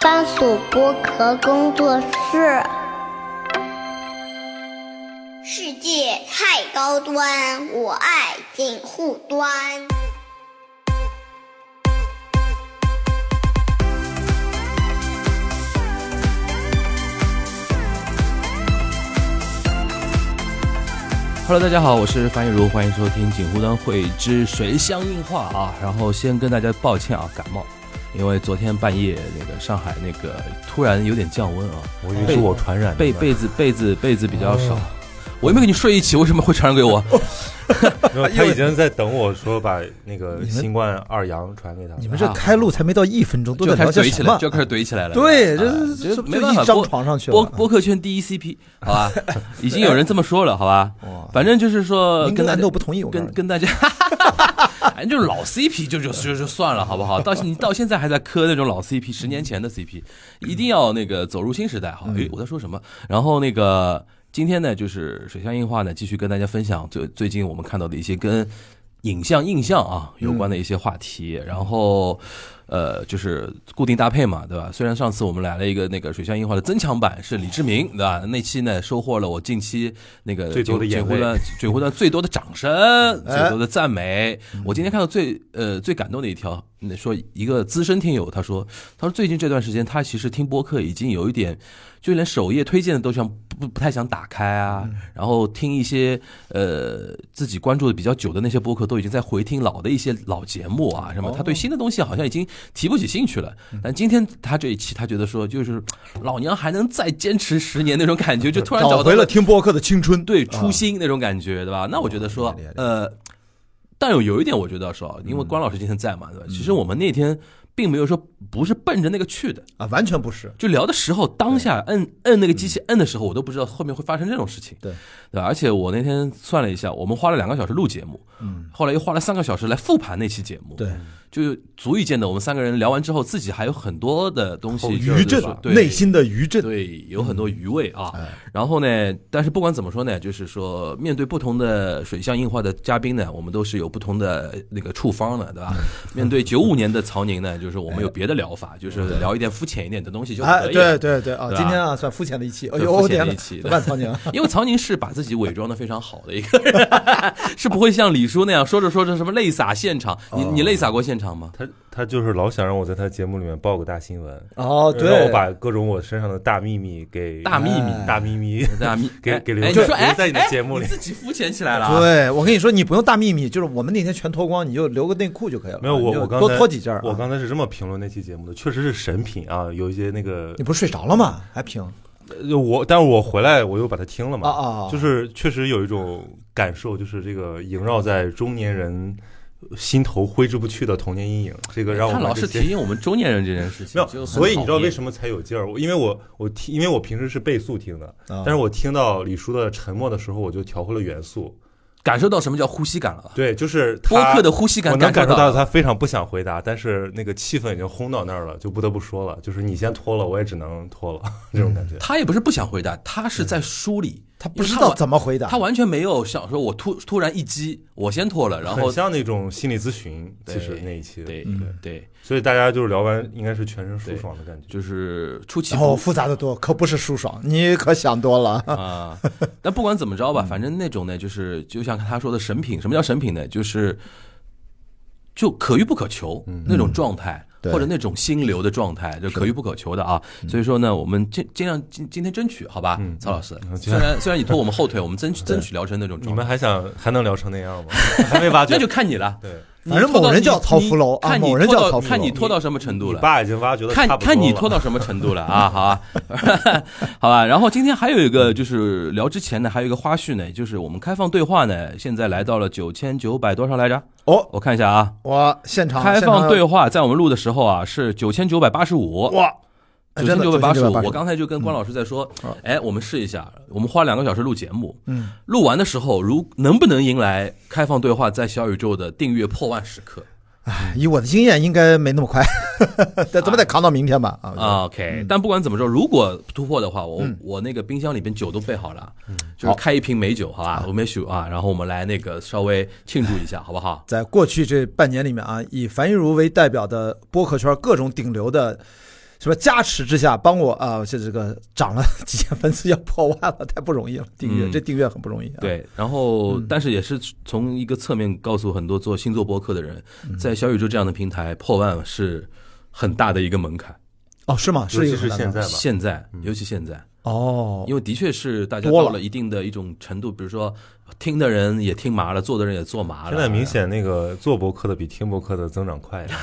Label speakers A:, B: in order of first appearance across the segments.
A: 番薯剥壳工作室。世界太高端，我爱锦户端。
B: Hello，大家好，我是樊雨茹，欢迎收听《锦湖端会之水乡韵话》啊。然后先跟大家抱歉啊，感冒，因为昨天半夜那个上海那个突然有点降温啊，
C: 我以为是我传染的
B: 被
D: 哎
C: 呢，
B: 被子被子被子比较
D: 哦
B: 少，我又没跟你睡一起，为什么会传染给我？
C: 没 有他已经在等我说把那个新冠二阳传给他。
D: 你们这开路才没到一分钟，都
B: 啊就
D: 在
B: 开
D: 聊
B: 始
D: 些
B: 怼起
D: 什
B: 来，
D: 么？
B: 就开始怼起来了。
D: 对这
B: 啊
D: 这
B: 就
D: 这
B: 没
D: 就
B: 办法，
D: 一张
B: 播
D: 床上去了
B: 播播客圈第一 CP，好 吧，已经有人这么说了，好吧
D: 哇，
B: 反正就是说
D: 您
B: 跟
D: 跟
B: 大
D: 安
B: 家
D: 豆不同意，我告诉
B: 跟
D: 你
B: 跟大家，哎，就是老 CP 就就就就算了，好不好？到你到现在还在磕那种老 CP，十年前的 CP，一定要那个走入新时代哈。
C: 嗯
B: 诶，我在说什么？然后那个今天呢，就是水乡映画呢，继续跟大家分享最最近我们看到的一些跟影像印象啊有关的
C: 嗯
B: 一些话题，然后。呃，就是固定搭配嘛，对吧？虽然上次我们来了一个那个水乡映画的增强版是李志明，对吧？那期呢收获了我近期那个
C: 最多的
B: 锦
C: 眼
B: 锦湖
C: 泪
B: 端水湖端最多的掌声，
D: 哎
B: 最多的赞美。
D: 嗯
B: 我今天看到最呃最感动的一条，嗯说一个资深听友他说，他说最近这段时间他其实听播客已经有一点，就连首页推荐的都想不不太想打开
D: 嗯
B: 啊，然后听一些呃自己关注的比较久的那些播客都已经在回听老的一些老节目啊
D: 哦
B: 什么，他对新的东西好像已经提不起兴趣了。
D: 嗯
B: 但今天他这一期他觉得说就是老娘还能再坚持十年那种感觉，就突然找
D: 找
B: 到
D: 回了听播客的青春。
B: 对初心那种感觉，对吧？那我觉得说
D: 啊厉害厉害，嗯
B: 呃，但有有一点我觉得说，因为关老师今天在嘛，对吧？其实我们那天并没有说不是奔着那个去的，
D: 啊，完全不是。
B: 就聊的时候当下摁摁那
D: 嗯
B: 个机器摁的时候，我都不知道后面会发生这种事情，
D: 对
B: 对吧？而且我那天算了一下，我们花了两个小时录节目，嗯，后来又花了三个小时来复盘那期节目，
D: 对，，
B: 就足以见得我们三个人聊完之后，自己还有很多的东西就是
D: 余震
B: 说，对
D: 内心的余 震。
B: 对，有很多
D: 嗯
B: 余味啊。
D: 哎
B: 然后呢，但是不管怎么说呢，就是说面对不同的水象硬化的嘉宾呢，我们都是有不同的那个处方的，对吧？
D: 嗯
B: 面对九五年的曹宁呢，就是我们有别的疗法，就是聊一点肤浅一点的东西就
D: 啊，
B: 可以了。
D: 哎对对对啊，
B: 对吧
D: 今天啊算肤浅的一期，哎
B: 对
D: 呦
B: 肤浅
D: 天
B: 的
D: 哪
B: 一期，对
D: 万苍 井，
B: 因为曹宁是把自己伪装的非常好的一个人，是不会像李叔那样说着说着什么泪洒现场。
D: 哦
B: 你你泪洒过现场 吗？
C: 他他就是老想让我在他节目里面报个大新闻，
D: 哦
C: 让我
D: 对，
C: 把各种我身上的大秘密给
B: 大秘密
D: 哎
C: 大秘密
B: 大秘
C: 给
B: 哎
C: 给
B: 哎
C: 留
B: 你说
C: 留
B: 哎
C: 在你的
B: 哎
C: 节目里
B: 你。自己肤浅起来了啊。
D: 对我跟你说，你不用大秘密，就是我们那天全脱光，你就留个内裤就可以了。
C: 没有我
D: 你就
C: 我刚才
D: 多脱几件儿啊。
C: 我刚才是这么评论那期节目的，确实是神品啊，有一些那个
D: 你不是睡着了吗？还评
C: 呃我，但是我回来我又把它听了嘛，
D: 啊啊啊
C: 就是确实有一种感受，就是这个萦绕在中年人心头挥之不去的童年阴影，这个让我
B: 他
C: 们
B: 老
C: 这
B: 是
C: 些
B: 提醒我们中年人这件事情，
C: 没
B: 就
C: 有，
B: 很
C: 所以你知
B: 讨
C: 道
B: 厌
C: 为什么才有劲儿？我因为我我听，因为我平时是倍速听的，
D: 啊
C: 但是我听到李叔的沉默的时候，我就调回了原速。
B: 感受到什么叫呼吸感了吧？
C: 对，就是他
B: 播客的呼吸感
C: 我能
B: 感
C: 感
B: 受
C: 受
B: 到
C: 到他非常不想回答，但是那个气氛已经轰到那儿了，就不得不说了，就是你先拖了，我也只能拖了 这种感觉。
B: 他也不是不想回答，他是在梳理，
D: 他不知道怎
B: 么，
D: 么回答，哦
B: 他完全没有想说，我突突然一击，我先脱了，然后
C: 很像那种心理咨询，其实嗯
B: 对
C: 那一期，
B: 对对，
C: 所以大家就是聊完应该是全身舒爽的感觉。啊
B: 就是出其
D: 然后
B: 不
D: 复杂的多，可不是舒爽，你可想多了。
B: 啊。但不管怎么着
D: 嗯
B: 吧，反正那种呢，就是就像他说的神品，什么叫神品呢？就是就可遇不可求那种状态。
D: 嗯对嗯
B: 或者那种心流的状态，就可遇不可求的啊，所以说呢，我们尽尽量今今天争取，好吧，曹老师。
D: 嗯
B: 虽然虽然你拖我们后腿，我们 争取争取聊成那种
C: 你
B: 状态
C: 们。还想还能聊成那 样吗？还没挖掘，
B: 那就看你了。
C: 对，
B: 你
D: 反正
B: 拖到
D: 某人
B: 你
D: 叫曹
B: 你
D: 福楼啊
B: 看你
D: 某人
B: 拖
D: 叫
B: 到
D: 曹福
B: 看
D: 楼
B: 你拖到什么程度
C: 你
B: 了。
C: 爸已经挖掘的
B: 看
C: 差不多
B: 看你
C: 了
B: 拖到什么程度了啊！好啊， 好吧。然后今天还有一个就是聊之前呢，还有一个花絮呢，就是我们开放对话呢，现在来到了九千九百多少来着？
D: 哦，
B: 我看一下啊，
D: 我现场
B: 开放对
D: 话，
B: 话在我们录的时候啊是九千九百八十五，
D: 哇，
B: 九
D: 真
B: 千
D: 的
B: 九百八十五。
D: 9985
B: 我刚才就跟关老师在说，哎，我们试一下，我们花两个小时录节目，
D: 嗯，
B: 录完的时候如能不能迎来开放对话在小宇宙的订阅破万时刻？
D: 以我的经验，应该没那么快， 但咱们得扛到明天吧啊！
B: 啊 OK，但不管怎么说，如果突破的话，我我那个冰箱里边酒都备好了，就是开一瓶美酒，好吧，我们酒啊，然后我们来那个稍微庆祝一下，好不好？
D: 在过去这半年里面啊，以樊一茹为代表的播客圈各种顶流的什么加持之下，帮我啊，这这个涨了 几千粉丝要破万了，太不容易了。订阅、
B: 嗯
D: 这订阅很不容易、啊。，
B: 对，然后、但是也是从一个侧面告诉很多做星座播客的人，在小宇宙这样的平台破万是很大的一个门槛。
D: 哦，是吗？
C: 尤
D: 是一
C: 其
D: 个
C: 是
D: 很
C: 现
D: 难的
C: 在吧，
B: 现在，尤其现在，
D: 哦，
B: 因为的确是大家
D: 多
B: 到
D: 了
B: 了一定的一种程度，比如说听的人也听麻了，做的人也做麻了。
C: 现在明显那个做博客的比听博客的增长快一点。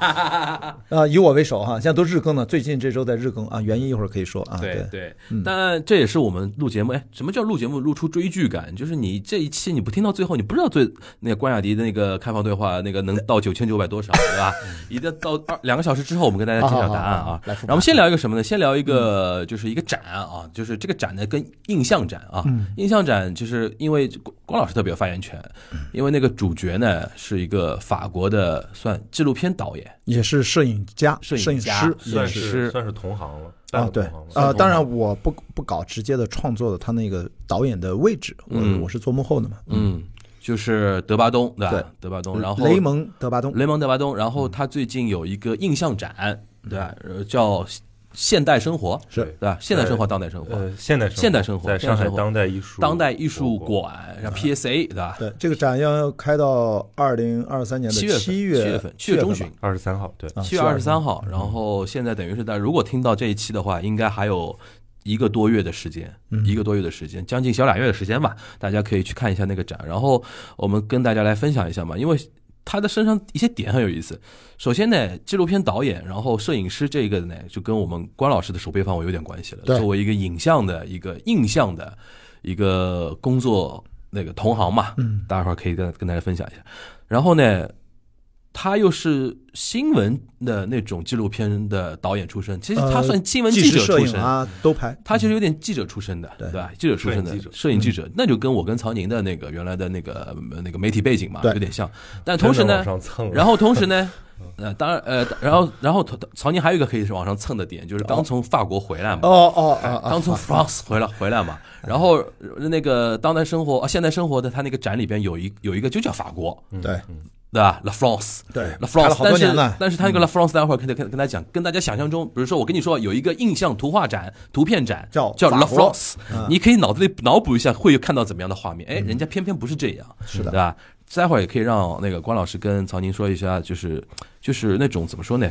D: 啊，以我为首哈，现在都日更呢。最近这周在日更啊，原因一会儿可以说啊。
B: 对
D: 对，
B: 对，但这也是我们录节目。哎，什么叫录节目录出追剧感？就是你这一期你不听到最后，你不知道最那个关雅迪的那个开放对话那个能到九千九百多 少，对吧？一定到二两个小时之后，我们跟大家揭晓答案
D: 好好好
B: 啊。
D: 来
B: 然
D: 复盘
B: 后我们先聊一个什么呢？先聊一个就是一个展啊，就是这个展呢跟印象展啊，
D: 嗯
B: 印象展就是因为光光老师特别有发言权，
D: 嗯
B: 因为那个主角呢是一个法国的算纪录片导演，
D: 也是摄影家、
B: 摄
D: 摄
B: 影家
D: 师，
B: 是
C: 算
B: 是哦
C: 是算是同行了，半
D: 啊，
C: 个
D: 对
C: 同行，了。
D: 呃，当然我不不搞直接的创作的，他那个导演的位置，我、
B: 嗯
D: 我是做幕后的嘛。
B: 嗯，就是德巴东对吧？
D: 对
B: 德巴哦东，然后
D: 雷蒙德巴东，
B: 雷蒙德巴东，然后他最近有一个印象展，对吧？呃叫现代生活，
D: 是
B: 对吧？现代生活、当代生活、
C: 呃，现代
B: 现代生活
C: 在
B: 现
C: 上
B: 代
C: 海
B: 生活
C: 当代艺术
B: 当代艺术
C: 博物馆
B: 馆，然后 PSA，对吧？
D: 对，这个展要开到二零二三年的
B: 七月份，七
D: 月
B: 月份，七月中旬，，
C: 二十三号，对，
D: 啊
B: 七月二十三号。嗯然后现在等于是，但如果听到这一期的话，应该还有。一个多月的时间，一个多月的时间，将近小俩月的时间吧，大家可以去看一下那个展。然后我们跟大家来分享一下嘛，因为他的身上一些点很有意思。首先呢，纪录片导演，然后摄影师这个呢，就跟我们关老师的手背范围有点关系了。
D: 对
B: 作为一个影像的一个印象的一个工作那个同行嘛，嗯，大家伙儿可以跟跟大家分享一下。然后呢，他又是新闻的那种纪录片的导演出身，其实他
D: 呃
B: 算新闻
D: 纪
B: 记
D: 实
B: 者
D: 摄
B: 出
D: 影
B: 身。
D: 啊嗯都拍，
B: 他其实有点记者出身的，
D: 对
B: 对吧？记者出身的
C: 摄影记者
B: 摄影记
D: 嗯
B: 者，那就跟我跟曹宁的那个原来的那个呃那个媒体背景嘛，
D: 对
B: 有点像。但同时
C: 真
B: 呢
C: 的往，上蹭了，
B: 然后同时呢， 呃，当然呃，然后然后曹曹宁还有一个可以是往上蹭的点，就是刚从法国回来嘛，
D: 哦哦哦哦，
B: 刚从 France 回来回来 嘛，然后呃那个当代生活啊，现代生活的他那个展里边有一有一个就叫法国，
D: 对
B: 对吧？La France，
D: 对
B: ，La
D: 开
B: France，
D: 了好多年
B: 但是
D: 了嗯
B: 但是他那个 La France，待会儿跟跟跟大家讲，跟大家想象中，比如说我跟你说有一个印象图画展、图片展
D: 叫
B: 叫
D: 法
B: La
D: 国嗯
B: France，你可以脑子里脑补一下会看到怎么样的画面，哎，人家偏偏不是这样，是
D: 的
B: 对吧？待会儿也可以让那个关老师跟曹宁说一下，就是就是那种怎么说呢？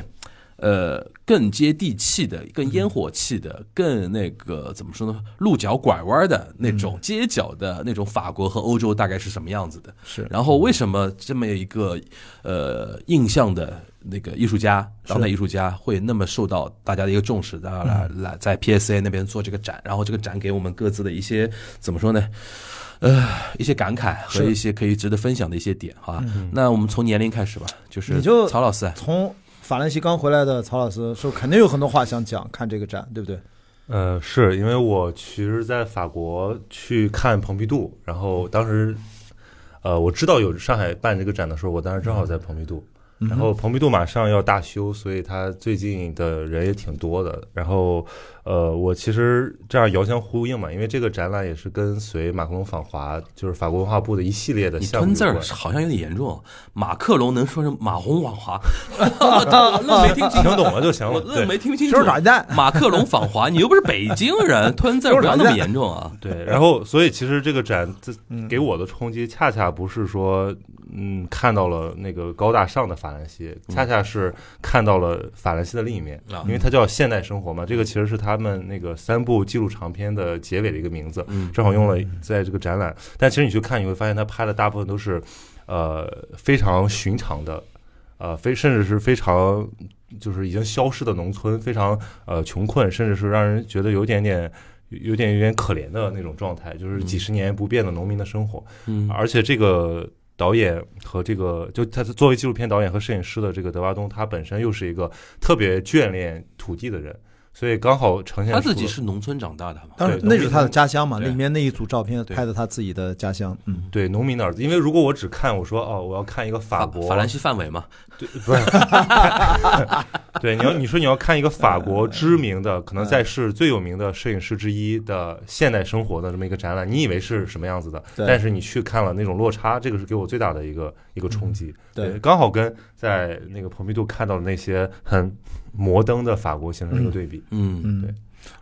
B: 呃，更接地气的、更烟
D: 嗯
B: 火气的、更那个怎么说呢？鹿角拐弯的那
D: 嗯
B: 种、街角的那种法国和欧洲大概是什么样子的？
D: 是
B: 然后为什么这么一个呃印象的那个艺术家，当代艺术家会那么受到大家的一个重视？大家来
D: 嗯
B: 来在 PSA 那边做这个展，然后这个展给我们各自的一些怎么说呢？呃，一些感慨和
D: 是嗯
B: 一些可以值得分享的一些点哈。那我们从年龄开始吧，就是
D: 你就
B: 曹老师，
D: 从法兰西刚回来的曹老师说，肯定有很多话想讲，看这个展，对不对？
C: 呃，是因为我其实，在法国去看蓬皮杜，然后当时，呃，我知道有上海办这个展的时候，我当时正好在蓬皮杜，
B: 嗯
C: 然后蓬皮杜马上要大修，所以它最近的人也挺多的。然后，呃，我其实这样遥相呼应嘛，因为这个展览也是跟随马克龙访华，就是法国文化部的一系列的
B: 你
C: 项目
B: 吞
C: 有
B: 字儿
C: 关
B: 好像有点严重。马克龙能说是马红网 华，我愣没听清，
C: 听懂了就 行
B: 我
C: 了。
B: 愣没
C: 对
B: 听清楚
D: 就是。软蛋，
B: 马克龙访华，你又不是北京人，吞字儿不要那么严重啊。
C: 对，然后嗯所以其实这个展这给我的冲击，恰恰不是说嗯看到了那个高大上的法兰西，恰恰是看到了法兰西的另一面
B: 啊，
C: 因为它叫现代生活嘛。这个其实是他们那个三部纪录长片的结尾的一个名字
B: 嗯，
C: 正好用了在这个展览。但其实你去看，你会发现他拍的大部分都是呃非常寻常的，呃非甚至是非常。就是已经消失的农村，非常呃穷困，甚至是让人觉得有点点有点有点可怜的那种状态，就是几十年不变的农民的生活。
B: 嗯
C: 而且这个导演和这个就他作为纪录片导演和摄影师的这个德巴东，他本身又是一个特别眷恋土地的人，所以刚好呈现
B: 他自
C: 出
B: 己
C: 了
B: 是农村长大的嘛，
D: 当然
C: 对
D: 那是他的家乡嘛，
B: 对
D: 里面那一组照片
B: 对
D: 拍的他自己的家乡，嗯，
C: 对农民的儿子。因为如果我只看我说哦，我要看一个法国
B: 法兰西范围嘛，
C: 对，不是， 对，你要你说你要看一个法国知名的，可能在世最有名的摄影师之一的现代生活的这么一个展览，你以为是什么样子的？
D: 对
C: 但是你去看了那种落差，这个是给我最大的一个一个冲击。
D: 对
C: 刚好跟在那个蓬皮杜看到的那些很摩登的法国形成一个对比。
B: 嗯
D: 嗯，
C: 对。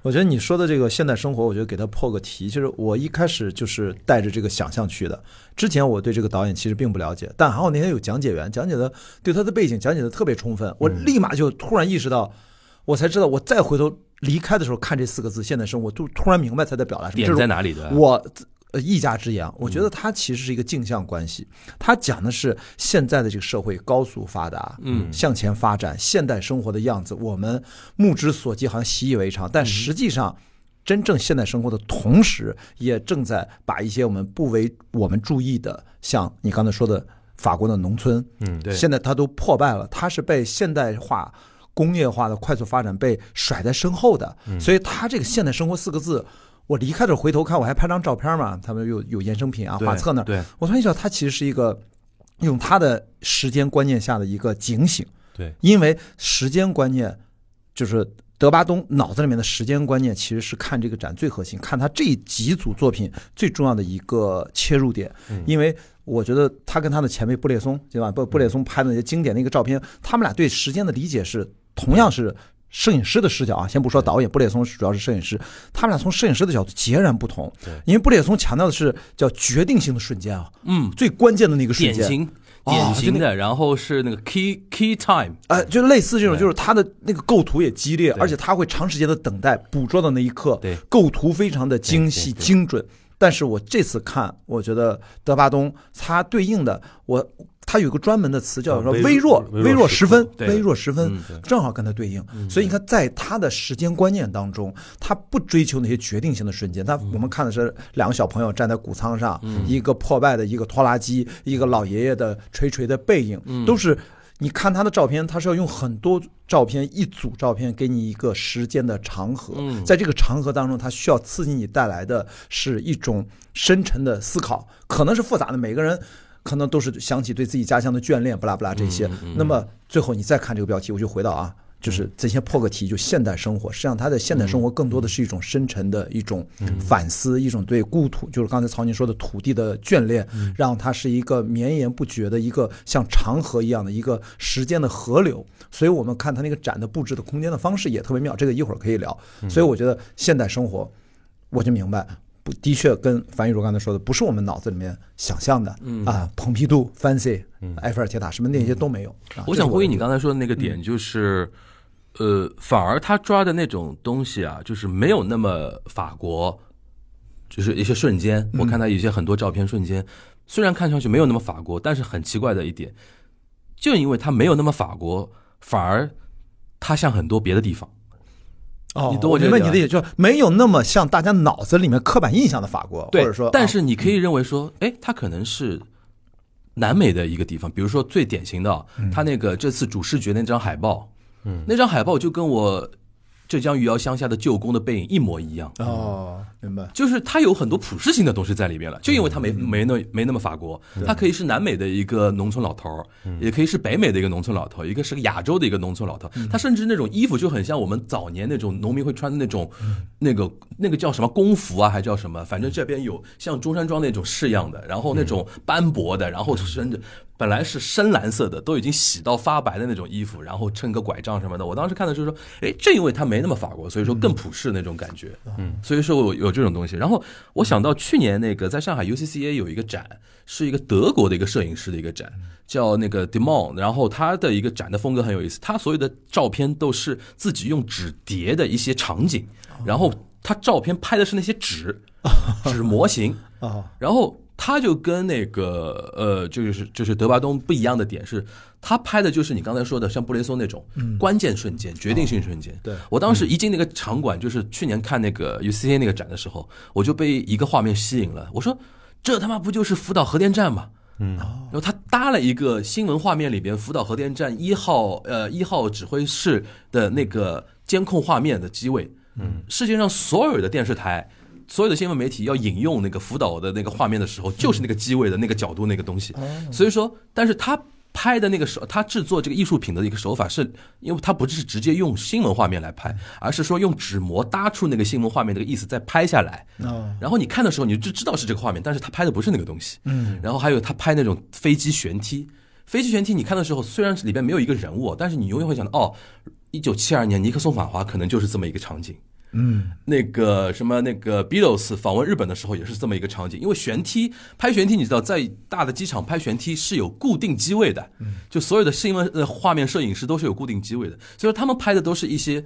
D: 我觉得你说的这个现代生活，我觉得给他破个题。其实我一开始就是带着这个想象去的。之前我对这个导演其实并不了解，但还好那天有讲解员讲解的，对他的背景讲解的特别充分，我立马就突然意识到，我才知道，我再回头离开的时候看这四个字“现代生活”，就突然明白他在表达什么。
B: 点
D: 这
B: 在
D: 是
B: 哪里的？
D: 我呃一家之言，我觉得它其实是一个镜像关系，它讲的是现在的这个社会高速发达，
B: 嗯
D: 向前发展，现代生活的样子，我们目之所及好像习以为常，
B: 嗯
D: 但实际上。真正现代生活的同时，也正在把一些我们不为我们注意的，像你刚才说的法国的农村，
C: 嗯，
B: 对
D: 现在它都破败了，它是被现代化、工业化的快速发展被甩在身后的，
B: 嗯
D: 所以它这个“现代生活”四个字，我离开的时候回头看，我还拍张照片嘛，他们有有衍生品啊，
B: 对
D: 画册那儿，
B: 对，
D: 我突然意识到它其实是一个用它的时间观念下的一个警醒，
C: 对，
D: 因为时间观念就是。德巴东脑子里面的时间观念其实是看这个展最核心，看他这几组作品最重要的一个切入点。
B: 嗯
D: 因为我觉得他跟他的前辈布列松，对吧？布布列松拍的那些经典的一个照片，他们俩对时间的理解是同样是摄影师的视角啊，先不说导演，布列松主要是摄影师，他们俩从摄影师的角度截然不同
C: 对。
D: 因为布列松强调的是叫决定性的瞬间啊，
B: 嗯，
D: 最关键的那个瞬
B: 典
D: 间。
B: 型
D: 哦
B: 典
D: 就
B: 型
D: 那
B: 的，然后是那个 key key time，
D: 哎，就类似这种，
B: 对
D: 就是他的那个构图也激烈，
B: 对
D: 而且他会长时间的等待捕捉到那一刻，
B: 对
D: 构图非常的精细
C: 对对对
D: 精准。但是我这次看，我觉得德巴东他对应的我，他有个专门的词叫
C: 啊
D: 说
C: 微
D: 微弱，
C: 微弱
D: 微弱
C: 时
D: 十分，
B: 对
D: 微弱十分
B: 嗯
C: 对，
D: 正好跟他对应。所以你看，在他的时间观念当中，他不追求那些决定性的瞬间。他我们看的是两个小朋友站在谷仓上，一个破败的一个拖拉机，一个老爷爷的垂垂的背影，都是。你看他的照片，他是要用很多照片一组照片给你一个时间的长河，在这个长河当中，他需要刺激你带来的是一种深沉的思考，可能是复杂的，每个人可能都是想起对自己家乡的眷恋，不拉不拉这些。那么最后你再看这个标题，我就回到啊，就是这些破个题，就现代生活，实际上它的现代生活更多的是一种深沉的一种反思，一种对故土，就是刚才曹宁说的土地的眷恋，让它是一个绵延不绝的一个像长河一样的一个时间的河流。所以我们看它那个展的布置的空间的方式也特别妙，这个一会儿可以聊。所以我觉得现代生活，我就明白。不，的确跟樊玉茹刚才说的，不是我们脑子里面想象的、
B: 嗯
D: 啊，蓬皮杜、Fancy、埃菲尔铁塔什么那些都没有。啊
B: 嗯我想呼应你，
D: 这是
B: 刚才说的那个点，就是，呃，反而他抓的那种东西啊，就是没有那么法国，就是一些瞬间。我看他有些很多照片瞬间，虽然看上去没有那么法国，但是很奇怪的一点，就因为他没有那么法国，反而他像很多别的地方。
D: 我的哦，
B: 你懂我这
D: 明
B: 个
D: 白
B: 意
D: 你
B: 思
D: 的意思，就是没有那么像大家脑子里面刻板印象的法国，或
B: 对，
D: 者说，啊嗯
B: 但是你可以认为说，哎，它可能是南美的一个地方，比如说最典型的啊，
D: 嗯
B: 它那个这次主视觉那张海报，嗯，那张海报就跟我浙江余姚乡下的舅公的背影一模一样。
D: 啊哦，
B: 嗯
D: 明白，
B: 就是它有很多普适性的东西在里面了，就因为它没没那没那么法国，它可以是南美的一个农村老头儿，也可以是北美的一个农村老头儿，一个是个亚洲的一个农村老头儿，他甚至那种衣服就很像我们早年那种农民会穿的那种，那个那个叫什么工服啊，还叫什么，反正这边有像中山装那种式样的，然后那种斑驳的，然后甚至本来是深蓝色的，都已经洗到发白的那种衣服，然后撑个拐杖什么的，我当时看的就是说，哎，正因为它没那么法国，所以说更普世那种感觉。嗯所以说我有这种东西。然后我想到去年那个在上海 UCCA 有一个展，是一个德国的一个摄影师的一个展，叫那个 Demon。然后他的一个展的风格很有意思，他所有的照片都是自己用纸叠的一些场景，然后他照片拍的是那些纸纸模型，
D: 哦，
B: 然后他就跟那个呃，就是就是德巴东不一样的点是，他拍的就是你刚才说的像布雷松那种关键瞬间、决定性瞬间。
D: 嗯哦对嗯
B: 我当时一进那个场馆，就是去年看那个 UCA 那个展的时候，我就被一个画面吸引了。我说，这他妈不就是福岛核电站吗？
D: 嗯
B: 啊然后他搭了一个新闻画面里边福岛核电站一号呃一号指挥室的那个监控画面的机位，嗯，世界上所有的电视台。所有的新闻媒体要引用那个福岛的那个画面的时候，就是那个机位的那个角度那个东西，所以说，但是他拍的那个手，他制作这个艺术品的一个手法是，因为他不是直接用新闻画面来拍，而是说用纸模搭出那个新闻画面那个意思再拍下来。
D: 哦，
B: 然后你看的时候，你就知道是这个画面，但是他拍的不是那个东西。嗯，然后还有他拍那种飞机悬梯，飞机悬梯，你看的时候虽然是里边没有一个人物，但是你永远会想到，哦，一九七二年尼克松访华可能就是这么一个场景。嗯，那个什么，那个 Beatles 访问日本的时候也是这么一个场景，因为悬梯拍悬梯，你知道，在大的机场拍悬梯是有固定机位的，
D: 嗯
B: 就所有的新闻呃画面摄影师都是有固定机位的，所以说他们拍的都是一些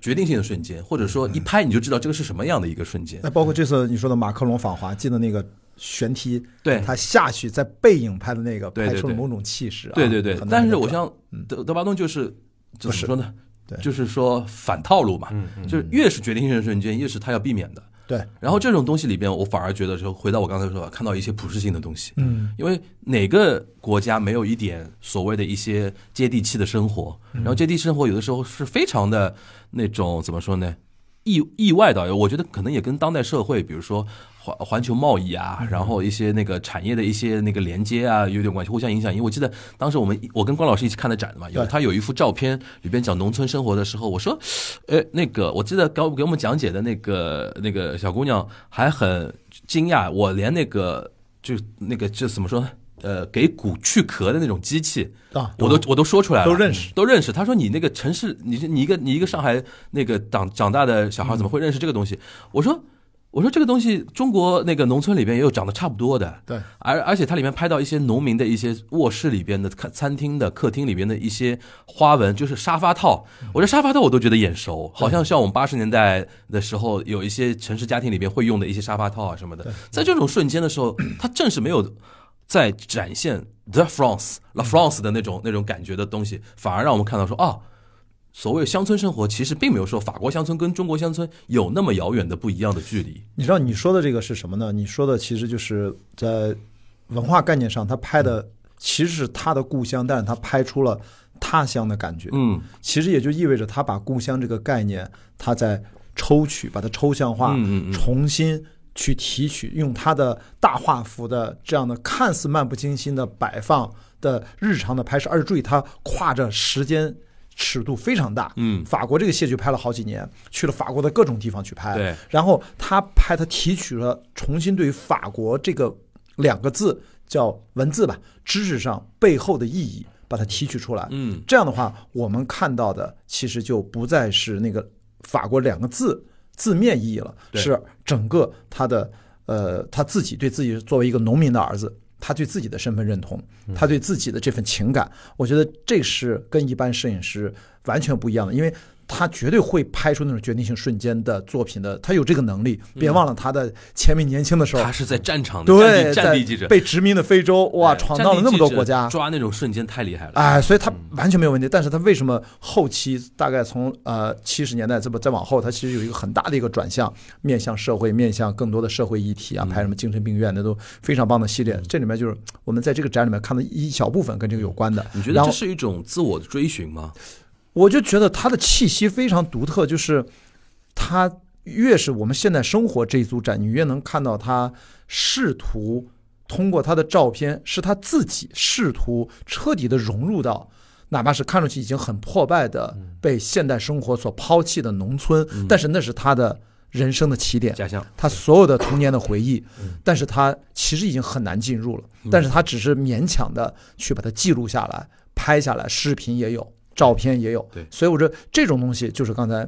B: 决定性的瞬间，或者说一拍你就知道这个是什么样的一个瞬间。
D: 那包括这次你说的马克龙访华，记得那个悬梯，
B: 对
D: 他下去在背影拍的那个，
B: 对对
D: 拍出了
B: 对
D: 某种气势、啊。
B: 对对对
D: 很，难
B: 但是
D: 得
B: 我
D: 到嗯
B: 像德德巴东就是怎么
D: 是嗯
B: 说呢？
D: 对
B: 就是说反套路嘛，就是越是决定性的瞬间，越是他要避免的。
D: 对
B: 然后这种东西里边，我反而觉得说，回到我刚才说的，看到一些普世性的东西。嗯，因为哪个国家没有一点所谓的一些接地气的生活？然后接地气生活有的时候是非常的那种怎么说呢？意意外的，我觉得可能也跟当代社会，比如说环环球贸易啊，然后一些那个产业的一些那个连接啊，有点关系，互相影响。因为我记得当时我们我跟关老师一起看的展的嘛，有
D: 对
B: 他有一幅照片里边讲农村生活的时候，我说，呃，那个我记得给我给我们讲解的那个那个小姑娘还很惊讶，我连那个就那个这怎么说呢？呃，给骨去壳的那种机器
D: 啊
B: 我都我都说出来了，嗯
D: 都认识，
B: 都认识。他说你那个城市，你是你一个你一个上海那个长长大的小孩
D: 嗯
B: 怎么会认识这个东西？我说。我说这个东西，中国那个农村里边也有长得差不多的，
D: 对，
B: 而而且它里面拍到一些农民的一些卧室里边的、看餐厅的、客厅里边的一些花纹，就是沙发套。
D: 嗯
B: 我这沙发套我都觉得眼熟，好像像我们八十年代的时候，有一些城市家庭里边会用的一些沙发套啊什么的。在这种瞬间的时候，它正是没有在展现 The France、La
D: 嗯
B: France 的那种那种感觉的东西，反而让我们看到说，哦，所谓乡村生活其实并没有说法国乡村跟中国乡村有那么遥远的不一样的距离。
D: 你知道你说的这个是什么呢？你说的其实就是在文化概念上，他拍的
B: 嗯
D: 其实是他的故乡，但是他拍出了他乡的感觉。
B: 嗯，
D: 其实也就意味着他把故乡这个概念，他在抽取，把它抽象化，
B: 嗯嗯嗯
D: 重新去提取，用他的大画幅的这样的看似漫不经心的摆放的日常的拍摄，而且注意它跨着时间。尺度非常大，
B: 嗯
D: 法国这个戏剧拍了好几年，去了法国的各种地方去拍，
B: 对
D: 然后他拍，他提取了重新对于法国这个两个字叫文字吧，知识上背后的意义，把它提取出来。
B: 嗯，
D: 这样的话，我们看到的其实就不再是那个法国两个字字面意义了，
B: 对
D: 是整个他的呃他自己对自己作为一个农民的儿子。他对自己的身份认同，
B: 嗯
D: 他对自己的这份情感，我觉得这是跟一般摄影师完全不一样的，因为他绝对会拍出那种决定性瞬间的作品的，他有这个能力。别忘了他的前面年轻的时候，
B: 嗯他是在战场的战
D: 对
B: 地战地记者，
D: 在被殖民的非洲，哇，
B: 哎
D: 闯
B: 战
D: 到
B: 地
D: 了那么
B: 记
D: 多
B: 者
D: 国家，
B: 抓那种瞬间太厉害了。
D: 哎，所以他完全没有问题。但是他为什么后期大概从呃七十年代这么再往后，他其实有一个很大的一个转向，面向社会，面向更多的社会议题啊，
B: 嗯
D: 拍什么精神病院那都非常棒的系列。这里面就是我们在这个展里面看到一小部分跟这个有关的。
B: 你觉得
D: 然后
B: 这是一种自我的追寻吗？
D: 我就觉得他的气息非常独特，就是他越是我们现在生活这一组展，你越能看到他试图通过他的照片，是他自己试图彻底的融入到。哪怕是看上去已经很破败的、被现代生活所抛弃的农村，但是那是他的人生的起点。
B: 假象，
D: 他所有的童年的回忆，
B: 嗯
D: 但是他其实已经很难进入了，但是他只是勉强的去把它记录下来、拍下来，视频也有，照片也有，
B: 对
D: 所以我觉得这种东西就是刚才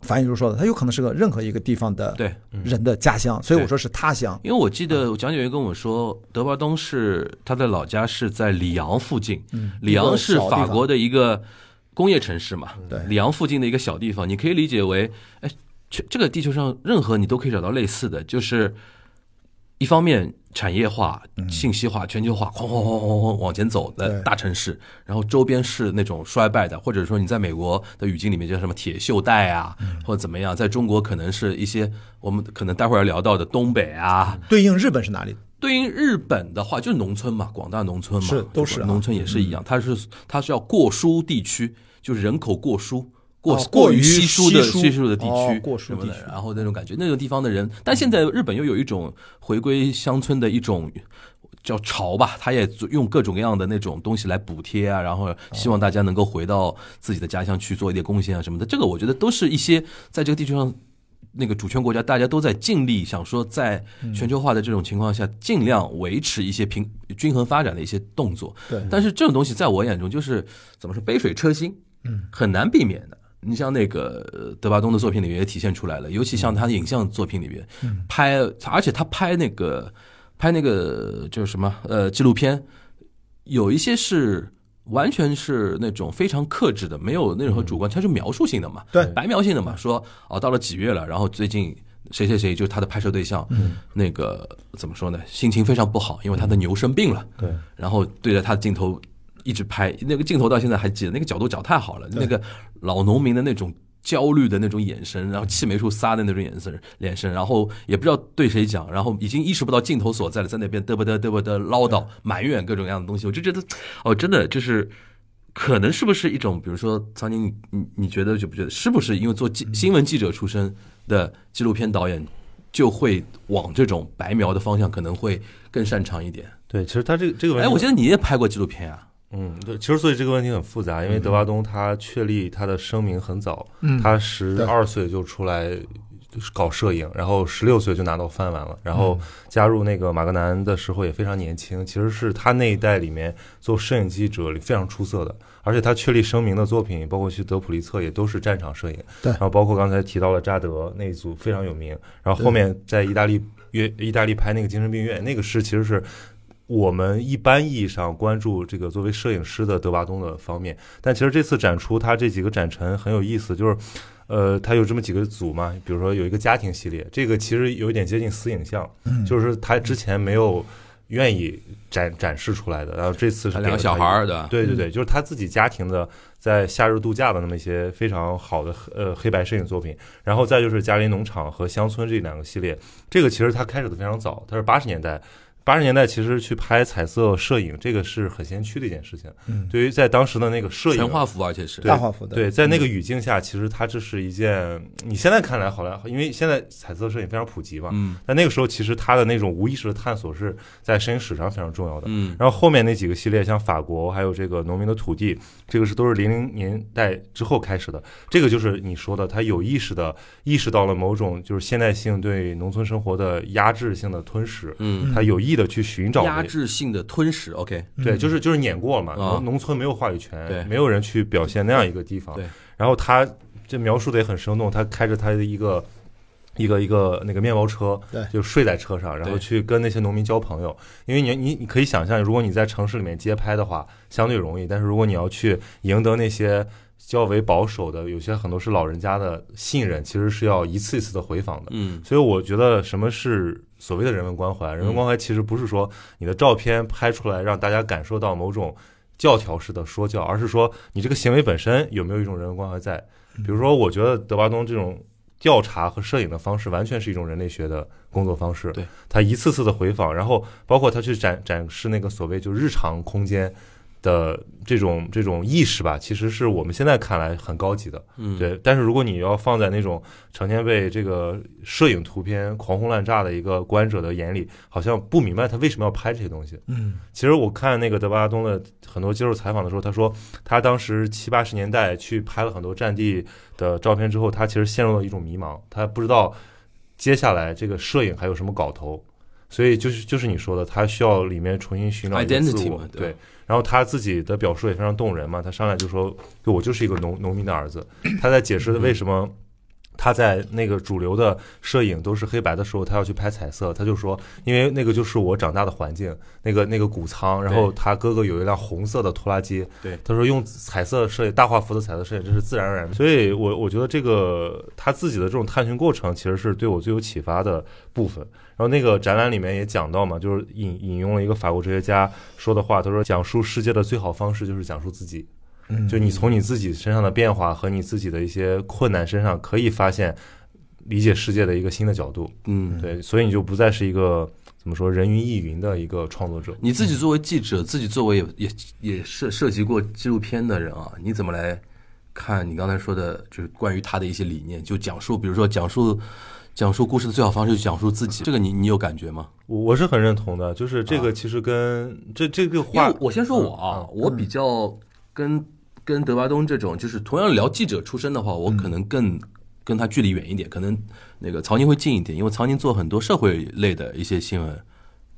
D: 樊宇茹说的，它有可能是个任何一个地方的
B: 对，
D: 人的家乡，所以
B: 对
D: 我说是他乡，
B: 因为我记
D: 嗯
B: 得讲解员跟我说，德巴东是他的老家是在里昂附近，
D: 嗯
B: 里昂是法国的一个工业城市嘛，
D: 对
B: 里昂附近的一个小地方，你可以理解为，哎，这这个地球上任何你都可以找到类似的，就是一方面产业化、信息化、全球化，哐哐哐哐哐往前走的
D: 对
B: 大城市，然后周边是那种衰败的，或者说你在美国的语境里面叫什么铁锈带啊，
D: 嗯
B: 或者怎么样，在中国可能是一些我们可能待会儿要聊到的东北啊，
D: 对应日本是哪里？
B: 对应日本的话，就是农村嘛，广大农村嘛，
D: 是都是啊
B: 农村也是一样，它是它是要过疏地区，就是人口过疏。过
D: 哦过
B: 过
D: 于
B: 稀疏的
D: 稀疏
B: 稀疏的地
D: 哦
B: 区，
D: 过疏
B: 什么的
D: 地区
B: 然后那种感觉，那种地方的人，但现在日本又有一种回归乡村的一种叫潮吧，他也做用各种各样的那种东西来补贴啊，然后希
D: 哦
B: 望大家能够回到自己的家乡去做一点贡献啊什么的。这个我觉得都是一些在这个地球上。那个主权国家，大家都在尽力想说，在
D: 嗯
B: 全球化的这种情况下，尽量维持一些平均衡发展的一些动作。
D: 对
B: 但是这种东西在我眼中就是怎么说，杯水车薪，嗯，很难避免的。你像那个呃德巴东的作品里面也体现出来了，尤其
D: 嗯
B: 像他的影像作品里面拍，而且他拍那个拍那个就是什么呃纪录片，有一些是。完全是那种非常克制的，没有那种和主观，它是描述性的嘛，
D: 嗯对
B: 白描性的嘛，说哦，到了几月了，然后最近谁谁谁就是他的拍摄对象，
D: 嗯
B: 那个怎么说呢，心情非常不好，因为他的牛生病了，
C: 对，
B: 然后对着他的镜头一直拍，那个镜头到现在还记得，那个角度角太好了，那个老农民的那种焦虑的那种眼神，然后气没处撒的那种眼神，眼神，然后也不知道对谁讲，然后已经意识不到镜头所在了，在那边嘚啵嘚嘚啵嘚唠叨埋怨各种各样的东西，我就觉得，哦，真的就是。可能是不是一种，比如说，苍井，你你你觉得就不觉得是不是因为做记新闻记者出身的纪录片导演，就会往这种白描的方向可能会更擅长一点？
C: 对，其实他这个这个问
B: 哎，
C: 题，
B: 我记得你也拍过纪录片啊，
C: 嗯，对，其实所以这个问题很复杂，因为德巴东他确立他的声明很早，
D: 嗯
C: 他十二岁就出来就是搞摄影，然后十六岁就拿到饭碗了，然后
D: 嗯
C: 加入那个马格南的时候也非常年轻，其实是他那一代里面做摄影记者里非常出色的，而且他确立声明的作品，包括去得普利策也都是战场摄影，
D: 对
C: 然后包括刚才提到了扎德那一组非常有名，然后后面在意大利约意大利拍那个精神病院，那个是其实是我们一般意义上关注这个作为摄影师的德巴东的方面，但其实这次展出他这几个展陈很有意思，就是。呃，他有这么几个组嘛，比如说有一个家庭系列，这个其实有一点接近私影像，
B: 嗯
C: 就是他之前没有愿意展展示出来的，然后这次是
B: 他
C: 给
B: 两个
C: 了
B: 小
C: 一
B: 孩儿，对嗯吧？
C: 对对对，就是他自己家庭的在夏日度假的那么一些非常好的呃黑白摄影作品，然后再就是嘉林农场和乡村这两个系列，这个其实他开始的非常早，他是八十年代。八十年代其实去拍彩色摄影，这个是很先驱的一件事情。
D: 嗯
C: 对于在当时的那个摄
B: 全
C: 影
B: 画幅，而且是
C: 对
D: 大画幅的，
C: 对，在那
B: 嗯
C: 个语境下，其实它这是一件你现在看来好像，因为现在彩色摄影非常普及嘛，
B: 嗯
C: 但那个时候其实它的那种无意识的探索是在摄影史上非常重要的。
B: 嗯
C: 然后后面那几个系列，像法国还有这个农民的土地，这个是都是零零年代之后开始的。这个就是你说的，他有意识的意识到了某种就是现代性对农村生活的压制性的吞噬，
B: 嗯，
C: 他有意的去寻找
B: 压制性的吞噬，OK，
C: 对，就是就是碾过了嘛，
B: 啊
C: 农农村没有话语权，
B: 对
C: 没有人去表现那样一个地方。
B: 对
C: 然后他这描述的也很生动，他开着他的一个。一个一个那个面包车，
D: 对
C: 就睡在车上，然后
B: 对
C: 去跟那些农民交朋友。因为你你你可以想象，如果你在城市里面街拍的话，相对容易；但是如果你要去赢得那些较为保守的，有些很多是老人家的信任，其实是要一次一次的回访的。
B: 嗯
C: 所以我觉得什么是所谓的人文关怀？人文关怀其实不是说你的照片拍出来让大家感受到某种教条式的说教，而是说你这个行为本身有没有一种人文关怀在。
B: 嗯
C: 比如说，我觉得德巴东这种调查和摄影的方式，完全是一种人类学的工作方式。
B: 对，
C: 他一次次的回访，然后包括他去展展示那个所谓就日常空间。的这种这种意识吧，其实是我们现在看来很高级的，
B: 嗯，
C: 对，但是如果你要放在那种成天被这个摄影图片狂轰滥炸的一个观者的眼里，好像不明白他为什么要拍这些东西。
D: 嗯，
C: 其实我看那个德巴东的很多接受采访的时候，他说他当时七八十年代去拍了很多战地的照片之后，他其实陷入了一种迷茫，他不知道接下来这个摄影还有什么搞头。所以就是就是你说的，他需要里面重新寻找一个自
B: Identity
C: 我
B: 嘛，对
C: 对。然后他自己的表述也非常动人嘛，他上来就说：“就我就是一个农农民的儿子。”他在解释为什么他在那个主流的摄影都是黑白的时候，他要去拍彩色，他就说，因为那个就是我长大的环境，那个那个谷仓，然后他哥哥有一辆红色的拖拉机，
B: 对
C: 他说用彩色摄影、大画幅的彩色摄影，这是自然而然的。所以我我觉得这个他自己的这种探寻过程，其实是对我最有启发的部分。然后那个展览里面也讲到嘛，就是引引用了一个法国哲学家说的话，他说讲述世界的最好方式就是讲述自己。就你从你自己身上的变化和你自己的一些困难身上，可以发现理解世界的一个新的角度。
B: 嗯，
C: 对，所以你就不再是一个怎么说人云亦云的一个创作者。
B: 你自己作为记者，自己作为也也也涉涉及过纪录片的人啊，你怎么来看你刚才说的，就是关于他的一些理念，就讲述，比如说讲述。讲述故事的最好方式就是讲述自己，这个你你有感觉吗？
C: 我我是很认同的，就是这个其实跟、这这个
B: 因
C: 话嗯
B: 为，我先说我啊，我比较跟跟德巴东这种，就是同样聊记者出身的话，
C: 嗯
B: 我可能更、跟他距离远一点，可能那个曹宁会近一点，因为曹宁做很多社会类的一些新闻，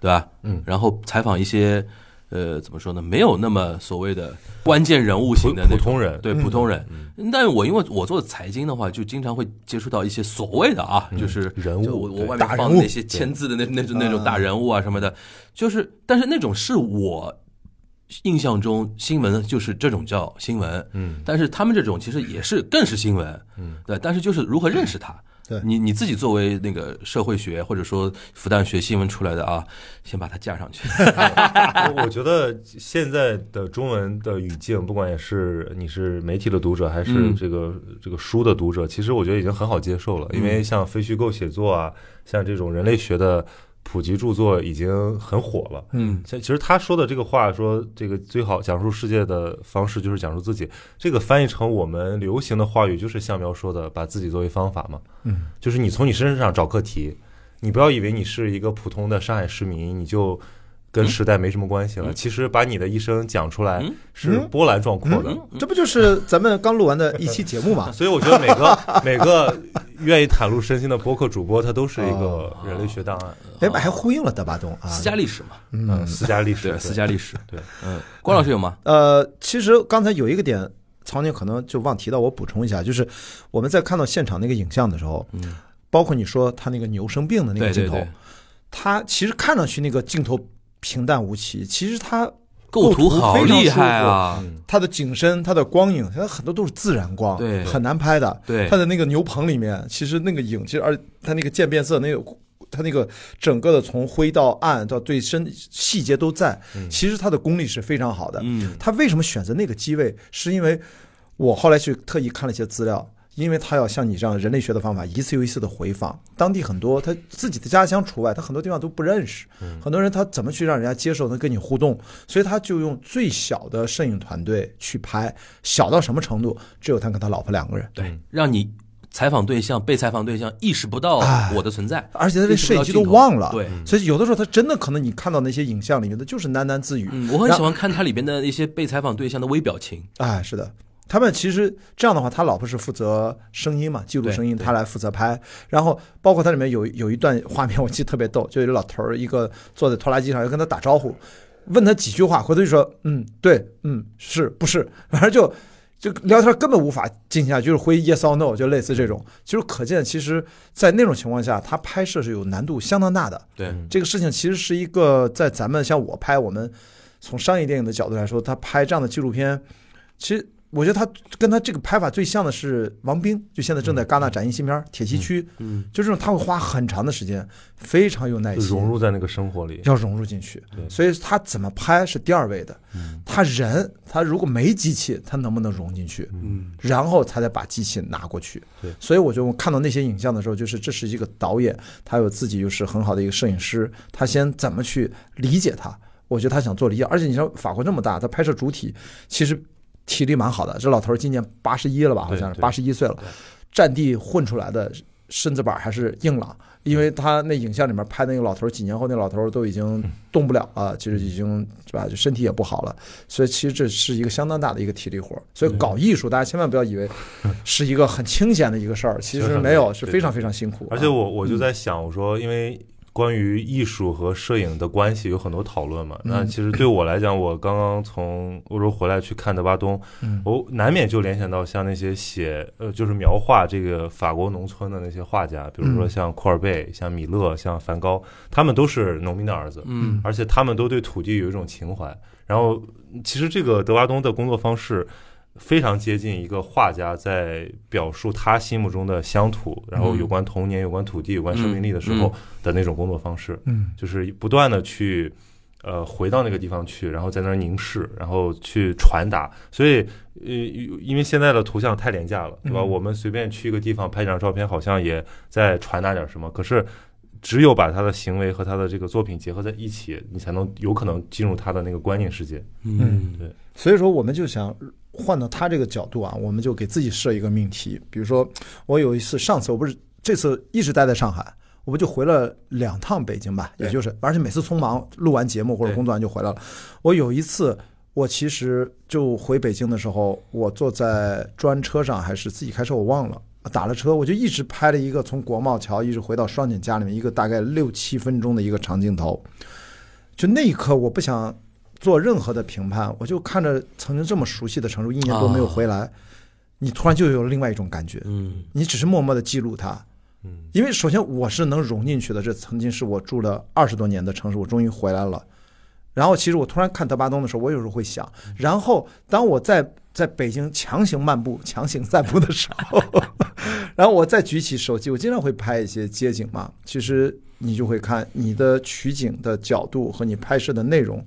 B: 对吧？嗯，然后采访一些呃，怎么说呢，没有那么所谓的关键人物型的那
C: 普普
B: 种
C: 通人
B: 对普通人。但是我因为我做财经的话，就经常会接触到一些所谓的啊，就是
C: 人物
B: 就我我
C: 对
B: 外面
D: 大人
B: 放的那
D: 物
B: 些签字的那那种那种大人物啊什么的，就是但是那种是我印象中新闻就是这种叫新闻，
C: 嗯，
B: 但是他们这种其实也是更是新闻，嗯，对，但是就是如何认识它。
D: 对
B: 你你自己作为那个社会学或者说复旦学新闻出来的啊，先把它架上去。
C: 我我觉得现在的中文的语境，不管也是你是媒体的读者，还是
B: 嗯
C: 这个、这个书的读者，其实我觉得已经很好接受了，因为像非虚构写作啊，像这种人类学的普及著作已经很火了。
B: 嗯，
C: 其其实他说的这个话，说这个最好讲述世界的方式就是讲述自己。这个翻译成我们流行的话语，就是像苗说的，把自己作为方法嘛。
D: 嗯，
C: 就是你从你身上找课题，你不要以为你是一个普通的上海市民，你就跟时代没什么关系了。其实把你的一生讲出来
B: 嗯
C: 是波澜壮阔的。
D: 这不就是咱们刚录完的一期节目 嘛？
C: 所以我觉得每个每个愿意袒露身心的播客主播，他都是一
B: 哦
C: 个人类学档案，
D: 哎，还呼应了德巴东啊。
B: 私家历史嘛，
C: 嗯，私家历史，
B: 对，私家历史，
C: 对，
B: 嗯，关老师有吗？
D: 呃，其实刚才有一个点，曹宁可能就忘提到，我补充一下，就是我们在看到现场那个影像的时候，
B: 嗯，
D: 包括你说他那个牛生病的那个
B: 对
D: 镜
B: 对
D: 头，
B: 对，
D: 他其实看上去那个镜头平淡无奇，其实他
B: 构
D: 图
B: 图好
D: 非常
B: 厉
D: 舒服
B: 害啊！
D: 它的景深、它的光影，它很多都是自然光，
B: 对
D: 很难拍的。
B: 对
D: 它的那个牛棚里面，其实那个影，其实而它那个渐变色，那个它那个整个的从灰到暗到最深细节都在，其实它的功力是非常好的。
B: 嗯，
D: 他为什么选择那个机位？是因为我后来去特意看了一些资料，因为他要像你这样人类学的方法，一次又一次的回访当地很多他自己的家乡除外，他很多地方都不认识，
B: 嗯
D: 很多人他怎么去让人家接受能跟你互动？所以他就用最小的摄影团队去拍，小到什么程度？只有他跟他老婆两个人。
B: 对，让你采访对象、被采访对象意识不到我的存在，
D: 而且他
B: 意
D: 连
B: 识不
D: 摄
B: 到
D: 影机都
B: 镜头
D: 忘了，
B: 对，
D: 所以有的时候他真的可能你看到那些影像里面的就是喃喃自语，
B: 嗯，我很喜欢看它里边的一些被采访对象的微表情，
D: 哎，是的，他们其实这样的话，他老婆是负责声音嘛，记录
B: 对
D: 声音，
B: 对
D: 他来负责拍。然后包括它里面有有一段画面，我记得特别逗，就有一老头儿一个坐在拖拉机上，要跟他打招呼，问他几句话，回头就说嗯，对，嗯，是不是？反正就就聊天根本无法进行下去，就是回 yes or no，就类似这种。就是可见，其实，在那种情况下，他拍摄是有难度相当大的。
B: 对，
D: 这个事情其实是一个在咱们像我拍我们从商业电影的角度来说，他拍这样的纪录片，其实我觉得他跟他这个拍法最像的是王冰，就现在正在戛纳展映新片《铁西区》，
B: 嗯，
D: 就这种他会花很长的时间，非常有耐
C: 就
D: 心，
C: 融入在那个生活里。
D: 要融入进去，
C: 对嗯
D: 所以他怎么拍是第二位的，他人他如果没机器，他能不能融进去？
B: 嗯，
D: 然后他再把机器拿过去。
C: 对
D: 所以我就看到那些影像的时候，就是这是一个导演，他有自己又是很好的一个摄影师，他先怎么去理解它？我觉得他想做理解，而且你像法国这么大，他拍摄主体其实体力蛮好的。这老头儿今年八十一了吧？好
C: 对
D: 像是
C: 对
D: 八十一岁了，战地混出来的身子板还是硬朗。因为他那影像里面拍那个老头儿，几年后那老头儿都已经
C: 嗯
D: 动不了了，其实已经是吧，就身体也不好了，所以其实这是一个相当大的一个体力活儿。所以搞艺术，大家千万不要以为是一个很清闲的一个事儿，其
C: 其实
D: 实
C: 很
D: 没有，
C: 累
D: 是
C: 对
D: 非常非常辛苦啊。
C: 而且我我就在想，我说因为关于艺术和摄影的关系有很多讨论嘛。那其实对我来讲，我刚刚从欧洲回来去看德巴东，我难免就联想到像那些写呃就是描画这个法国农村的那些画家，比如说像库尔贝、像米勒、像梵高，他们都是农民的儿子，
B: 嗯，
C: 而且他们都对土地有一种情怀。然后其实这个德巴东的工作方式。非常接近一个画家在表述他心目中的乡土，然后有关童年、有关土地、有关生命力的时候的那种工作方式，
D: 嗯，
C: 就是不断的去呃回到那个地方去，然后在那儿凝视，然后去传达。所以呃，因为现在的图像太廉价了，对吧？
D: 嗯
C: 我们随便去一个地方拍张照片，好像也在传达点什么，可是。只有把他的行为和他的这个作品结合在一起，你才能有可能进入他的那个观念世界。
B: 嗯，
C: 对
D: 所以说，我们就想换到他这个角度啊，我们就给自己设一个命题，比如说，我有一次，上次我不是这次一直待在上海，我们就回了两趟北京吧，
C: 对
D: 也就是，而且每次匆忙录完节目或者
B: 对
D: 工作完就回来了。我有一次，我其实就回北京的时候，我坐在专车上还是自己开车，我忘了。打了车，我就一直拍了一个从国贸桥一直回到双井家里面一个大概六七分钟的一个长镜头，就那一刻我不想做任何的评判，我就看着曾经这么熟悉的城市，一年多没有回来，你突然就有了另外一种感觉，
B: 嗯
D: 你只是默默的记录它。
C: 嗯，
D: 因为首先我是能融进去的，这曾经是我住了二十多年的城市，我终于回来了。然后其实我突然看德巴东的时候，我有时候会想，然后当我在在北京强行漫步、强行散步的时候， 然后我再举起手机，我经常会拍一些街景嘛，其实你就会看你的取景的角度和你拍摄的内容。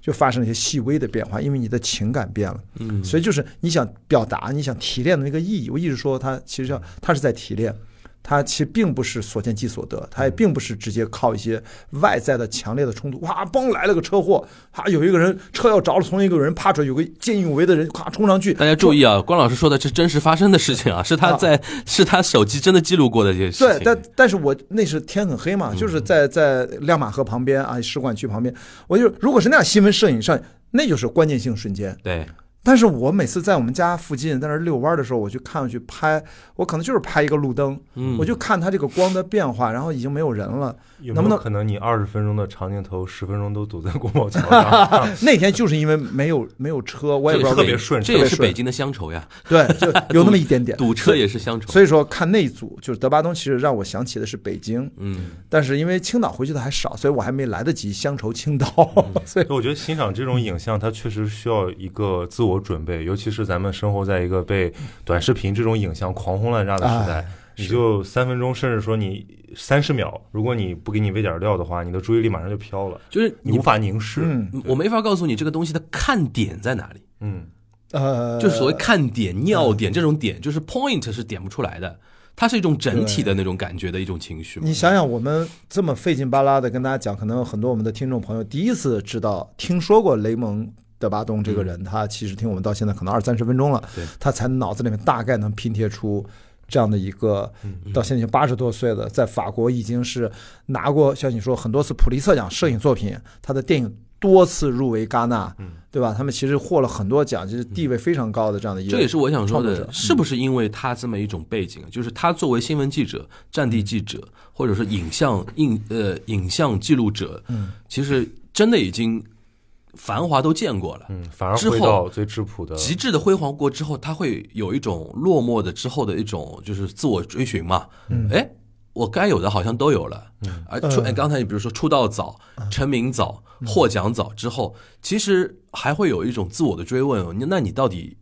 D: 就发生了一些细微的变化，因为你的情感变了，
B: 嗯，
D: 所以就是你想表达、你想提炼的那个意义。我一直说它其实要它是在提炼，它其实并不是所见即所得，它也并不是直接靠一些外在的强烈的冲突。哇，嘣来了个车祸，啊，有一个人车要着了，从一个人趴出来，有个见义勇为的人咔冲上去，
B: 大家注意啊，关老师说的是真实发生的事情啊，是他在、是他手机真的记录过的这些事情。嗯
D: 对，但但是我那是天很黑嘛，就是在在亮马河旁边啊，使馆区旁边，我就如果是那样新闻摄影上，那就是关键性瞬间。
B: 对，
D: 但是我每次在我们家附近在那儿遛弯儿的时候，我去看去拍，我可能就是拍一个路灯，
B: 嗯，
D: 我就看它这个光的变化，然后已经没有人了。
C: 有
D: 能
C: 没
D: 不
C: 有
D: 能
C: 可能你二十分钟的长镜头，十分钟都堵在国贸桥上？
D: 那天就是因为没有没有车，我也不知道
B: 这也
D: 为
C: 特
B: 是
C: 别顺
B: 这也
D: 特别
B: 是
D: 顺
B: 北京的乡愁呀，
D: 对，就有那么一点点
B: 堵车也是乡愁。
D: 所以说看那一组就是德巴东，其实让我想起的是北京，
B: 嗯，
D: 但是因为青岛回去的还少，所以我还没来得及乡愁青岛， 所
C: 所
D: 以
C: 以我觉得欣赏这种影像，它确实需要一个自我准备，尤其是咱们生活在一个被短视频这种影像狂轰滥炸的时
B: 哎
C: 代，你就三分钟，甚至说你三十秒，如果你不给你喂点料的话，你的注意力马上就飘了，
B: 就是
C: 你
B: 你
C: 无，法凝视。
D: 嗯
B: 我没法告诉你这个东西的看点在哪里，
C: 嗯
D: 呃，嗯
B: 就是所谓看点、尿点这种点，就是 point 是点不出来的，它是一种整体的那种感觉的一种情绪嘛。
D: 你想想，我们这么费劲巴拉的跟大家讲，可能有很多我们的听众朋友第一次知道、听说过雷蒙德巴东这个人，他其实听我们到现在可能二三十分钟了
B: 对，
D: 他才脑子里面大概能拼贴出。这样的一个，到现在已经八十多岁了，在法国已经是拿过像你说很多次普利策奖摄影作品，他的电影多次入围戛纳，
B: 嗯
D: 对吧？他们其实获了很多奖，就是地位非常高的这样的一个。
B: 这也是我想说
D: 创作者嗯
B: 的，是不是因为他这么一种背景，啊就是他作为新闻记者、战
D: 嗯
B: 地记者，或者是影像印呃影像记录者，嗯，其实真的已经繁华都见过了，
C: 嗯，反而
B: 之
C: 回
B: 后
C: 到最质朴的。
B: 极致的辉煌过之后，他会有一种落寞的之后的一种就是自我追寻嘛。哎、我该有的好像都有了。而出、哎刚才你比如说出道早、成名早、获奖早之后，其实还会有一种自我的追问：你那你到底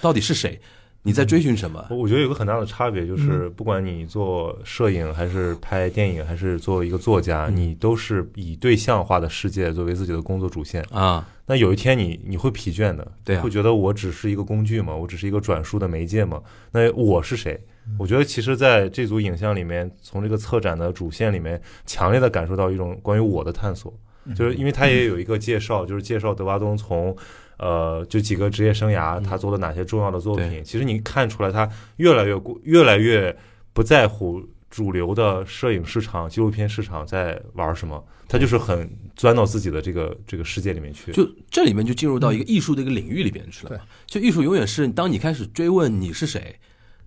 B: 到底是谁？你在追寻什么？
C: 我我觉得有个很大的差别
B: 嗯
C: 就是，不管你做摄影还是拍电影，还是做一个作家，
B: 嗯
C: 你都是以对象化的世界作为自己的工作主线。
B: 啊，
C: 那有一天你你会疲倦的，
B: 对啊
C: 会觉得我只是一个工具嘛，我只是一个转述的媒介嘛。那我是谁？
B: 嗯
C: 我觉得其实在这组影像里面，从这个策展的主线里面，强烈的感受到一种关于我的探索，
B: 嗯
C: 就是因为他也有一个介绍，就是介绍德巴东从。呃，就几个职业生涯，他做了哪些重要的作品？
B: 嗯对
C: 其实你看出来，他越来越过越来越不在乎主流的摄影市场、纪录片市场在玩什么，他就是很钻到自己的这个这个世界里面去。
B: 就这里面就进入到一个
D: 嗯
B: 艺术的一个领域里边去了嘛。就艺术永远是当你开始追问你是谁，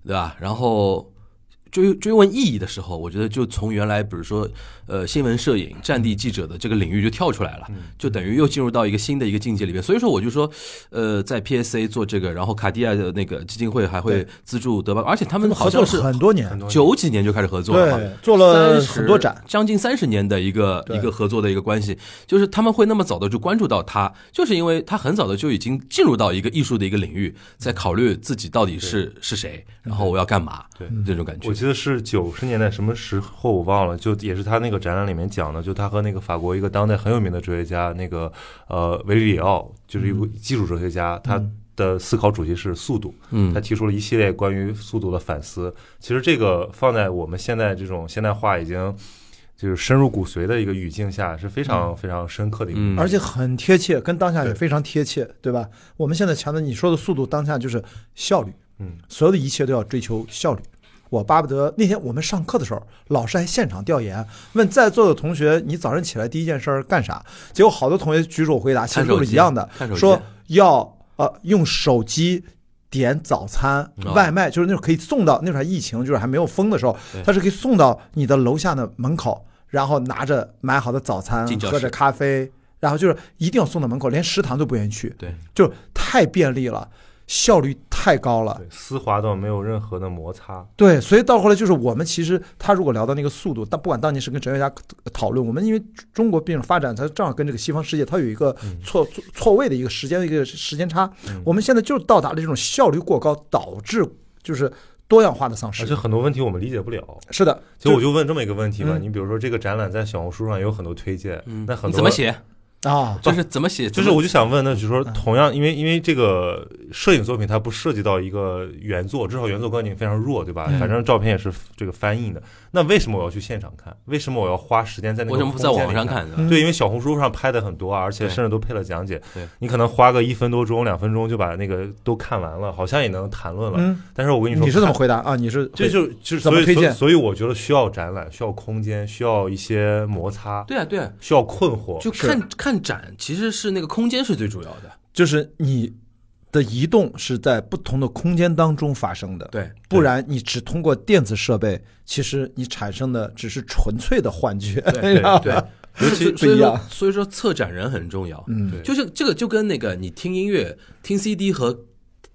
B: 对吧？然后追追问意义的时候，我觉得就从原来比如说呃新闻摄影、战地记者的这个领域就跳出来
D: 嗯
B: 了，就等于又进入到一个新的一个境界里边。所以说我就说，呃，在 PSA 做这个，然后卡地亚的那个基金会还会资助德巴，而且他们好
D: 合作
B: 像是
D: 了很多年，
B: 九几年就开始合作了嘛
D: 对，，做了很多展，
B: 30，将近三十年的一个
D: 对
B: 一个合作的一个关系，就是他们会那么早的就关注到他，就是因为他很早的就已经进入到一个艺术的一个领域，在考虑自己到底是是谁，然后我要干嘛，
C: 对
B: 这种感觉
C: 我。记得是九十年代什么时候我忘了，就也是他那个展览里面讲的，就他和那个法国一个当代很有名的哲学家，那个呃维里奥，就是一个技术哲学家，他的思考主题是速度，
B: 嗯
C: 他提出了一系列关于速度的反思。其实这个放在我们现在这种现代化已经就是深入骨髓的一个语境下，是非常非常深刻的一个。
B: 嗯
D: 而且很贴切，跟当下也非常贴切，对吧？我们现在强调你说的速度，当下就是效率，
C: 嗯，
D: 所有的一切都要追求效率。我巴不得那天我们上课的时候，老师还现场调研，问在座的同学你早上起来第一件事儿干啥？结果好多同学举手回答，其
B: 看
D: 实
B: 手
D: 都
B: 机
D: 是一样的
B: 看手，机
D: 说要呃用手机。点早餐
B: 哦、
D: 外卖，就是那种可以送到那时候还疫情，就是还没有封的时候
B: 对，
D: 它是可以送到你的楼下的门口，然后拿着买好的早餐
B: 进，教室
D: 喝着咖啡，然后就是一定要送到门口，连食堂都不愿意去。
B: 对，
D: 就是太便利了，效率太高了。
C: 对，丝滑到没有任何的摩擦。
D: 对，所以到后来就是我们其实他如果聊到那个速度，但不管当年是跟哲学家讨论，我们因为中国毕竟发展，它正好跟这个西方世界它有一个错错错位的一个时间的一个时间差
C: 嗯。
D: 我们现在就是到达了这种效率过高，导致就是多样化的丧
C: 而且
D: 失。
C: 很多问题我们理解不了，
D: 是的，
C: 啊其实我就问这么一个问题吧，
D: 嗯
C: 你比如说这个展览在小红书上有很多推荐，
B: 嗯，
C: 那很
B: 你
C: 多
B: 怎么写？
D: 啊，
B: 就是怎么写？
C: 就是我就想问，那就是说，同样，因为因为这个摄影作品它不涉及到一个原作，至少原作观点非常弱，对吧？
D: 嗯
C: 反正照片也是这个翻译的。那为什么我要去现场看？为什么我要花时间在那个
B: 为什么不在网
C: 空间
B: 上
C: 里看？
B: 看呢？
D: 嗯
C: 对，因为小红书上拍的很多啊，而且
B: 对
C: 甚至都配了讲解
B: 对。
C: 你可能花个一分多钟、两分钟就把那个都看完了，好像也能谈论了。
D: 嗯，
C: 但是我跟你说，
D: 你是怎么
C: 看？
D: 回答啊？你是
C: 这就就是
D: 怎
C: 所
D: 么
C: 以
D: 推
C: 所以
D: 荐
C: 所以我觉得需要展览，需要空间，需要一些摩擦，
B: 对啊，对啊，
C: 需要困惑。
B: 就看看展，其实是那个空间是最主要的。
D: 就是你的移动是在不同的空间当中发生的。
B: 对，
D: 不然你只通过电子设备，其实你产生的只是纯粹的幻觉。
B: 对
D: 然后
B: 对，
D: 尤其
B: 所
D: 不
B: 以说
D: 一样
B: 所以说策展人很重要。
D: 嗯，
B: 就是这个就跟那个你听音乐、听 CD 和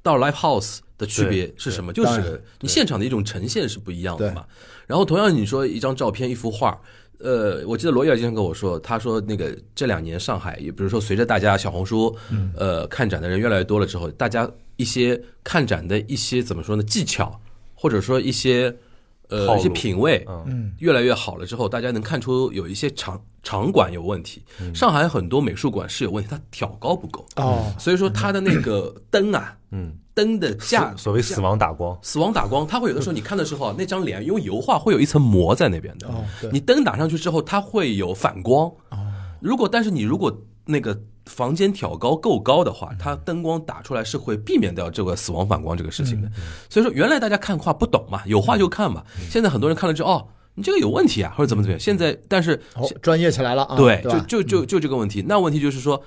B: 到 live house 的区别是什么？就
D: 当然
B: 是你现场的一种呈现是不一样的嘛。然后同样你说一张照片、一幅画。呃，我记得罗毅尔经常跟我说，他说那个这两年上海，也比如说随着大家小红书，
D: 嗯
B: 呃，看展的人越来越多了之后，大家一些看展的一些怎么说呢技巧，或者说一些
C: 套
B: 呃
C: 路
B: 一些品味，
C: 嗯，
B: 越来越好了之后，大家能看出有一些场场馆有问题。
C: 嗯
B: 上海很多美术馆是有问题，它挑高不够，
D: 哦，
B: 所以说它的那个灯啊，
C: 嗯，
B: 灯的架
C: 所所谓死亡打光。
B: 死亡打光，它会有的时候你看的时候啊， 那张脸因为油画会有一层膜在那边的
D: 哦对，哦
B: 你灯打上去之后，它会有反光。如果但是你如果那个房间挑高够高的
D: 嗯
B: 话，它灯光打出来是会避免掉这个死亡反光这个事情
D: 嗯
B: 的。所以说原来大家看画不懂嘛，有画就看嘛，现在很多人看了之后，哦，你这个有问题啊，或者怎么怎么样。现在但是
D: 好，专业起来嗯了啊，
B: 对，
D: 吧
B: 就就就就这个问题。那问题就是说，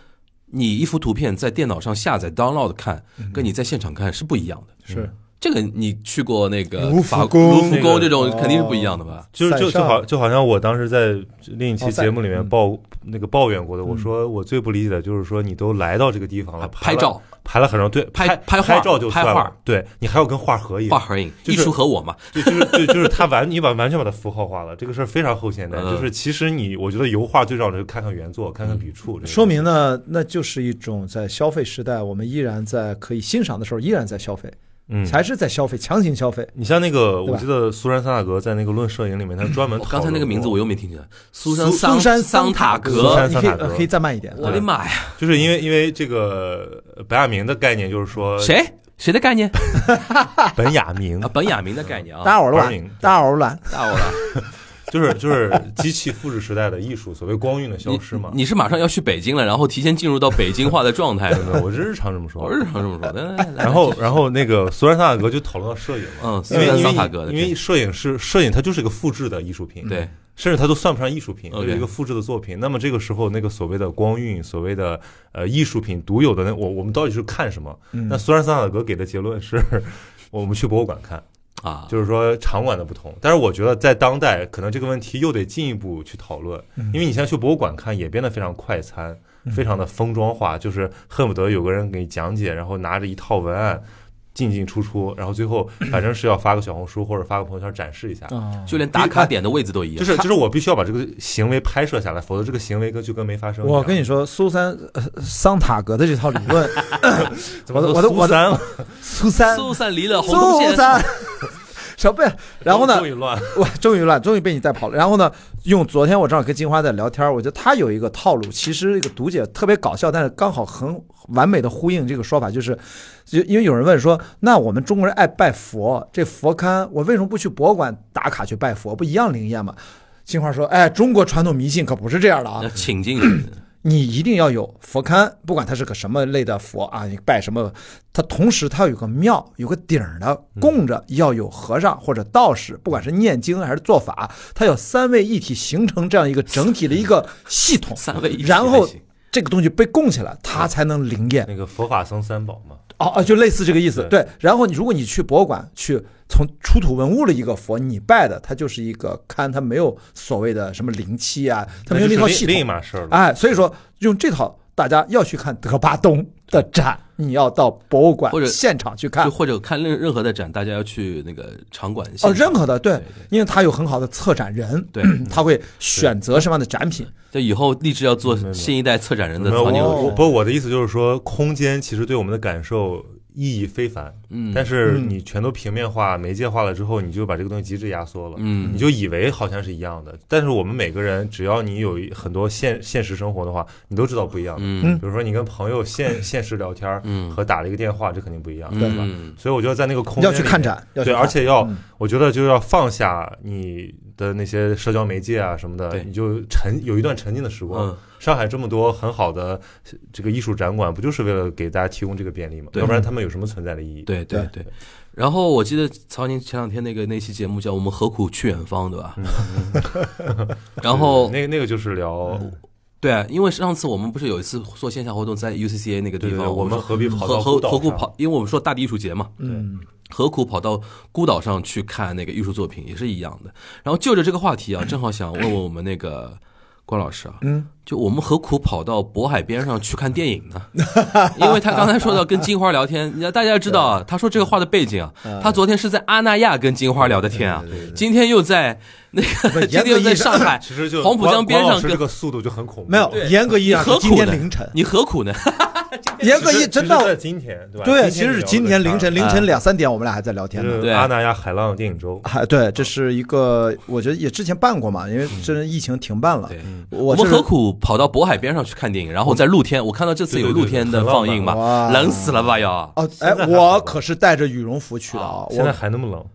B: 你一幅图片在电脑上下载 download 看，
D: 嗯
B: 跟你在现场看是不一样的。
D: 是嗯
B: 这个你去过那个
D: 卢浮
B: 法
D: 宫
B: 卢浮
C: 那
B: 宫
C: 个
B: 这种肯定是不一样的吧？
C: 就是就
D: 散上
C: 就好就好像我当时在另一期
D: 哦散
C: 节目里面
D: 嗯
C: 抱、那个抱怨过的，我说我最不理解的就是说你都来到这个地方
B: 嗯
C: 了，
B: 啊拍
C: 了
B: 照
C: 排了很长队，
B: 拍
C: 拍
B: 拍画
C: 照就
B: 拍
C: 算
B: 画
C: 了，对你还要跟画合影，
B: 画合影，
C: 就
B: 艺
C: 是
B: 术和我嘛，
C: 就就是就就是他完你把完全把它符号化了，这个事儿非常后现代，
B: 嗯
C: 就是其实你我觉得油画最重要的是看看原作，看看笔触，这个
D: 说明呢，那就是一种在消费时代，我们依然在可以欣赏的时候，依然在消费，
C: 嗯。
D: 还是在消费，强行消费。
C: 你像那个，
D: 对
C: 我
D: 吧
C: 记得苏珊·桑塔格在那个《论摄影》里面，他专
B: 嗯
C: 门
B: 我刚才那个名字我
C: 又
B: 又没听见，苏珊
D: 苏
B: 桑
D: 苏珊
B: 桑塔
C: 苏
B: 格
C: 珊，
D: 你
C: 桑
D: 可以
C: 塔格
D: 呃可以再慢一点。
B: 我的妈呀，
C: 就是因为因为这个呃本雅明的概念就是说
B: 谁 谁的概念
C: 本雅明
B: 啊？本雅明的概念
D: 大
B: 啊，
D: 家耳朵
C: 玩影
D: 懒，大家耳朵懒，
B: 大我了，
C: 就是就是机器复制时代的艺术，所谓光晕的消
B: 你
C: 失嘛。
B: 你是马上要去北京了，然后提前进入到北京话的状态
C: 对我是日常这么说
B: 我。日常这么说的。来来来
C: 然后然后那个苏珊·桑塔格就讨论到摄影嘛，
B: 嗯，苏
C: 因为
B: 珊
C: 因
B: 桑塔格
C: 为
B: 的
C: 因为摄影是摄影，它就是一个复制的艺术品，，
B: 对
C: 甚至它都算不上艺术品，就
B: OK
C: 是一个复制的作品。那么这个时候，那个所谓的光晕，所谓的呃艺术品独有的那我我们到底是看什么？
B: 嗯
C: 那苏珊·桑塔格给的结论是。 我们去博物馆看，
B: 啊，
C: 就是说场馆的不同。但是我觉得在当代，可能这个问题又得进一步去讨论，
B: 嗯
C: 因为你现在去博物馆看也变得非常快餐，非常的封装化，就是恨不得有个人给你讲解，然后拿着一套文案进进出出，然后最后反正是要发个小红书或者发个朋友圈展示一下。
D: 啊
B: 就连打卡点的位置都一样，
C: 就是就是我必须要把这个行为拍摄下来，否则这个行为跟就跟没发生一样。
D: 我跟你说，苏珊呃桑塔格的这套理 论，
C: 怎么都
D: 我的
C: 苏
D: 我的
C: 三了
D: 苏珊，
B: 苏珊
C: 哦
B: 离了红
D: 苏
B: 红线，
D: 珊， 什么呀？ 然后呢
C: 终？于乱了，
D: 我终于乱，终于被你带跑了。然后呢，用昨天我正好跟金花在聊天，我觉得她有一个套路，其实一个读解特别搞笑，但是刚好很完美的呼应这个说法，就是，就因为有人问说，那我们中国人爱拜佛，这佛龛我为什么不去博物馆打卡去拜 佛，不一样灵验吗？金花说，哎，中国传统迷信可不是这样的啊
B: 要，请进去
D: 你一定要有佛龛，不管它是个什么类的佛啊，你拜什么，它同时它要有个庙，有个顶儿的供着，要有和尚或者道士，不管是念经还是做法，它要三位一体形成这样一个整体的一个系统，
B: 三位一体还行，
D: 然后这个东西被供起来，它才能灵 验。
C: 那个佛法僧三宝嘛，
D: 哦哦，就类似这个意思。
C: 对
D: 对，然后你如果你去博物馆去从出土文物的一个佛，你拜的它就是一个龛，它没有所谓的什么灵气啊，它没有
C: 那
D: 那
C: 就
D: 套
C: 是
D: 系
C: 另另一
D: 统。
C: 码事儿了。
D: 哎，所以说用这套，大家要去看德巴东的展，你要到博物馆
B: 或者
D: 现场去看
B: 就。或者看任任何的展，大家要去那个场馆现场
D: 哦，任何的对
B: 对，
D: 因为它有很好的策展人，
B: 对，嗯
D: 他会选择什么样的展品。
B: 就以后立志要做新一代策展人的
C: 没有
B: 曹
C: 我
B: 牛，
C: 我不是我的意思就是说，空间其实对我们的感受意义非凡，
B: 嗯
C: 但是你全都平面化、媒介化了之后，你就把这个东西极致压缩了，
B: 嗯
C: 你就以为好像是一样的，但是我们每个人只要你有一很多现现实生活的话，你都知道不一样的，
B: 嗯
C: 比如说你跟朋友现现实聊天儿
B: 嗯
C: 和打了一个电话，这肯定不一样，
B: 嗯
C: 对吧？所以我觉得在那个空间
D: 要去
C: 里
D: 看
C: 面
D: 展要去
C: 对，
D: 看
C: 而且要
D: 嗯，
C: 我觉得就要放下你的那些社交媒介啊什么的，
B: 对
C: 你就沉有一段沉浸的时光
B: 嗯。
C: 上海这么多很好的这个艺术展馆，不就是为了给大家提供这个便利吗？
B: 对
C: 要不然他们有什么存在的意义？，
B: 对对对。然后我记得曹宁前两天那个那期节目叫《我们何苦去远方》，对吧？ 然后
C: 那个那个就是聊，
B: 嗯对，啊因为上次我们不是有一次做线下活动在 UCCA 那个地
C: 对对对
B: 方，
C: 我们
B: 说
C: 何必跑到
B: 何
C: 孤
B: 何
C: 岛
B: 何苦
C: 上
B: 跑？因为我们说大地艺术节嘛，
D: 嗯，
B: 何苦跑到孤岛上去看那个艺术作品也是一样的。然后就着这个话题 啊，正好想问问我们那个关老师啊，嗯，就我们何苦跑到渤海边上去看电影 呢？因为他刚才说到跟金花聊天，你大家要知道啊，他说这个话的背景啊，
C: 嗯
B: 他昨天是在阿那亚跟金花聊的天啊，今天又在那个，今天
D: 严格意
B: 又
D: 义
B: 在
D: 上
B: 上海
C: 其实就
B: 黄浦江边
C: 关老
B: 上
C: 师这
B: 跟
C: 个速度就很恐怖。
D: 没有
C: 对
D: 严格意义上
B: 何
D: 是今
B: 苦
D: 天
B: 呢
D: 凌晨，
B: 你何苦呢？
D: 严格
C: 其
D: 意义
C: 实
D: 真
C: 其实在
D: 的
C: 今天对吧？
D: 对，其实是今年凌晨
C: 零
D: 凌
B: 哎
D: 晨两三点，啊我们俩还在聊天呢。
C: 就是
B: 对
C: 阿那亚海浪电影周，
D: 还对，
C: 嗯
D: 这是一个，我觉得也之前办过嘛，因为这疫情停办了。
B: 对
D: 我
B: 们
D: 这
B: 何苦跑到渤海边上去看电影，然后在露天？我看到这次有露天的放映
D: 对对对很
B: 嘛，
D: 浪漫
B: 冷死了吧要！
D: 哦，
C: 现
D: 哎
C: 在还，好
D: 我
C: 吧
D: 可是带着羽绒服去的啊！
C: 现在
D: 我
C: 还那么冷，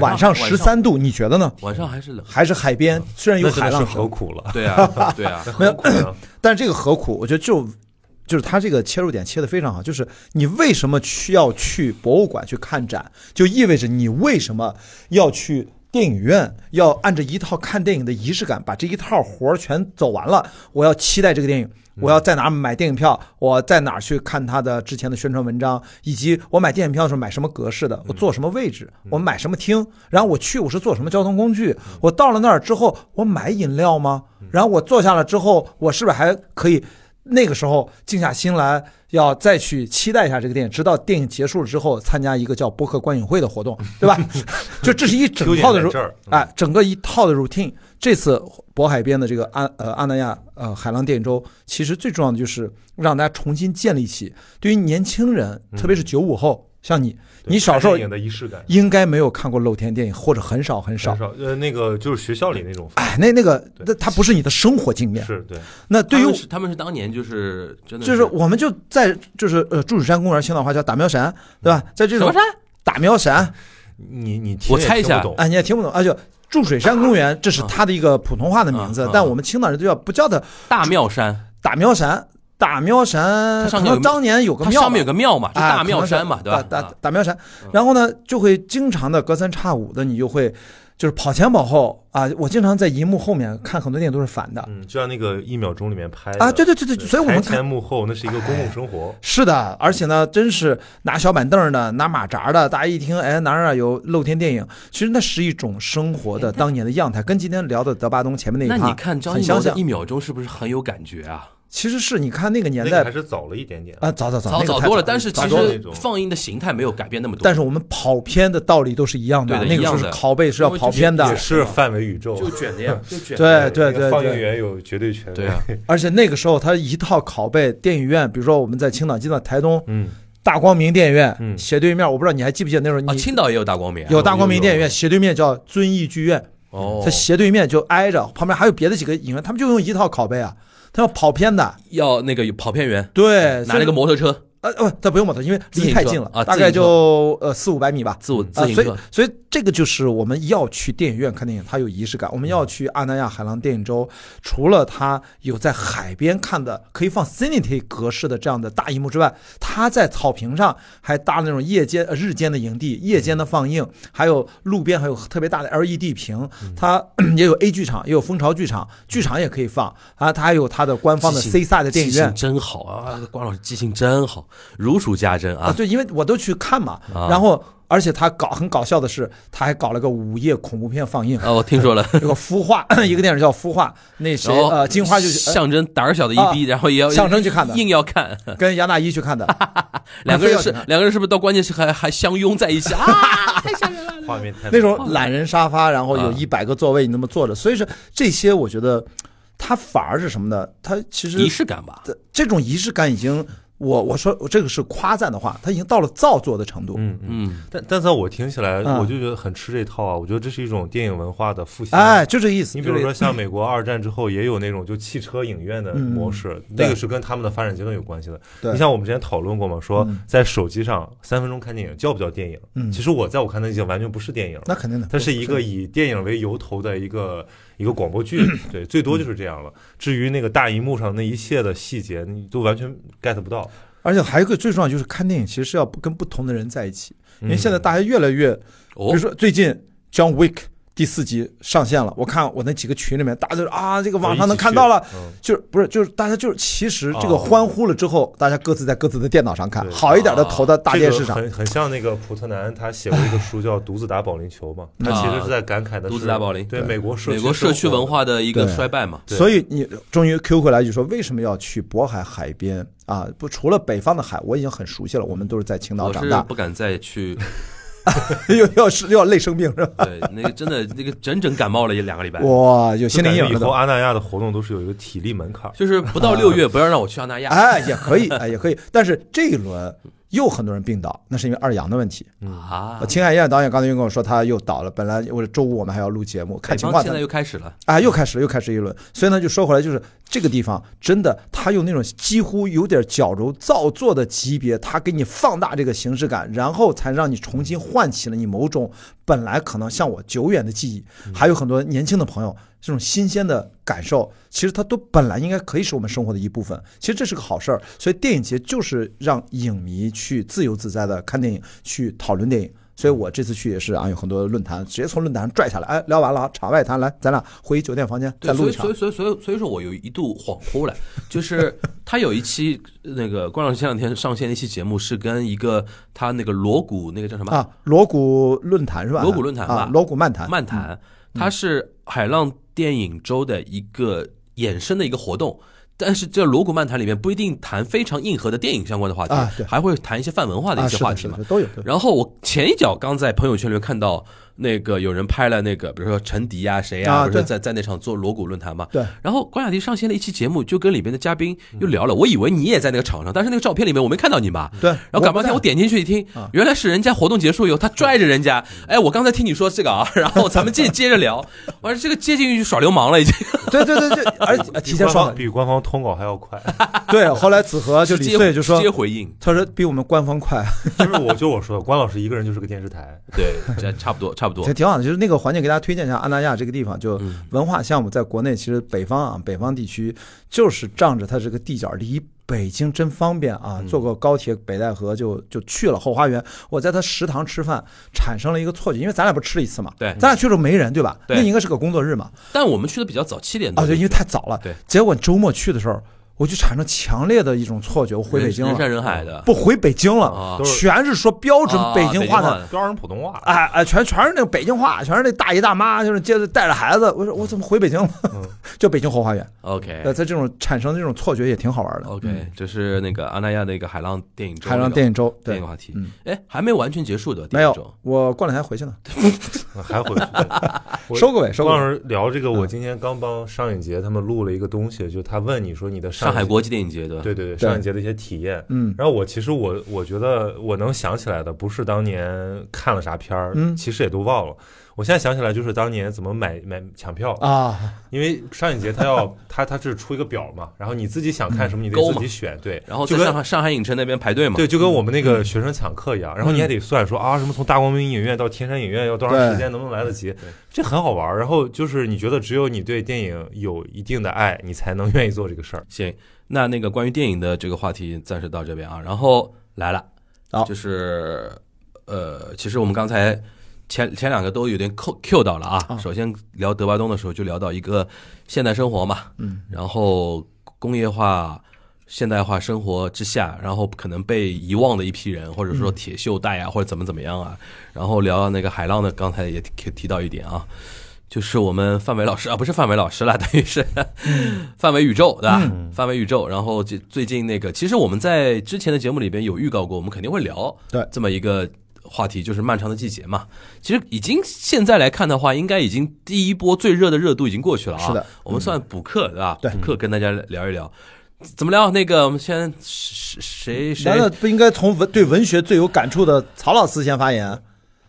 B: 晚
D: 上
B: 晚
D: 十三度，你觉得呢？
B: 晚上还是冷。
D: 还是海边，虽然
C: 嗯
D: 有
C: 那真
D: 海
C: 的是
D: 浪
C: 何
D: 声，
C: 苦了？
B: 对 啊，对啊，
C: 何苦呢？
D: 但这个何苦？我觉得就就是他这个切入点切的非常好，就是你为什么需要去博物馆去看展，就意味着你为什么要去。电影院要按着一套看电影的仪式感，把这一套活儿全走完了。我要期待这个电影，我要在哪儿买电影票，我在哪儿去看它的之前的宣传文章，以及我买电影票的时候买什么格式的，我坐什么位置，我买什么厅，然后我去我是坐什么交通工具，我到了那儿之后我买饮料吗？然后我坐下了之后，我是不是还可以那个时候静下心来，要再去期待一下这个电影，直到电影结束了之后，参加一个叫播客观影会的活动，对吧？ 就这是一整 套的
C: 优点在
D: ru-
C: 这儿嗯
D: 哎，整个一套的 routine。这次渤海边的这个安呃阿那亚呃海浪电影周，其实最重要的就是让大家重新建立起对于年轻人，特别是九五后，像你，
C: 嗯对
D: 你小时
C: 看
D: 候
C: 电影的仪式感。
D: 应该没有看过露天电影，或者很少很少
C: 很。少，呃，那个就是学校里那种氛
D: 哎，那那个
C: 对
D: 那它不是你的生活经
C: 围，
D: 验。
C: 是对，
D: 那对于
B: 他们是他们是当年就是真的
D: 就是我们就在就是呃祝子山公园青岛话叫打苗山，对吧？在这
B: 什么
D: 种
B: 山？
D: 打苗山，
C: 你你
B: 我猜一下
C: 听也听不懂
D: 哎，你也听不懂，而且注水山公园这是它的一个普通话的名
B: 嗯
D: 字
B: 嗯，
D: 但我们青岛人就叫不叫它
B: 大庙山，
D: 打苗山，打
B: 它
D: 苗山，
B: 上
D: 可
B: 面有
D: 能当年有个
B: 它
D: 庙吧，
B: 上面有个庙嘛，就
D: 啊
B: 大庙山嘛，
D: 可
B: 对
D: 能
B: 吧
D: 是？打打
B: 啊
D: 打庙山，然后呢，就会经常的隔三差五的，你就会就是跑前跑后啊。我经常在荧幕后面看很多电影都是反的
C: 嗯，就像那个一秒钟里面拍的
D: 啊，对对对对，所以我们
C: 台
D: 看哎
C: 前幕后那是一个公共生活，
D: 是的，而且呢，真是拿小板凳的，拿马扎的，大家一听，哎，哪儿哪儿有露天电影？其实那是一种生活的当年的样态，跟今天聊的德巴东前面
B: 哎那
D: 那一趴
B: 你看张
D: 很
B: 艺
D: 相
B: 谋的
D: 像
B: 一。秒钟是不是很有感觉啊？
D: 其实是你看那个年
C: 那个
D: 代
C: 还是早了一点点。
D: 啊，早早早，
B: 早
D: 那个
B: 早
D: 太
B: 多了，但是
D: 早
B: 其
D: 多了
C: 那
B: 实
C: 种
B: 放映的形态没有改变那么多。
D: 但是我们跑偏的道理都是一样的，
B: 对的
D: 那个时候
B: 一
D: 是
B: 样的
D: 拷贝是要跑偏的
C: 也，是范围宇宙，
B: 就卷的呀，就卷的呀。
D: 对对
C: 那
D: 对
C: 个放映
D: 对。
C: 员有绝对权威。
B: 对啊，
D: 而且那个时候他一套拷贝，电影院，比如说我们在青岛进到台东
C: 嗯，
D: 大光明电影院
C: 嗯
D: 斜对面，我不知道你还记不记得那时候
B: 啊，
D: 你
B: 青岛也有大光明啊，
D: 有大光明电
C: 有有
D: 影院，斜对面叫遵义剧院。
B: 哦
D: 它，斜对面就挨着，旁边还有别的几个影院，他们就用一套拷贝啊，他要跑偏的，
B: 要那个有跑片员
D: 对，
B: 嗯拿那个摩托车
D: 呃呃，他不用摩托，因为离太近了，
B: 自行车啊
D: 大概就呃四五百米吧，
B: 自我自
D: 啊，
B: 行
D: 所以
B: 车，
D: 所以这个就是我们要去电影院看电影，它有仪式感。我们要去阿那亚海浪电影周，除了它有在海边看的可以放 Cinity 格式的这样的大荧幕之外，它在草坪上还搭了那种夜间、呃日间的营地、夜间的放映，还有路边还有特别大的 LED 屏，
B: 嗯
D: 它 也有 A 剧场，也有蜂巢剧场，剧场也可以放啊，它还有它的官方的
B: 记
D: C
B: 性
D: 赛的电影
B: 记
D: 院
B: 性。真好啊！关老师记性真好，如数家珍
D: 啊，
B: 啊。
D: 对，因为我都去看嘛。
B: 啊
D: 然后，而且他搞很搞笑的是，他还搞了个午夜恐怖片放 映，
B: 啊，我听 说了。
D: 有个孵 化，一个电影叫《孵化》，那谁
B: 然后
D: 呃金花就去
B: 象征胆儿小的一逼，然后也要
D: 象征去看的
B: 硬要 看。
D: 呃跟杨大一去看 的，
B: 两个人是
D: 非要去看
B: 两个人是不是到关键时刻还还相拥在 一起啊？太吓人了！
C: 画面太
D: 那种懒人沙发，然后有
B: 啊
D: 一百个座位，你那么坐着，所以说这些我觉得，他反而是什么呢？他其实
B: 仪式感吧，
D: 这这种仪式感已经，我我说我这个是夸赞的话，他已经到了造作的程度。
C: 嗯嗯。
B: 嗯，
C: 但但在我听起来，
D: 嗯
C: 我就觉得很吃这套啊！我觉得这是一种电影文化的复兴。啊
D: 哎，就这意思。
C: 你比如
D: 就这
C: 说，
D: 意思
C: 像美国二战之后也有那种就汽车影院的模式，
D: 嗯对
C: 那个是跟他们的发展阶段有关系的。
D: 对
C: 你像我们之前讨论过嘛，说
D: 嗯
C: 在手机上三分钟看电影叫不叫电影？
D: 嗯
C: 其实我在我看来已经完全不是电影了，
D: 那肯定的，
C: 它是一个以电影为由头的一个一个广播剧，对，最多就是这样了。至于那个大荧幕上那一切的细节，你都完全 get 不到。
D: 而且还有一个最重要就是看电影，其实是要跟不同的人在一起，因为现在
C: 嗯
D: 大家越来越，比
B: 哦
D: 如，说最近《John Wick》第四集上线了，我看我那几个群里面，大家都说啊，这个网上能看到了。，
C: 嗯
D: 就是不是就是大家就是其实这个
C: 哦
D: 欢呼了之后，大家各自在各自的电脑上看，
C: 对啊
D: 好一点的投到大电视上
C: 这。个很很像那个普特南，他写过一个书叫《独自打保龄球》嘛，
D: 啊
C: 他其实是在感慨的是
B: 独自打保龄
C: 对
D: 对
C: 美国社
B: 美国社区文化的一个
D: 对
B: 衰败嘛，
C: 对
D: 所以你终于 Q 回来，就说为什么要去渤海海边啊？不，除了北方的海，我已经很熟悉了，我们都是在青岛
B: 我
D: 长
B: 是
D: 大
B: 不，敢再去，
D: 又要是又要累生病 是吧？
B: 对， 那个真的那个整整感冒了一两个礼拜，
D: 哇，有心
C: 心
D: 理
C: 理
D: 阴影
C: 以
D: 了
C: 后
D: 都。
C: 阿那亚的活动都是有一个体力门
D: 啊
C: 槛儿，
B: 就是不到六月不要让我去澳大利亚
D: 哎，也可以，哎，也可以。但是这一轮又很多人病倒，那是因为二阳的问题。
B: 啊
D: 呃。秦海燕导演刚才又跟我说他又倒了，本来我周五我们还要录节目，看
B: 北
D: 情
B: 方
D: 况
B: 现
D: 再
B: 在。又开始了，
D: 啊，又开始了又开始一轮，所以呢，就说回来，就是这个地方真的，他用那种几乎有点矫揉造作的级别，他给你放大这个形式感，然后才让你重新唤起了你某种本来可能像我久远的记忆，还有很多年轻的朋友这种新鲜的感受，其实它都本来应该可以是我们生活的一部分，其实这是个好事儿。所以电影节就是让影迷去自由自在的看电影，去讨论电影。所以我这次去也是啊，有很多论坛，直接从论坛上拽下来，哎，聊完了啊，场外谈，来，咱俩回酒店房间
B: 对，
D: 再录
B: 所
D: 一
B: 以所
D: 场
B: 以。所以所以所以说我有一度恍惚了，就是他有一期那个关老师前两天上线的一期节目是跟一个他那个锣鼓那个叫什么
D: 啊，锣鼓论坛是吧？
B: 锣鼓论坛吧
D: 啊，锣鼓漫谈，嗯
B: 漫谈，它是海浪电影周的一个衍生的一个活动。但是这锣鼓漫谈里面不一定谈非常硬核的电影相关的话题，
D: 啊对
B: 还会谈一些泛文化的
D: 啊，
B: 一
D: 是
B: 些
D: 的
B: 话题
D: 是的
B: 嘛
D: 是。的都有。对
B: 然后我前一脚刚在朋友圈里面看到那个有人拍了那个，比如说陈迪啊谁
D: 啊
B: 啊，不是
D: 对
B: 在在那场做锣鼓论坛嘛。
D: 对，嗯
B: 然后关雅迪上线了一期节目，就跟里面的嘉宾又聊了。我以为你也在那个场上，但是那个照片里面我没看到你嘛。
D: 对
B: 然后赶半天，
D: 我
B: 我
D: 不在
B: 点进去一听
D: 啊，嗯
B: 原来是人家活动结束以后，他拽着人家，哎，我刚才听你说这个啊， 然后咱们接接着 聊。我说这个接进去耍流氓了已经，
D: 对对 对对，而且呃提
C: 比官
D: 前说
C: 方
D: 了，
C: 比官方通稿还要快。
D: 对。后来子和啊就
B: 直
D: 李
B: 接
D: 穗就说
B: 直接，回应，
D: 他说比我们官方快，啊
C: 就是我就我说的，关老师一个人就是个电视台，
B: 对，这差不多差不多
D: 挺。挺好的。就是那个环境，给大家推荐一下安那亚这个地方，就
B: 嗯
D: 文化项目，在国内其实北方啊，北方地区就是仗着它这个地角离。北京真方便
B: 嗯
D: 啊！坐过高铁北戴河就就去了后花园。我在他食堂吃饭，产生了一个错觉，因为咱俩不是吃了一次嘛，
B: 对
D: 咱俩去了没人对吧？
B: 对
D: 那应该是个工作日嘛，
B: 但我们去的比较早，七点多
D: 啊，对，因为太早了。
B: 对，
D: 结果周末去的时候，我就产生强烈的一种错觉，我回
B: 人
D: 北京
B: 人
D: 了，
B: 山人海的，
D: 不回北京了
B: 啊，
C: 都是
D: 全是说标准
B: 啊
D: 北京话的，
B: 的，
C: 都让人普通话。
D: 哎哎，全全是那个北京话，全是那大姨大妈，就是接着带着孩子，我说我怎么回北京了？
C: 嗯
D: 就北京后花园，
B: OK
D: 呃，在这种产生这种错觉也挺好玩
B: 哎
D: 的。嗯
B: OK，这是那个阿那亚的一个海浪电影周，
D: 海浪电影周，
B: 电
D: 对
B: 影，话题
D: 嗯，
B: 哎，还没完全结束的
D: 没
B: 电影周
D: 有，，我过两天回去呢，
C: 还 回去。我
D: 收个尾，收个
C: 关
D: 尾。
C: 老师聊这个，
D: 嗯
C: 我今天刚帮上影节他们录了一个东西，就他问你说你的
B: 上海
C: 影
B: 国际电影节对吧？
C: 对对对上影节的一些体验。
D: 嗯
C: 然后我其实我我觉得我能想起来的，不是当年看了啥片儿，
D: 嗯
C: 其实也都忘了。我现在想起来就是当年怎么买买抢票，
D: 啊，
C: 因为上影节它要它它是出一个表嘛，然后你自己想看什么你得
B: 嗯勾嘛
C: 自己选，对，
B: 然后
C: 就
B: 在
C: 跟
B: 上海上海影城那边排队嘛，
C: 对，就跟我们那个学生抢课一样，然后你还得算说啊，什么从大光明影院到天山影院要多长时间，能不能来得及？这很好玩儿。然后就是你觉得只有你对电影有一定的爱，你才能愿意做这个事儿。
B: 行，那那个关于电影的这个话题暂时到这边啊，然后来了，
D: 好
B: 就是呃，其实我们刚才前前两个都有点扣 Q 到了啊。首先聊德巴东的时候就聊到一个现代生活嘛，嗯，然后工业化。现代化生活之下，然后可能被遗忘的一批人，或者说铁锈带啊，或者怎么怎么样啊，然后聊到那个海浪呢，刚才也提提到一点啊，就是我们范伟老师啊，不是范伟老师啦，等于是
C: 嗯
B: 范伟宇宙，对吧？范伟宇宙，然后最最近那个，其实我们在之前的节目里边有预告过，我们肯定会聊
D: 对
B: 这么一个话题，就是漫长的季节嘛。其实已经现在来看的话，应该已经第一波最热的热度已经过去了啊。
D: 是的，
B: 我们算补课对吧？
D: 对
B: 补课跟大家聊一聊，怎么聊？那个我们先谁谁
D: 难道
B: 谁
D: 不应该从文对文学最有感触的曹老师先发言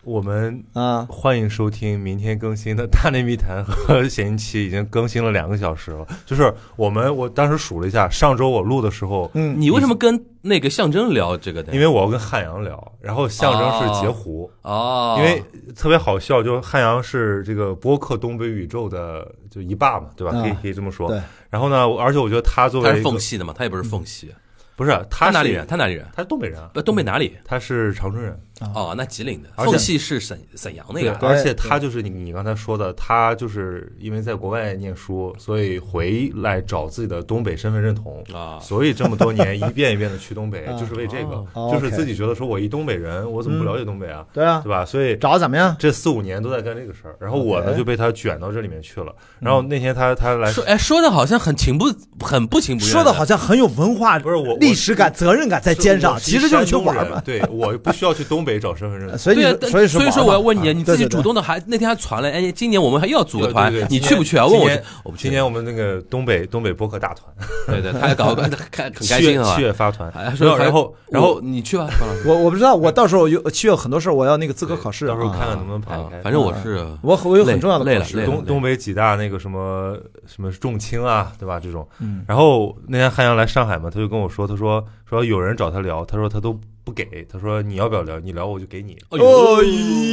C: 我们
D: 啊？
C: 欢迎收听明天更新的《大内密谈》和《闲期》，已经更新了两个小时了。就是我们，我当时数了一下，上周我录的时候，
D: 嗯
B: 你为什么跟那个象征聊这个的？
C: 因为我要跟汉阳聊，然后象征是截胡。
D: 啊
B: 哦，
C: 因为特别好笑，就是汉阳是这个播客东北宇宙的就一霸嘛，对吧？
D: 啊
C: 可以可以这么说。
D: 对，
C: 然后呢，我而且我觉得他作
B: 他
C: 为
B: 是
C: 一个
B: 缝隙的嘛，他也不是缝隙，
C: 不是
B: 他
C: 他是
B: 哪里人？？啊他哪里人？
C: 他是东北人啊，
B: 不，东北哪里？
C: 他是长春人。
B: 哦，那吉林的，
C: 啊而且
B: 缝隙是沈沈阳那
C: 对
B: 个
D: 哎
B: 啊。
C: 而且他就是你你刚才说的，他就是因为在国外念书，所以回来找自己的东北身份认同
B: 啊
C: 所以这么多年一遍一遍的去东北，
D: 啊
C: 就是为这个，
D: 哦
C: 就是
D: OK
C: 自己觉得说我一东北人，我怎么不了解东北啊？
D: 对啊
C: 对，吧？所以
D: 找怎么样？
C: 这四五年都在干这个事儿，然后我呢
D: OK
C: 就被他卷到这里面去了。然后那天他他来
B: 说哎，说的好像很情不很不情不愿，
D: 说的好像很有文化，
C: 不是我
D: 历史感、责任感在肩上，
C: 我
D: 其实就是去
C: 山东人
D: 玩嘛。
C: 对，我不需要去东北找身份 证。
D: 所以
B: 对啊，
D: 你所以说
B: 以说
D: 玩嘛
B: 我要问你，
D: 啊
B: 你自己
D: 对对对
B: 主动的还那天还传了，哎，今年我们还又要组个团
C: 对对对，
B: 你
C: 今
B: 去不去啊？
C: 年
B: 问我去
C: 今年，
B: 我不去。
C: 今年我们那个东北东北播客大团，
B: 对对，他还 搞看很
C: 七
B: 开
C: 月
B: 心啊
C: 七。月发团
B: 哎，
C: 没
B: 说
C: 有然后
B: 还
C: 然后
B: 我你去 吧，方老师
D: 我我不知道，我到时候有七月有很多事儿，我要那个资格考试，
C: 到时候
D: 啊
C: 看看能不能排
B: 啊
C: 开。
B: 反正我是
D: 我我有很
B: 累
D: 重要的
B: 累
D: 考
B: 了
D: 试
B: 累了，
C: 东东北几大那个什么什么重青啊，对吧？这种，
B: 嗯
C: 然后那天汉阳来上海嘛，他就跟我说，他说说有人找他聊，他说他都不给，他说你要不要聊？你聊我就给你。
B: 哎呦
D: 哎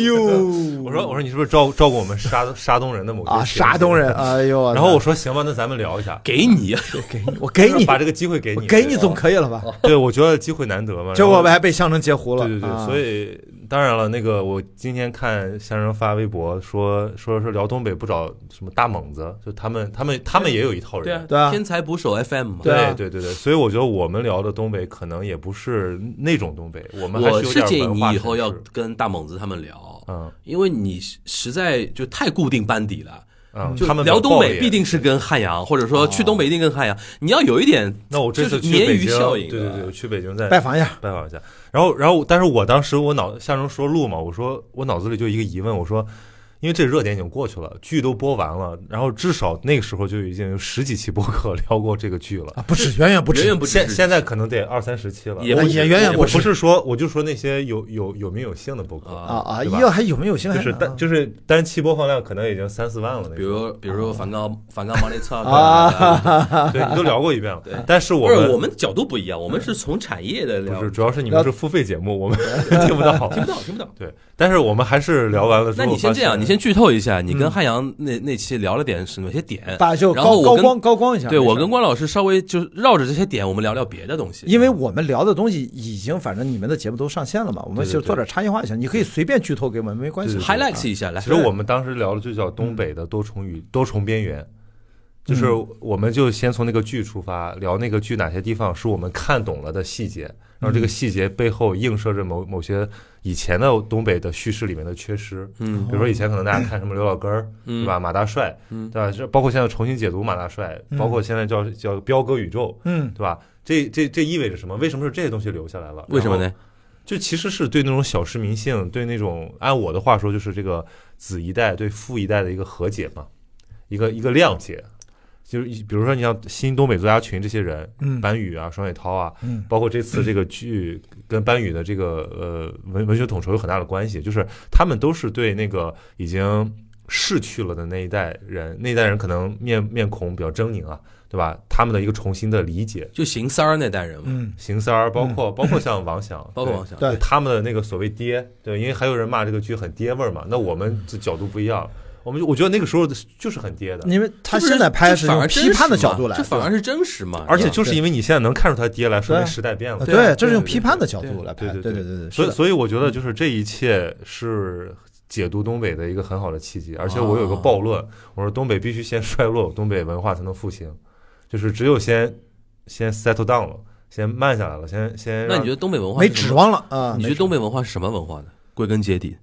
D: 呦，
C: 我说我说你是不是照照顾我们沙沙东人的某些
D: 啊，
C: 情节
D: 山东人，哎呦，
C: 然后我说行吧，那咱们聊一下，
B: 给你，啊
D: 给你，我给你，
C: 把这个机会给
D: 我
C: 你，啊
D: 给你总可以了吧？
C: 对，我觉得机会难得嘛。
D: 结
C: 然
D: 果
C: 后
D: 还被象征截胡了，
C: 对对对，
D: 啊
C: 所以当然了，那个我今天看先生发微博说说说聊东北不找什么大猛子，就他们他们他们也有一套
B: 对啊
C: 人。
D: 对啊
B: 天才捕手 FM 嘛。
D: 对啊
C: 对对对，所以我觉得我们聊的东北可能也不是那种东北，我们还
B: 我
C: 有
B: 是
C: 点
B: 建议
C: 文
B: 你
C: 化
B: 以后
C: 城
B: 要
C: 市
B: 跟大猛子他们聊，
C: 嗯
B: 因为你实在就太固定班底了。
C: 嗯，
B: 就
C: 他们比较
B: 聊东
C: 暴
B: 北
C: 野
B: 必定是跟汉阳，或者说去东北一定跟汉阳。你要有一点，
C: 那我这次
B: 就是
C: 去
B: 鲶
C: 北
B: 鱼
C: 京，
B: 效应，啊
C: 对对对，我去北京再
D: 拜访一下，
C: 拜访一下。然后，然后，但是我当时我脑夏成说录嘛，我说我脑子里就一个疑问，我说，因为这热点已经过去了，剧都播完了，然后至少那个时候就已经有十几期播客聊过这个剧了。
D: 啊，不止，远远不
B: 远
D: 止
B: 远，不止
C: 现现在可能得二三十期了，
B: 也
D: 我
B: 不止
D: 也远远
B: 也
C: 我
D: 不
C: 不
D: 止
C: 是说，我就说那些有有有名有姓的播客，
B: 啊
D: 啊啊！
C: 对吧
D: 哟，还有没有兴 趣？
C: 就是单就是单期播放量可能也已经三四万了那
B: 比
C: 种。
B: 如比如说梵高梵高毛利策
D: 啊，
C: 对，你都聊过一遍了。但是我
B: 不是
C: 们
B: 我们角度不一样，我们是从产业的聊
C: 不，是，主要是你们是付费节 目，我们听不到。
B: 听不到听 不到。
C: 对，但是我们还是聊完了之
B: 那
C: 后发现。嗯
B: 你先这样，你先剧透一下，你跟汉阳那那期聊了点什么些点，
D: 把就
B: 然后
D: 高
B: 我
D: 高
B: 跟
D: 光高光一下。
B: 对
D: 没事
B: 我跟关老师稍微就绕着这些点，我们聊聊别的东西。
D: 因为我们聊的东西已经，反正你们的节目都上线了嘛，我们
C: 对对
D: 就
C: 对
D: 做点差异化就行。你可以随便剧透给我们，没关系
C: 对。对
B: highlights 一下来，
C: 其实我们当时聊的就叫东
B: 嗯
C: 北的多重语、多重边缘，就是我们就先从那个剧出发，聊那个剧哪些地方是我们看懂了的细节，然后
B: 嗯
C: 这个细节背后映射着某某些以前的东北的叙事里面的缺失。
B: 嗯
C: 比如说以前可能大家看什么刘老根儿，
B: 嗯
C: 对吧？马大帅，
B: 嗯
C: 对吧？这包括现在重新解读马大帅，包括现在叫叫彪哥宇宙，
D: 嗯，
C: 对吧？这这这意味着什么？为什么是这些东西留下来了？
B: 为什么
C: 然后
B: 呢？
C: 就其实是对那种小市民性，对那种按我的话说，就是这个子一代对父一代的一个和解嘛，一个一个谅解。就是比如说，你像新东北作家群这些人，
D: 嗯
C: 班宇啊、双雪涛啊，
D: 嗯
C: 包括这次这个剧跟班宇的这个呃文文学统筹有很大的关系，就是他们都是对那个已经逝去了的那一代人，那一代人可能面面孔比较狰狞啊，对吧？他们的一个重新的理解，
B: 就邢三儿那代人嘛，
D: 嗯，
C: 邢三儿，包括、包括像王响，
B: 包括王
C: 对。
B: 响，
D: 对
C: 对他们的那个所谓爹，对，因为还有人骂这个剧很爹味儿嘛，那我们这角度不一样，我们就我觉得那个时候就是很爹的，
D: 因为他
B: 这不
D: 现在拍
B: 这
D: 是
B: 反而
D: 用批判的角度来
B: 真实嘛这，反而是真实嘛，
C: 而且
B: 对吧
C: 就是因为你现在能看出他爹来，说明
D: 对
C: 时代变了
D: 呃。
B: 对啊
D: 对，这是用
B: 对对
D: 批判的
B: 对
D: 角度来拍，
C: 对
D: 对
C: 对
D: 对对，
C: 所以，
D: 是的
C: 所以我觉得就是这一切是解读东北的一个很好的契机。而且我有个暴论，我说东北必须先衰落，东北文化才能复兴，就是只有先先 settle down 了，先慢下来了，先先
B: 那
C: 让
B: 你觉得东北文化
D: 没
B: 是什么
D: 指？望了啊，
B: 你觉
D: 没
B: 得
D: 指
B: 东北文化是什么文化呢？归根结底，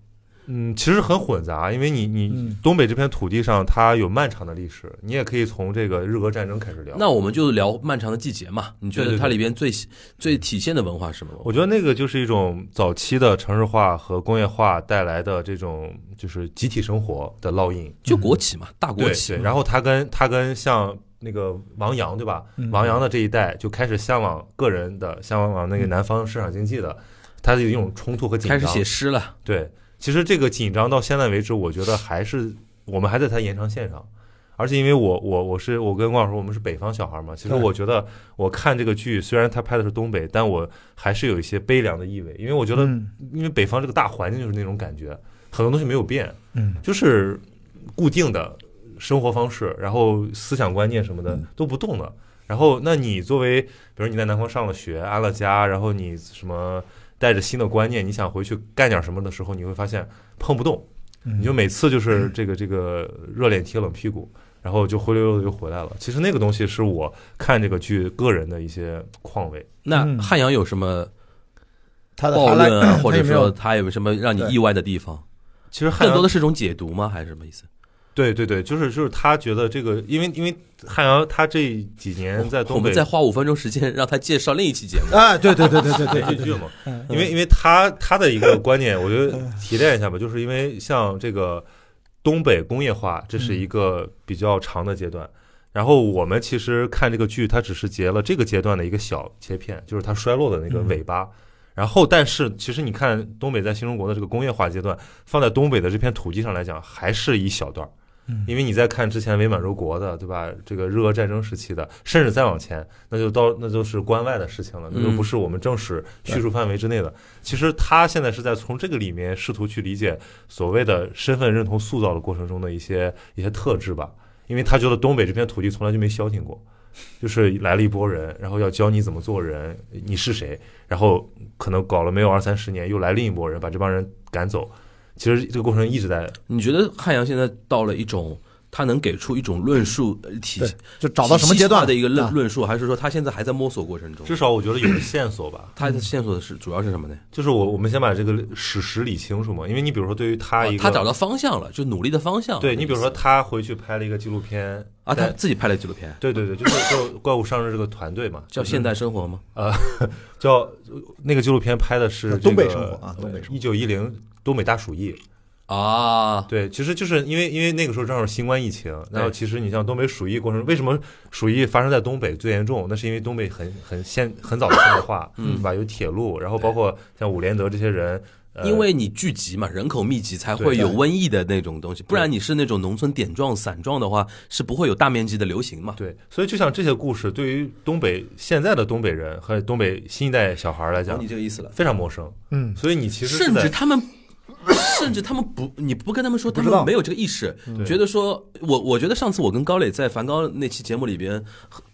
C: 嗯，其实很混杂，因为你你、
D: 嗯
C: 东北这片土地上它有漫长的历史，你也可以从这个日俄战争开始聊。
B: 那我们就聊漫长的季节嘛。你觉
C: 对
B: 得
C: 对对
B: 它里边最最体现的文化是什么文化？
D: 嗯
C: 我觉得那个就是一种早期的城市化和工业化带来的这种就是集体生活的烙印。
B: 就国企嘛，大国
C: 对
B: 企
C: 对，。然后他跟他跟像那个王阳对吧？王阳的这一代就开始向往个人的，向往那个南方市场经济的，他的一种冲突和紧
B: 开
C: 张。
B: 始写诗了，
C: 对，其实这个紧张到现在为止，我觉得还是我们还在它延长线上。而且因为我我我是我跟光老师我们是北方小孩嘛，其实
D: 对
C: 我觉得我看这个剧，虽然他拍的是东北，但我还是有一些悲凉的意味，因为我觉得
D: 嗯
C: 因为北方这个大环境就是那种感觉，很多东西没有变，
D: 嗯，
C: 就是固定的生活方式，然后思想观念什么的
D: 嗯
C: 都不动了。然后，那你作为，比如你在南方上了学、安了家，然后你什么带着新的观念，你想回去干点什么的时候，你会发现碰不动，
D: 嗯
C: 你就每次就是这个这个热脸贴冷屁股，然后就灰溜溜的就回来了。其实那个东西是我看这个剧个人的一些况味。
B: 那
D: 嗯
B: 汉阳有什么
D: 他的
B: 暴
D: 他
B: 论啊，
D: 来，
B: 或者
D: 他有没
B: 说
D: 有
B: 他有什么让你
D: 对
B: 意外的地方？
C: 其实汉
B: 更
C: 阳
B: 多的是一种解读吗？还是什么意思？
C: 对对对，就是就是他觉得这个，因为因为汉阳他这几年在
B: 我
C: 东北
B: 们再花五分钟时间让他介绍另一期节目。
D: 啊，对对对对对对
C: 连续
D: 对
C: 剧
D: 对，
C: 嘛，因为因为他他的一个观念，我觉得提炼一下吧，就是因为像这个东北工业化，这是一个比较长的阶段。然后我们其实看这个剧，它只是截了这个阶段的一个小切片，就是它衰落的那个尾巴。然后，但是其实你看东北在新中国的这个工业化阶段，放在东北的这片土地上来讲，还是一小段儿。因为你在看之前伪满洲国的，对吧？这个日俄战争时期的，甚至再往前，那就到那就是关外的事情了，那就
B: 嗯
C: 不是我们正史叙述范围之内的。其实他现在是在从这个里面试图去理解所谓的身份认同塑造的过程中的一些一些特质吧，因为他觉得东北这片土地从来就没消停过，就是来了一波人，然后要教你怎么做人，你是谁，然后可能搞了没有二三十年，又来另一波人把这帮人赶走。其实这个过程一直在
B: 你觉得汉阳现在到了一种他能给出一种论述呃体
D: 对就找到什么
B: 体
D: 阶
B: 系化
D: 段
B: 的一个论
D: 啊
B: 论述，还是说他现在还在摸索过程中？
C: 至少我觉得有了线索 吧，
B: 他的线索的是主要是什么呢？
C: 就是我我们先把这个史实理清楚嘛，因为你比如说对于他
D: 哦
C: 一个，
B: 他找到方向了，就努力的方向。
C: 对你比如说
B: 这个意思
C: 他回去拍了一个纪录片
B: 啊，他
C: 在
B: 自己拍了纪录片，
C: 对对对， 就是就怪物上市这个团队嘛，呃
B: 叫《现代生活》吗？
C: 叫那个纪录片拍的是
D: 东北生活啊东北生
C: 一九一零东北大鼠疫，
B: 啊，
C: 对，其实就是因为因为那个时候正好是新冠疫情，然后其实你像东北鼠疫过程，为什么鼠疫发生在东北最严重？那是因为东北很很先很早的工业化，嗯，对吧？有铁路，然后包括像伍连德这些人，呃、
B: 因为你聚集嘛，人口密集才会
C: 对
B: 有瘟疫的那种东西，不然你是那种农村点状、散状的话，是不会有大面积的流行嘛。
C: 对，所以就像这些故事，对于东北现在的东北人和东北新一代小孩儿来
B: 懂
C: 讲
B: 你，这个意思了。
C: 非常陌生。
D: 嗯，
C: 所以你其实是
B: 甚
C: 在
B: 至他们， 甚至他们不，你不跟他们说，他
D: 知道
B: 们没有这个意识，觉得说，我我觉得上次我跟高磊在梵高那期节目里边，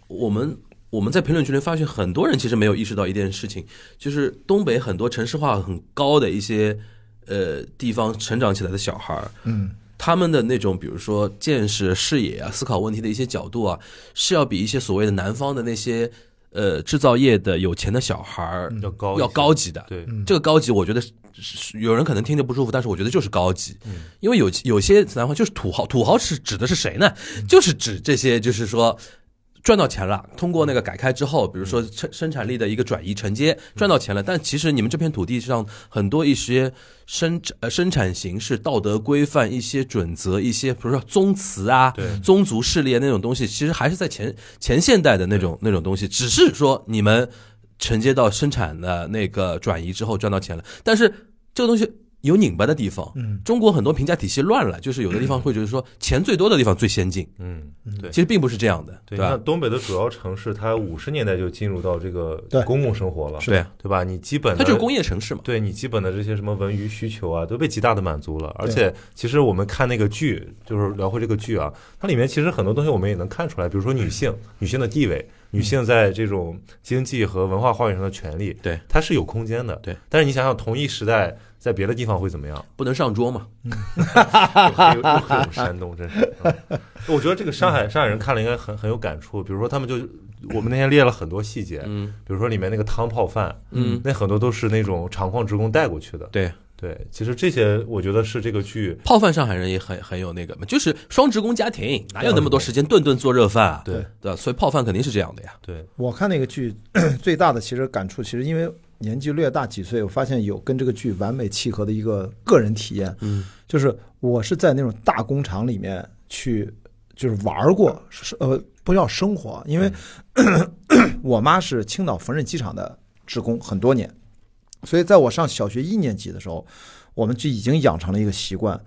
B: 我们我们在评论区里发现，很多人其实没有意识到一件事情，就是东北很多城市化很高的一些呃地方成长起来的小孩儿，嗯。他们的那种，比如说见识、视野啊，思考问题的一些角度啊，是要比一些所谓的南方的那些呃制造业的有钱的小孩儿
C: 要高一
B: 要
C: 些
B: 高级的。
C: 对，
B: 这个高级，我觉得是是有人可能听着不舒服，但是我觉得就是高级，
C: 嗯
B: 因为有有些南方就是土豪，土豪是指的是谁呢？
C: 嗯
B: 就是指这些，就是说。赚到钱了，通过那个改开之
C: 嗯
B: 后，比如说生生产力的一个转移承接，赚到钱了。但其实你们这片土地上很多一些生产呃生产形式、道德规范、一些准则、一些比如说宗祠啊
C: 对、
B: 宗族势力啊那种东西，其实还是在前前现代的那种那种东西，只是说你们承接到生产的那个转移之后赚到钱了，但是这个东西有拧巴的地方。
D: 嗯，
B: 中国很多评价体系乱了，就是有的地 方会觉得说钱最多的地方最先进，
C: 嗯，对
B: 其实并不是这样的，
C: 对，你
B: 吧
C: 看？东北的主要城市，它五十年代就进入到这个
D: 对
C: 公共生活了，
B: 对，啊
C: 对吧？你基本
B: 它就是
C: 的
B: 工业城市嘛。
C: 对你基本的这些什么文娱需求啊，都被极大的满足了。而且，其实我们看那个剧，就是聊回这个剧啊，它里面其实很多东西我们也能看出来，比如说女性、女性的地位、女性在这种经济和文化话语上的权利，
B: 对，
C: 它是有空间的。
B: 对，
C: 但是你想想，同一时代在别的地方会怎 么样？
B: 不能上桌嘛，
C: 又黑又黑我们山东，真是。嗯我觉得这个上海上海人看了应该很很有感触，比如说他们就。我们那天列了很多细节，
B: 嗯，
C: 比如说里面那个汤泡饭，
B: 嗯
C: 那很多都是那种厂矿职工带过去的，
B: 对，
C: 对，其实这些我觉得是这个剧，
B: 泡饭上海人也很很有那个嘛，就是双职工家庭哪有那么多时间顿顿做热饭啊？
C: 对
B: 对吧？所以泡饭肯定是这样的呀。
C: 对，
D: 我看那个剧最大的其实感触，其实因为年纪略大几岁，我发现有跟这个剧完美契合的一个个人体验，
B: 嗯，
D: 就是我是在那种大工厂里面去，就是玩过，是呃，不叫生活，因为、 我妈是青岛缝纫机厂的职工很多年，所以在我上小学一年级的时候，我们就已经养成了一个习惯，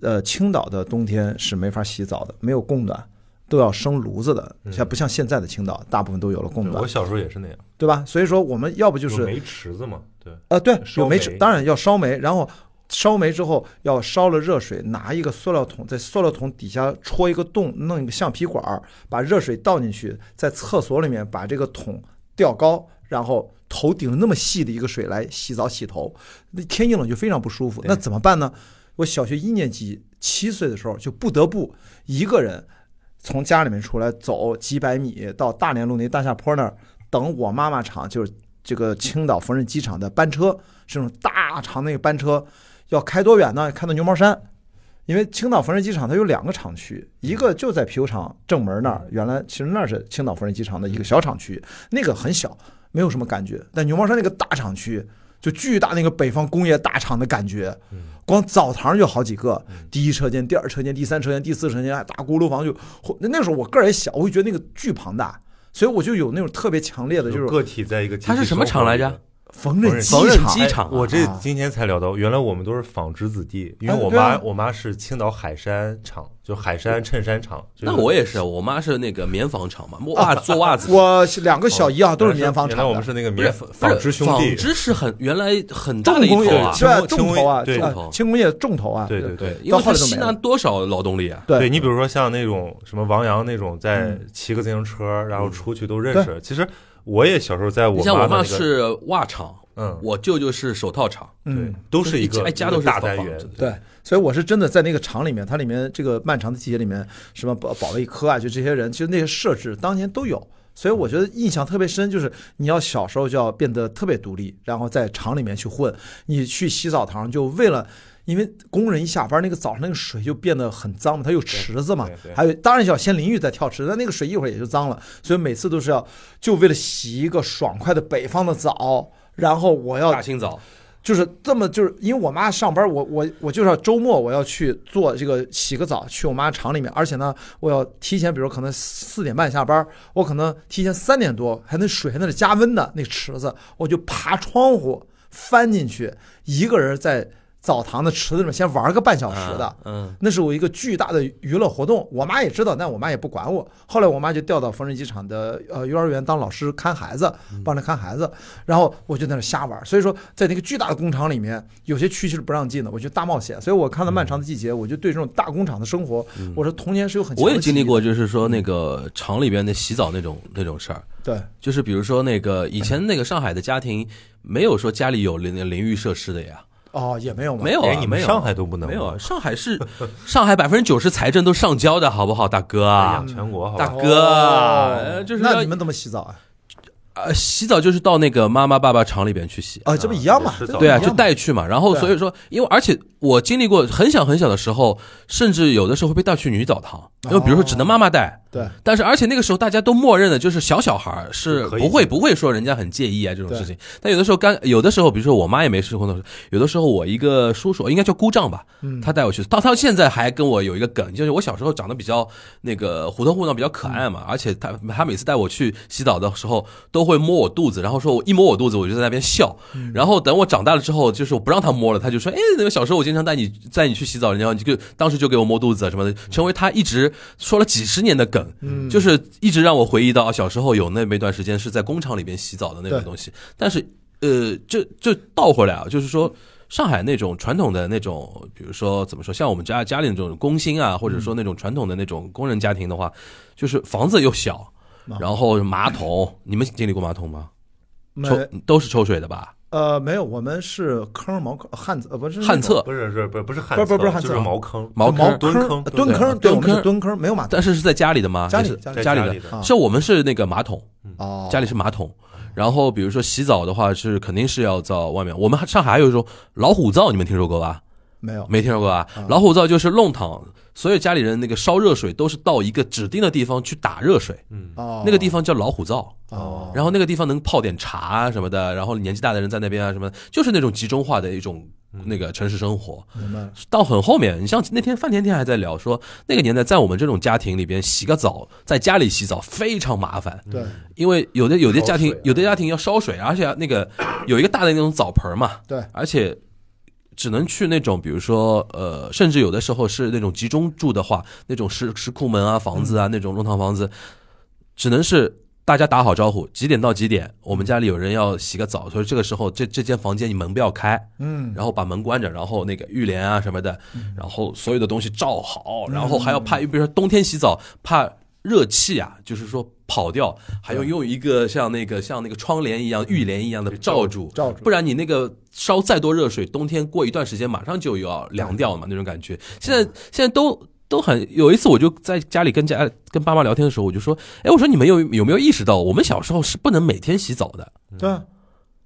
D: 呃，青岛的冬天是没法洗澡的，没有供暖。都要生炉子的，像不像现在的青岛，大部分都有了供暖
C: 我。小时候也是那样，
D: 对吧？所以说我们要不就
C: 有
D: 是
C: 煤池子嘛，对，
D: 呃，对，
C: 烧
D: 有煤
C: 煤
D: 纸，当然要烧煤，然后烧煤之后要烧了热水，拿一个塑料桶，在塑料桶底下戳一个洞，弄一个橡皮管儿，把热水倒进去，在厕所里面把这个桶吊高，然后头顶着那么细的一个水来洗澡洗头，那天一冷就非常不舒服。那怎么办呢？我小学一年级七岁的时候，就不得不一个人从家里面出来走几百米到大连路那大下坡那儿等我妈妈厂，就是这个青岛缝纫机厂的班车，是那种大长那个班车，要开多远呢？开到牛毛山。因为青岛缝纫机厂它有两个厂区，
C: 嗯
D: 一个就在啤酒厂正门那儿，原来其实那是青岛缝纫机厂的一个小厂区，那个很小，没有什么感觉。但牛毛山那个大厂区，就巨大那个北方工业大厂的感觉，
C: 嗯
D: 光澡堂就好几个，第一车间、第二车间、第三车间、第四车间，哎大锅炉房就，那那时候我个儿也小，我就觉得那个巨庞大，所以我就有那种特别强烈的就是
C: 个体在一个集体
B: 它是什么厂来着
C: 生活里
D: 缝纫机
B: 缝纫
D: 厂
B: 机厂啊
C: 哎我这今天才聊到，原来我们都是纺织子弟，因为
D: 哎
C: 我
D: 对
C: 妈、
D: 啊
C: 我妈是青岛海山厂，就海山衬衫厂，
B: 那我
C: 也
B: 也是，啊我妈是那个棉纺厂嘛，袜做袜 子。
D: 我两个小姨啊都是棉纺
C: 哦原
D: 厂
C: 来
D: 的，
C: 我们是那个棉纺
B: 不是
C: 纺织兄
B: 纺，
C: 弟
B: 织是很原来很大的
D: 重
B: 一
D: 工业，
B: 头啊，
C: 轻
D: 对
C: 工
D: 重头啊，
C: 轻工业对
B: 重
D: 啊
B: 头
D: 轻工业重头啊，
C: 对对
B: 对，因
D: 到
B: 为它
D: 后来都
B: 吸
D: 没
B: 纳
D: 了。
B: 多少劳动力啊？
D: 对嗯
C: 对你比如说像那种什么王阳那种，在骑个自行车、然后出去都认识。其实我也小时候在我
B: 你像我
C: 妈
B: 妈
C: 的那个，
B: 是袜厂，
C: 嗯，
B: 我舅舅是手套厂，
C: 对
D: 嗯，，
C: 都是一个
B: 一家一家都是
C: 大
B: 纺
C: 单
B: 纺
C: 元
B: 织，的
D: 对，所以我是真的在那个厂里面，它里面这个漫长的季节里面，什么保保卫科啊，就这些人，其实那些设置当年都有。所以我觉得印象特别深，就是你要小时候就要变得特别独立，然后在厂里面去混，你去洗澡堂就为了。因为工人一下班，那个澡上那个水就变得很脏嘛，它有池子嘛
C: 对对，
D: 还有当然要先淋浴再跳池，但那个水一会儿也就脏了，所以每次都是要就为了洗一个爽快的北方的澡，然后我要
B: 大清早
D: 就是这么，就是因为我妈上班，我我我就是要周末我要去做这个洗个澡，去我妈厂里面，而且呢，我要提前，比如可能四点半下班，我可能提前三点多，还那水还在那加温呢，那池子，我就爬窗户翻进去，一个人在澡堂的池子里面先玩个半小时的，
B: 啊嗯，
D: 那是我一个巨大的娱乐活动。我妈也知道，但我妈也不管我。后来我妈就调到缝纫机厂的呃幼儿园当老师看孩子，
B: 嗯
D: 帮着看孩子。然后我就在那儿瞎玩儿。所以说，在那个巨大的工厂里面，有些区是不让进的，我就大冒险。所以我看了《漫长的季节》，我就对这种大工厂的生活，我说童年是有很
B: 嗯
D: 强
B: 我也
D: 的记忆
B: 经历过，就是说那个厂里边的洗澡那种那种事儿，
D: 对
B: 就是比如说那个以前那个上海的家庭没有说家里有淋淋浴设施的呀，
D: 哦，也没有吗？
B: 没有啊，
C: 连哎你们
B: 没有啊
C: 上海都不能
B: 没有啊，上海是上海百分之九十财政都上交的，好不好，大哥
C: 哎呀
B: 啊，，
C: 哦全国好吧
B: 大哥啊，呃就是
D: 那
B: 要
D: 你们怎么洗澡啊？
B: 呃洗澡就是到那个妈妈爸爸厂里边去洗，
D: 啊，这不一样嘛
C: 也是？
D: 这
C: 澡
D: 不
B: 对啊，
D: 一样
B: 就
D: 嘛
B: 带去嘛。然后
D: 对啊
B: 所以说，因为而且我经历过很小很小的时候，甚至有的时候会被带去女澡堂，因为比如说只能妈妈带。
D: 对，
B: 但是而且那个时候大家都默认的就是小小孩儿是
C: 是可以
B: 不会
C: 的
B: 不会说人家很介意啊这种事情。但有的时候干有的时候，比如说我妈也没失控的时候，有的时候我一个叔叔应该叫姑丈吧，他带我去，到他现在还跟我有一个梗，就是我小时候长得比较那个虎头虎脑，比较可爱嘛，而且他他每次带我去洗澡的时候都会摸我肚子，然后说我一摸我肚子我就在那边笑，然后等我长大了之后，就是我不让他摸了，他就说哎，那个小时候我经常带你带你去洗澡，然后你就当时就给我摸肚子啊什么的，成为他一直说了几十年的梗，就是一直让我回忆到啊小时候有那么一段时间是在工厂里边洗澡的那种
D: 对
B: 东西，但是呃，这这倒回来啊，就是说上海那种传统的那种，比如说怎么说，像我们家家里那种工薪啊，或者
D: 嗯
B: 说那种传统的那种工人家庭的话，就是房子又小，
D: 啊
B: 然后马桶，你们经历过马桶吗？
D: 没
B: 抽都是抽水的吧？
D: 呃没有，我们是坑茅坑旱厕呃不是那
B: 旱
D: 种
B: 厕，
C: 不是是不是不是旱
D: 不是不是
C: 厕
D: 旱
C: 就
D: 厕
C: 是茅坑
B: 茅
D: 是哦茅
B: 坑
C: 蹲
D: 坑
C: 坑
D: 蹲
B: 对
D: 坑，
B: 蹲
D: 对我们是
B: 坑
D: 蹲坑没有马桶
B: 但是是在家里的吗？
D: 家里
B: 也是在
D: 家里啊
B: 家里
C: 在家里
B: 的，
C: 的
B: 是我们是那个马桶，
D: 哦，
B: 家里是马桶。然后比如说洗澡的话，是肯定是要到外面。我们上海还有一种老虎灶，你们听说过吧？
D: 没有
B: 没听说过啊？
C: 嗯
B: 老虎灶就是弄堂，所有家里人那个烧热水都是到一个指定的地方去打热水，
C: 嗯
D: 哦
B: 那个地方叫老虎灶。
D: 哦
B: 然后那个地方能泡点茶啊什么的，然后年纪大的人在那边啊什么的，就是那种集中化的一种
C: 嗯
B: 那个城市生活。
D: 明白了
B: 到很哦后嗯面，你像那天范甜甜还在聊说，那个年代在我们这种家庭里边洗个澡，在家里洗澡非常麻烦，
D: 对
B: 因为有的有的家庭
C: 嗯烧水啊
B: 有的家庭要烧水，而且那个有一个大的那种澡盆嘛，
D: 对
B: 而且只能去那种，比如说，呃，甚至有的时候是那种集中住的话，那种石石库门啊、房子啊、那种弄堂房子，只能是大家打好招呼，几点到几点，我们家里有人要洗个澡，所以这个时候这这间房间你门不要开，
D: 嗯
B: 然后把门关着，然后那个浴帘啊什么的，然后所有的东西罩好，然
D: 嗯
B: 后还要怕，比如说冬天洗澡怕热气啊，就是说跑掉，还要用一个像那个像那个窗帘一样、浴帘一样的罩住，
D: 罩住
B: 不然你那个烧再多热水，冬天过一段时间马上就要凉掉了嘛，那种感
D: 嗯
B: 觉。现在现在都。都很有一次，我就在家里跟家跟爸妈聊天的时候，我就说，哎，我说你们有有没有意识到，我们小时候是不能每天洗澡的，
D: 对啊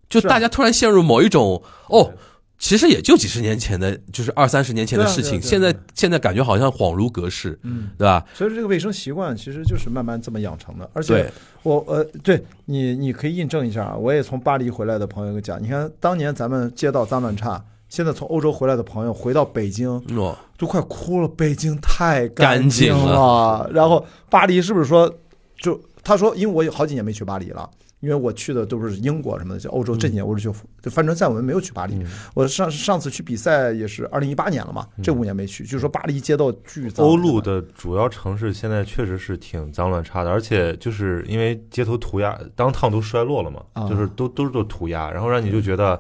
B: 就是大家突然陷入某一种哦，其实也就几十年前的，就是二三十年前的
D: 对啊
B: 事
D: 对
B: 情，
D: 啊对啊
B: 现在
D: 对啊
B: 现在感觉好像恍如隔世，
D: 嗯，
B: 对吧？
D: 所以说这个卫生习惯其实就是慢慢这么养成的，而且
B: 对，
D: 我呃，对你，你可以印证一下啊。我也从巴黎回来的朋友跟我讲，你看当年咱们街道脏乱差，现在从欧洲回来的朋友回到北京
B: 哦，
D: 都快哭了，北京太干
B: 干净
D: 了。然后巴黎是不是说，就他说，因为我有好几年没去巴黎了。因为我去的都是英国什么的，就欧洲这几年我是去，就反正在我们没有去巴黎。我上上次去比赛也是二零一八年了嘛，这五年没去。据说巴黎街道巨脏，
C: 欧陆的主要城市现在确实是挺脏乱差的，而且就是因为街头涂鸦，当趟都衰落了嘛，
D: 啊
C: 就是都都是都涂鸦，然后让你就觉得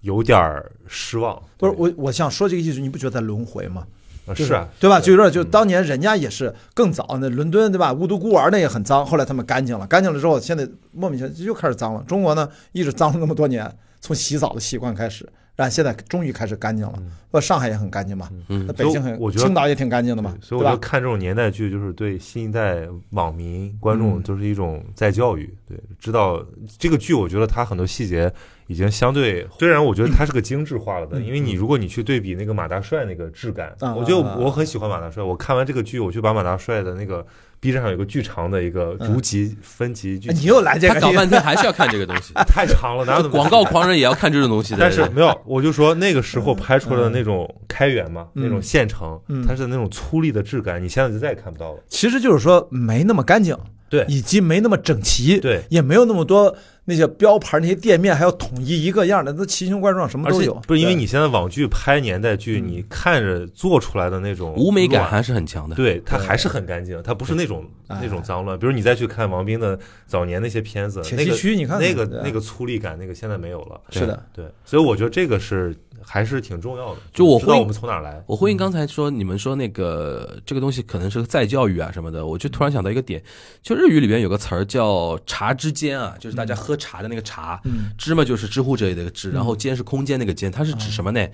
C: 有点儿失望。
D: 不是我，我想说这个意思，你不觉得在轮回吗？
C: 呃
D: 就是
C: 啊，
D: 对吧？就有点就当年人家也是更早，那伦敦对吧？雾都孤儿那也很脏，后来他们干净了，干净了之后，现在莫名其妙就又开始脏了。中国呢，一直脏了那么多年，从洗澡的习惯开始，然后现在终于开始干净了。不，上海也很干净嘛，那北京很
C: 嗯所以，我觉得
D: 青岛也挺干净的嘛，
C: 嗯所以
D: 对
C: 我觉得
D: 吧？
C: 看这种年代剧，就是对新一代网民观众就是一种再教育，对，知道这个剧，我觉得它很多细节已经相对，嗯虽然我觉得它是个精致化了的，因为你如果你去对比那个马大帅那个质感，
D: 啊
C: 我觉得
D: 啊啊
C: 我很喜欢马大帅，我看完这个剧，我去把马大帅的那个 B 站上有个巨长的一个逐集分级剧
D: 哎，你又来这
B: 他
D: 个，
B: 搞半天还是要看这个东 西，
C: 太长了，哪有那么
B: 广告狂人也要看这种东西的。
C: 但是没有，我就说那个时候拍出来的那种开源嘛，
D: 嗯
C: 那种县城，
D: 嗯
C: 它是那种粗粝的质感，你现在就再也看不到了。
D: 其实就是说没那么干净，
C: 对
D: 以及没那么整齐，
C: 对
D: 也没有那么多那些标牌、那些店面还要统一一个样的，那奇形怪状，什么
C: 而
D: 都
C: 且
D: 有。
C: 不是因为
D: 对嗯
C: 你现在网剧拍年代剧，你看着做出来的那种
B: 无美感
C: 乱，
B: 还是很强的。
C: 对它还是很干净，它不是那种
D: 哎
C: 那种脏乱。比如你再去看王斌的早年那些片子，
D: 铁
C: 那
D: 西
C: 个
D: 区，你看看
C: 那个
D: 对啊
C: 那个粗粝感，那个现在没有了。
D: 是的，
C: 对，所以我觉得这个是还是挺重要的，
B: 就我
C: 知道
B: 会
C: 我们从哪儿来。
B: 我
D: 嗯
B: 呼应刚才说，你们说那个这个东西可能是个再教育啊什么的，我就突然想到一个点，就日语里边有个词儿叫“茶之间”啊，就是大家喝茶的那个茶，
D: 嗯
B: 知嘛就是知乎者也那个知，然后间是空间那个间，它是指什么呢？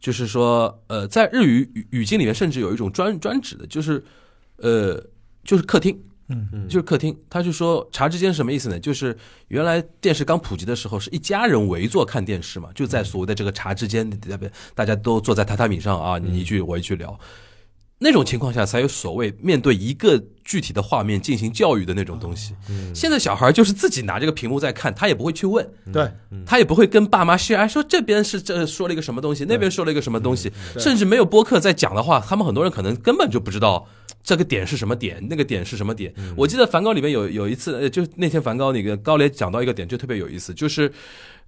B: 就是说，呃，在日语语语境里面，甚至有一种专专指的，就是，呃，就是客厅，
C: 嗯
B: 就是客厅。他就说茶之间是什么意思呢？就是原来电视刚普及的时候，是一家人围坐看电视嘛，就在所谓的这个茶之间那边，大家都坐在榻榻米上啊，你一句我一句聊。那种情况下才有所谓面对一个具体的画面进行教育的那种东西。现在小孩就是自己拿这个屏幕在看，他也不会去问，
C: 嗯
D: 对，
B: 他也不会跟爸妈 share 哎说这边是这说了一个什么东西，那边说了一个什么东西，甚至没有播客在讲的话，他们很多人可能根本就不知道这个点是什么点，那个点是什么点。我记得梵高里面有有一次，呃，就那天梵高那个高磊讲到一个点就特别有意思，就是。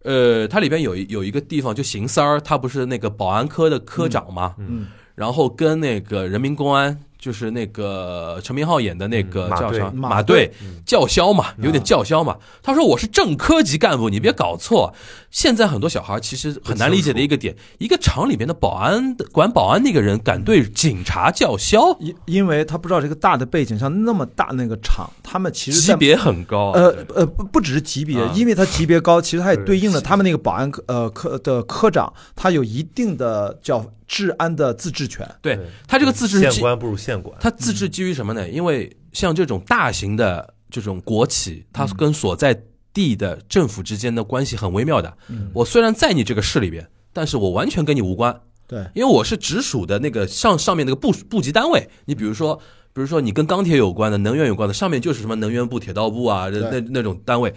B: 呃，它里边有一有一个地方，就邢三儿，他不是那个保安科的科长嘛，嗯，然后跟那个人民公安，就是那个陈明浩演的那个
C: 嗯马
B: 叫
C: 队
B: 啥
D: 马
B: 马队叫嚣嘛，
D: 嗯
B: 有点叫嚣嘛。他说我是正科级干部，你别搞错。
D: 嗯
B: 现在很多小孩其实很难理解的一个点，一个厂里面的保安的管保安那个人敢对警察叫嚣，
D: 因因为他不知道这个大的背景上那么大那个厂，他们其实
B: 级
D: 在
B: 别很高啊。
D: 呃
B: 对
D: 呃，不不只是级别
B: 啊，
D: 因为他级别高，其实他也对应了他们那个保安科呃科的科长，他有一定的叫治安的自治权。
B: 对他这个自治
C: 县
B: 基
C: 官不如县管，
B: 它自治基于什么呢？因为像这种大型的这种国企，它
D: 嗯
B: 跟所在地的政府之间的关系很微妙的。
D: 嗯
B: 我虽然在你这个市里边，但是我完全跟你无关，
D: 对，
B: 因为我是直属的那个上上面那个部部级单位。你比如说，比如说你跟钢铁有关的、能源有关的，上面就是什么能源部、铁道部啊，那那
D: 对
B: 那种单位。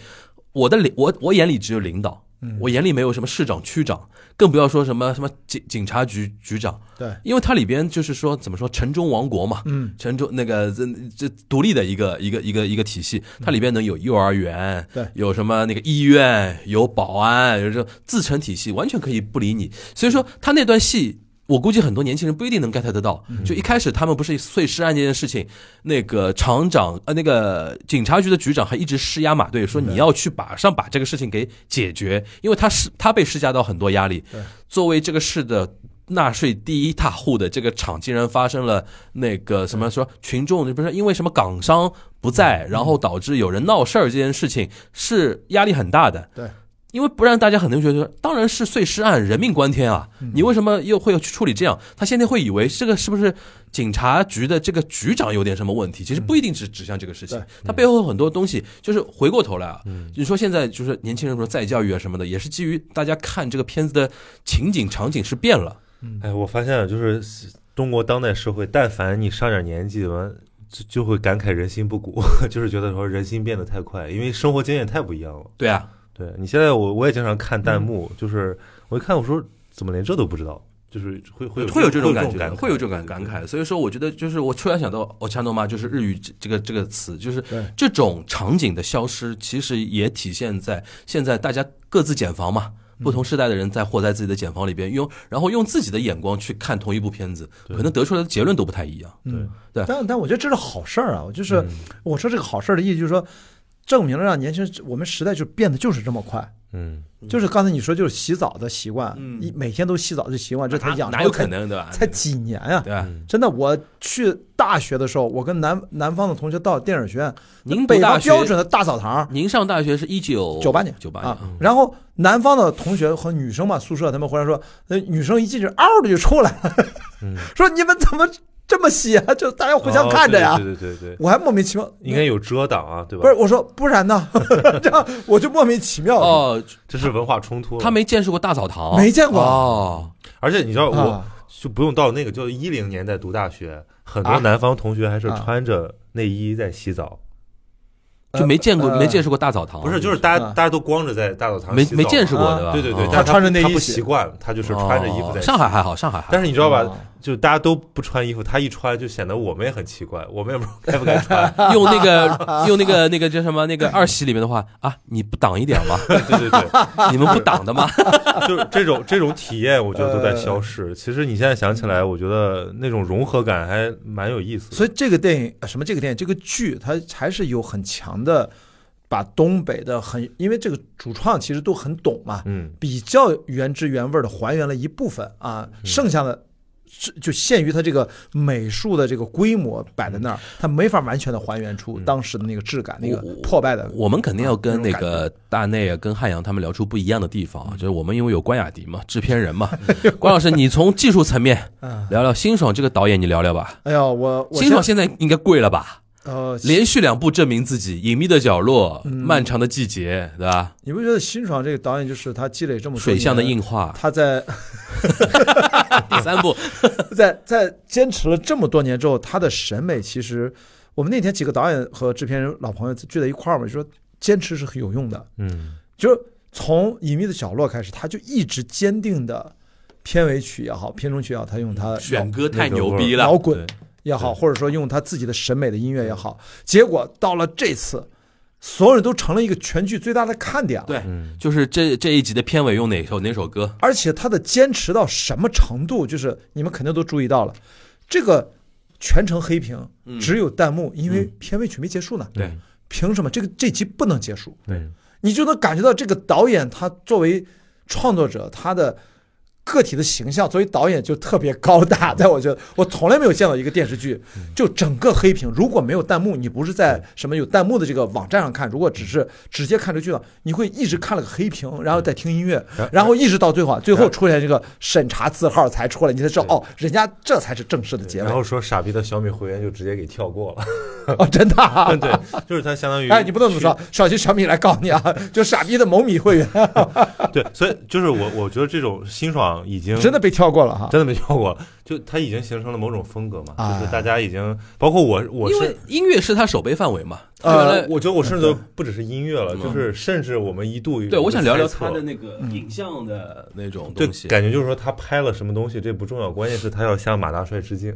B: 我的领我我眼里只有领导，
D: 嗯
B: 我眼里没有什么市长、区长，更不要说什么什么警警察局局长。
D: 对，
B: 因为它里边就是说怎么说城中王国嘛，
D: 嗯，
B: 城中那个这这独立的一个一个一个一个体系，它里边能有幼儿园，
D: 嗯对
B: 有什么那个医院，有保安，有这种自成体系，完全可以不理你。所以说他那段戏。我估计很多年轻人不一定能 get 得到。
D: 嗯
B: 就一开始他们不是碎尸案这件事情，那个厂长呃，那个警察局的局长还一直施压马队说你要去马上把这个事情给解决，因为他是他被施加到很多压力。作为这个市的纳税第一大户的这个厂，竟然发生了那个什么说群众不是因为什么港商不
D: 嗯
B: 在，然后导致有人闹事儿这件事情是压力很大的。
D: 对，
B: 因为不然大家很多人觉得说，当然是碎尸案，人命关天啊，
D: 嗯
B: 你为什么又会去处理这样？他现在会以为这个是不是警察局的这个局长有点什么问题？其实不一定是指向这个事情
D: 嗯对，嗯
B: 它背后有很多东西。就是回过头来啊，你说现在就是年轻人说再教育啊什么的，也是基于大家看这个片子的情景场景是变了。
C: 哎，我发现了就是中国当代社会，但凡你上点年纪完。就就会感慨人心不古， 就是觉得说人心变得太快，因为生活经验太不一样了。
B: 对啊，
C: 对你现在我我也经常看
D: 嗯
C: 弹幕，就是我一看我说怎么连这都不知道，就是会会有
B: 啊会有这种感
C: 感
B: 觉
C: 感
B: 的，
C: 慨
B: 会有这种感感慨。所以说，我觉得就是我突然想到 “ochano 嘛，就是日语这这个这个词，就是
D: 对
B: 这种场景的消失，其实也体现在现在大家各自茧房嘛。不同时代的人在活在自己的茧房里边，用然后用自己的眼光去看同一部片子，可能得出来的结论都不太一样。
C: 对
B: 对
D: 但但我觉得这是好事儿啊！我就是、
B: 嗯
D: 我说这个好事儿的意思，就是说证明了让年轻人，我们时代就变得就是这么快。
C: 嗯，
D: 就是刚才你说，就是洗澡的习惯，
B: 嗯
D: 一每天都洗澡的习惯，这才
B: 哪
D: 养
B: 哪
D: 成
B: 有
D: 才
B: 可能啊对吧？
D: 才几年啊呀、
B: 对吧？啊
D: 真的，我去大学的时候，我跟南南方的同学到电影学院，
B: 您读
D: 北
B: 大
D: 方
B: 学
D: 标准的大澡堂
B: 您上大学是一九
D: 98年
B: 九八年嗯
D: 啊，然后南方的同学和女生嘛，宿舍他们回来说，那女生一进去，嗷的就出来了，
B: 嗯
D: 说你们怎么这么洗啊？就大家互相
C: 哦
D: 看着呀，
C: 对对对对对，
D: 我还莫名其妙，
C: 应该有遮挡啊，对吧？
D: 不是，我说，不然呢？ 这样我就莫名其妙。
B: 哦，
C: 这是文化冲突。
B: 他，没见识过大澡堂，
D: 没见过
B: 哦，
C: 而且你知道，我
D: 啊
C: 就不用到那个，就一零年代读大学，很
D: 啊
C: 多南方同学还是
D: 啊
C: 穿着内衣在洗澡，
B: 就没见过
D: 呃
B: 没见识过大澡堂，
C: 不是，就是大家
D: 啊
C: 大家都光着在大澡堂
B: 没
C: 洗澡
B: 没见识过
D: 啊
B: 对吧？
C: 对对对，
B: 哦
C: 但是
D: 他穿着内衣
C: 他不
D: 洗
C: 习惯，他就是穿着衣服在
B: 哦
C: 洗。
B: 上海还好，上海还好
C: 但。是你知道吧
D: 哦？
C: 就大家都不穿衣服，他一穿就显得我们也很奇怪，我们也不知道该不该穿。
B: 用那个用那个那个叫什么那个二喜里面的话啊，你不挡一点吗？
C: 对对对，
B: 你们不挡的吗？
C: 就是这种这种体验，我觉得都在消
D: 呃
C: 失。其实你现在想起来，我觉得那种融合感还蛮有意思的。
D: 所以这个电影呃什么这个电影这个剧，它还是有很强的把东北的很，因为这个主创其实都很懂嘛，
C: 嗯，
D: 比较原汁原味的还原了一部分啊，
B: 嗯
D: 剩下的。是就限于它这个美术的这个规模摆在那儿，它没法完全的还原出当时的那个质感，那个
B: 嗯我
D: 破败的。
B: 我们肯定要跟那
D: 那种
B: 个大内啊、跟汉阳他们聊出不一样的地方啊，就是我们因为有关雅迪嘛，制片人 嘛。关老师，你从技术层面
D: 嗯
B: 聊聊辛爽这个导演，你聊聊吧。
D: 哎呦，我我
B: 辛
D: 先
B: 爽现在应该贵了吧？
D: 呃，
B: 连续两部证明自己，《隐秘的角落》
C: 嗯
B: 漫长的季节》，对吧？
D: 你不觉得辛爽这个导演就是他积累这么多
B: 水象的
D: 年
B: 硬化，
D: 他在
B: 第三部，
D: 在在坚持了这么多年之后，他的审美其实，我们那天几个导演和制片人老朋友聚在一块儿嘛，就说坚持是很有用的。
C: 嗯
D: 就是从《隐秘的角落》开始，他就一直坚定的片尾曲也好，片中曲也好，他用他
B: 嗯选
D: 摇
B: 歌太牛逼 了，
D: 摇滚
B: 对
D: 也好，或者说用他自己的审美的音乐也好，结果到了这次，所有人都成了一个全剧最大的看点了。
B: 对
C: 嗯，
B: 就是这这一集的片尾用哪首哪首歌？
D: 而且他的坚持到什么程度，就是你们肯定都注意到了，这个全程黑屏，只有弹幕，因为片尾曲没结束呢。
B: 对，
C: 嗯
D: 凭什么这个这集不能结束？
C: 对，
D: 你就能感觉到这个导演他作为创作者，他的个体的形象作为导演就特别高大。
C: 嗯
D: 在我觉得，我从来没有见到一个电视剧就整个黑屏，如果没有弹幕，你不是在什么有弹幕的这个网站上看，如果只是
C: 嗯
D: 直接看这剧了，你会一直看了个黑屏，然后再听音乐，
C: 嗯
D: 然后一直到最后啊，最后出现这个审查字号才出来，你才知道哦，人家这才是正式的结尾
C: 然后说傻逼的小米回员就直接给跳过 了，
D: 哦，真 的、啊。
C: 对，就是他相当于
D: 哎，你不能这么说，小心小米来告 你啊！就傻逼的某米会员
C: 对，所以就是我我觉得这种辛爽已经
D: 真的被跳过了哈。
C: 真的没跳过，就它已经形成了某种风格嘛，
D: 哎
C: 就是大家已经包括我，我
B: 因为
C: 是。
B: 音乐是他手背范围嘛。
D: 呃
B: 原来
C: 我觉得我甚至都不只是音乐
D: 嗯
C: 了，就是甚至我们一度
B: 对，我想聊聊
C: 猜测
B: 他的那个影像的那种
C: 对
B: 东西，
C: 感觉就是说他拍了什么东西这不重要，关键是他要向马大帅致敬，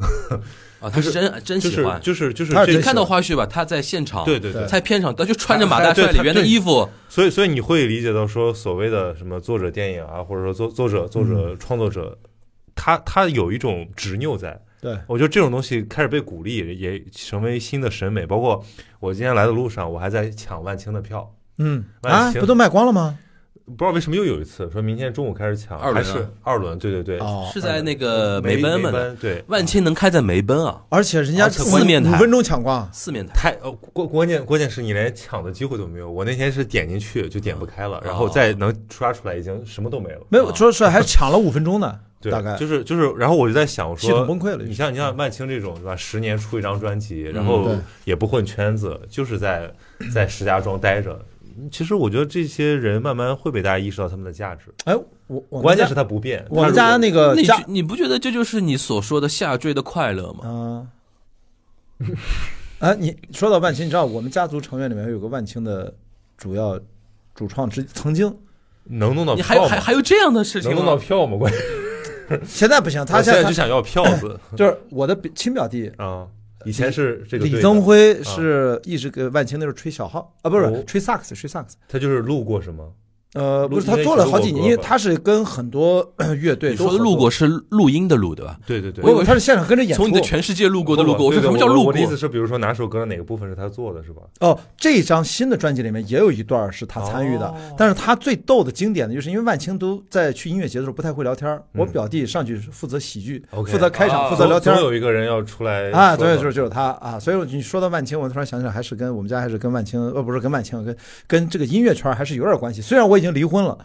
B: 啊，他是真真
C: 就
B: 喜
C: 是
B: 欢。
C: 就是就是
D: 他是
C: 这
B: 你看到花絮吧，他在现场，
C: 对对对，
B: 在片场，他就穿着马大帅
C: 对他
B: 里边的衣服，
C: 所以所以你会理解到说所谓的什么作者电影啊，或者说作作者作
D: 嗯
C: 者创作者，他他有一种执拗在，
D: 对，
C: 我觉得这种东西开始被鼓励，也也成为新的审美。包括我今天来的路上，我还在抢万青的票，
D: 嗯
C: 万
D: 啊，
C: 幸
D: 不都卖光了吗？
C: 不知道为什么又有一次说明天中午开始抢，
B: 二轮
C: 还
B: 啊
C: 是二轮？对对对，
D: 哦，
B: 是在那个
C: 梅
B: 奔
C: 梅
B: 嘛。
C: 呃奔对。
B: 万千能开在梅奔啊，
D: 而且人家
B: 而且四面
D: 五
B: 台
D: 五分钟抢光，
B: 四面台。
C: 太呃关关键关键是你连抢的机会都没有，我那天是点进去就点不开了，
B: 哦
C: 然后再能刷出来已经什么都没了。
D: 没有说是还抢了五分钟呢，
C: 啊 对，
D: 大概
C: 就是就是，然后我就在想我说，
D: 系统崩溃了嗯
C: 你像你像万青这种对吧，十年出一张专辑，
B: 嗯
C: 然后
D: 对
C: 也不混圈子，就是在在石家庄待着。其实我觉得这些人慢慢会被大家意识到他们的价值，
D: 哎，我我们
C: 关键
D: 家
C: 是他不变。
D: 我
C: 他
D: 们
C: 如
D: 家那个
B: 那你
D: 家
B: 觉，你不觉得这就是你所说的下坠的快乐吗？
D: 嗯。哎，你说到万青，你知道我们家族成员里面有个万青的主要主创之，曾经
C: 能弄到
B: 你还有
C: 票
B: 还
C: 吗？
B: 还有这样的事情
C: 能
B: 吗
C: 弄到票吗？关键
D: 现在不行，他
C: 我现在
D: 他
C: 就想要票子
D: 就是我的表亲表弟
C: 啊！以前是这个
D: 李
C: 队
D: 增
C: 的，啊
D: 辉是一直给万青那时候吹小号啊，不
C: 哦
D: 是吹萨克斯，吹萨克斯。
C: 他就是路过什么？
D: 呃，不是，
C: 录应
D: 他
C: 该
D: 做
C: 是
D: 了
C: 录
D: 好
C: 过
D: 几年，
C: 歌
D: 因为
C: 吧
D: 他是跟很多呃乐队
B: 你说
D: 都
B: 的
D: 合
B: 路
D: 作
B: 过是录音的录，对吧？
C: 对对对，
D: 我以为他是现场跟着演出。
B: 从你的全世界路过的路过，
C: 不
B: 我说
C: 对
B: 什
C: 对
B: 么叫
C: 我
B: 路
C: 我
B: 过
C: 的意？思是，比如说哪首歌的哪个部分是他做的，是吧？
D: 哦，这张新的专辑里面也有一段是他参与的，
C: 哦
D: 但是他最逗的经典的就是因为万青都在去音乐节的时候不太会聊天儿，我表弟上去是负责喜剧
C: 嗯 OK
D: 负责开场，
B: 啊
D: 负责聊
C: 总
D: 天儿。
C: 有一个人要出来哎
D: 啊，
C: 说
D: 对，
C: 嘛
D: 就是就是他啊，所以我你说到万青，我突然想起来，还是跟我们家还是跟万青，呃，不是跟万青，跟跟这个音乐圈还是有点关系。虽然我已经离 婚了，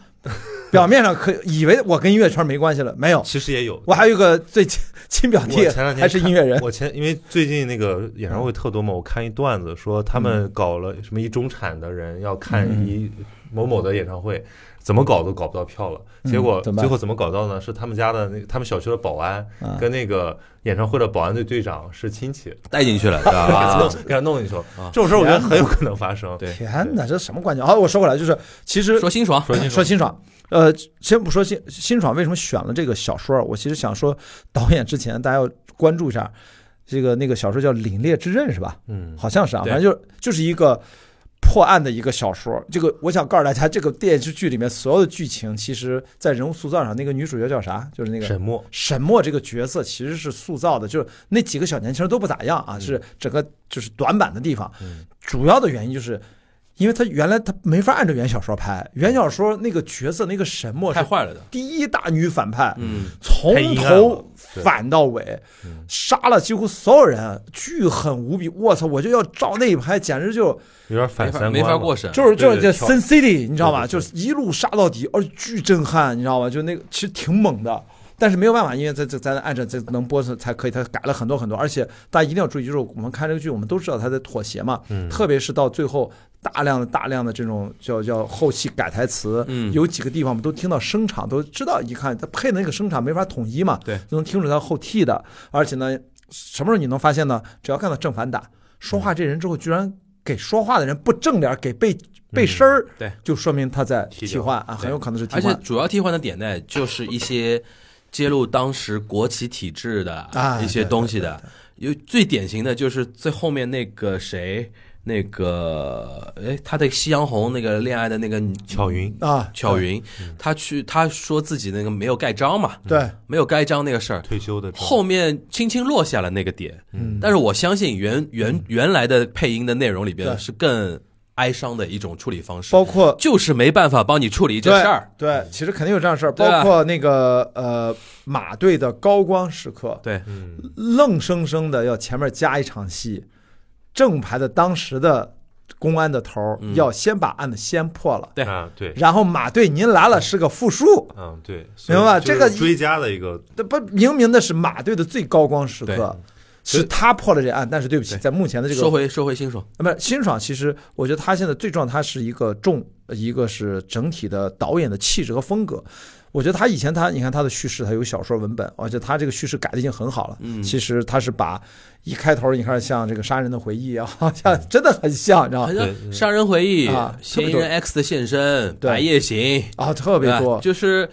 D: 表面上可以为我跟音乐圈没关系了，没有，
C: 其实也有。
D: 我还有个最亲亲表
C: 我
D: 弟，
C: 前两天
D: 啊还是音乐人
C: 看，我前因为最近那个演唱会特多嘛，我看一段子说他
D: 嗯
C: 们搞了什么一中产的人要看一某某的演唱会，怎么搞都搞不到票了。
D: 嗯
C: 结果
D: 怎么办
C: 最后怎么搞到呢？是他们家的那他们小区的保安
D: 啊
C: 跟那个演唱会的保安队队长是亲戚，
B: 带进去了，
D: 啊
B: 对
C: 给
B: 吧？啊
C: 弄给他弄进去了。这种事儿我觉得很有可能发生。
B: 对
D: 天哪，这什么观点？好，我说回来，就是其实
B: 说清啊爽，
D: 说清爽，呃，先不说新新爽为什么选了这个小说儿，我其实想说，导演之前大家要关注一下，这个那个小说叫《凛冽之刃》是吧？
C: 嗯，
D: 好像是啊，
B: 对
D: 反正就是就是一个破案的一个小说儿。这个我想告诉大家，这个电视剧里面所有的剧情，其实在人物塑造上，那个女主角叫啥？就是那个
C: 沈墨
D: 沈墨这个角色其实是塑造的，就是那几个小年轻都不咋样啊，是整个就是短板的地方。
C: 嗯
D: 主要的原因就是，因为他原来他没法按照原小说拍，
C: 嗯
D: 原小说那个角色那个沈墨
B: 太
D: 是
B: 坏了的。
D: 第一大女反派，
B: 嗯，
C: 太
D: 从
C: 阴暗了
D: 头反到尾，杀了几乎所有人，巨狠无比。我操，我就要照那一拍，简直就
C: 有点
B: 没
C: 反
B: 法
C: 三观
B: 没法
C: 了
B: 过审，
D: 就是
C: 对
D: 就
C: 对
D: 是这
C: 跳
D: Sin City，你知道吧？
C: 对对
D: 就是一路杀到底，而且巨震撼，你知道吧？就那个其实挺猛的。但是没有办法，因为在这咱按照这能播才可以，他改了很多很多，而且大家一定要注意，就是我们看这个剧，我们都知道他在妥协嘛，
C: 嗯
D: 特别是到最后大量的大量的这种叫叫后期改台词，
B: 嗯
D: 有几个地方我们都听到声场，都知道一看他配的那个声场没法统一嘛，
B: 对
D: 就能听出他后替的，而且呢，什么时候你能发现呢？只要看到正反打说话这人之后，居然给说话的人不正脸，给背背身儿、
B: 嗯对，
D: 就说明他在
C: 替
D: 替换啊，很有可能是替
B: 而且
D: 换。
B: 主要替换的点呢，就是一些揭露当时国企体制的
D: 啊
B: 一些东西的。有最典型的就是最后面那个谁，那个哎，他的夕阳红那个恋爱的那个
C: 巧云，
D: 啊，
B: 巧云，他去他说自己那个没有盖章嘛，
D: 对，
B: 没有盖章那个事儿，
C: 退休的
B: 后面轻轻落下了那个点。
D: 嗯
B: 但是我相信原原原来的配音的内容里边
D: 对
B: 是更哀伤的一种处理方式，
D: 包括
B: 就是没办法帮你处理这
D: 对
B: 事儿。
D: 对，其实肯定有这样的事儿，
B: 对啊
D: 包括那个呃马队的高光时刻，
B: 对，
C: 嗯
D: 愣生生的要前面加一场戏，正牌的当时的公安的头儿
B: 嗯
D: 要先把案子先破了，
B: 对
C: 啊对，
D: 然后马队您来了是个复述，
C: 嗯对，
D: 明
C: 所
D: 白吧
C: 以
D: 这个
C: 就是追加的一个
D: 这不明明的是马队的最高光时刻
B: 对。
D: 是他破了这案，但是对不起，
B: 对
D: 在目前的这个
B: 说回说回新手，
D: 那么辛爽其实，我觉得他现在最重要，他是一个重，呃一个是整体的导演的气质和风格。我觉得他以前他，你看他的叙事，他有小说文本，而且他这个叙事改的已经很好了。
B: 嗯
D: 其实他是把一开头你看像这个杀人的回忆啊， 像真的很像，你知道
B: 好
D: 吗？
B: 像
C: 对
B: 《杀人回忆》
D: 啊特
B: 嫌
D: 别
B: 疑
D: 多
B: 人 X 的现身》、《
D: 对
B: 白夜行》
D: 啊，特别
B: 对吧
D: 多，
B: 就是，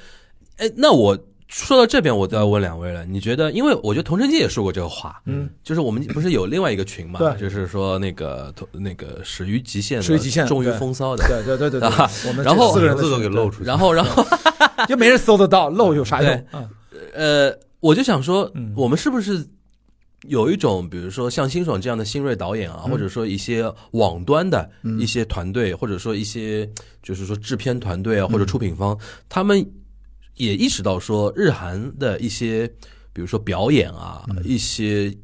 B: 哎，那我说到这边，我都要问两位了，你觉得？因为我觉得童晨基也说过这个话，
D: 嗯，
B: 就是我们不是有另外一个群嘛，
D: 对
B: 就是说那个同那个始于极限的，
D: 始于极限
B: 终于
D: 对
B: 风骚的。
D: 对对对对对，
B: 啊
D: 我 们
B: 然后
D: 这四个人的
C: 名字都给
D: 选
C: 露出去，
B: 然后，然后，
D: 对又没人搜得到，漏有啥用？啊
B: 呃，我就想说
D: 嗯，
B: 我们是不是有一种，比如说像辛爽这样的新锐导演
D: 嗯
B: 啊，或者说一些网端的一些团队，或者说一些就是说制片团队
D: 嗯
B: 啊，或者出品方，他们也意识到说，日韩的一些，比如说表演啊，
D: 嗯
B: 一些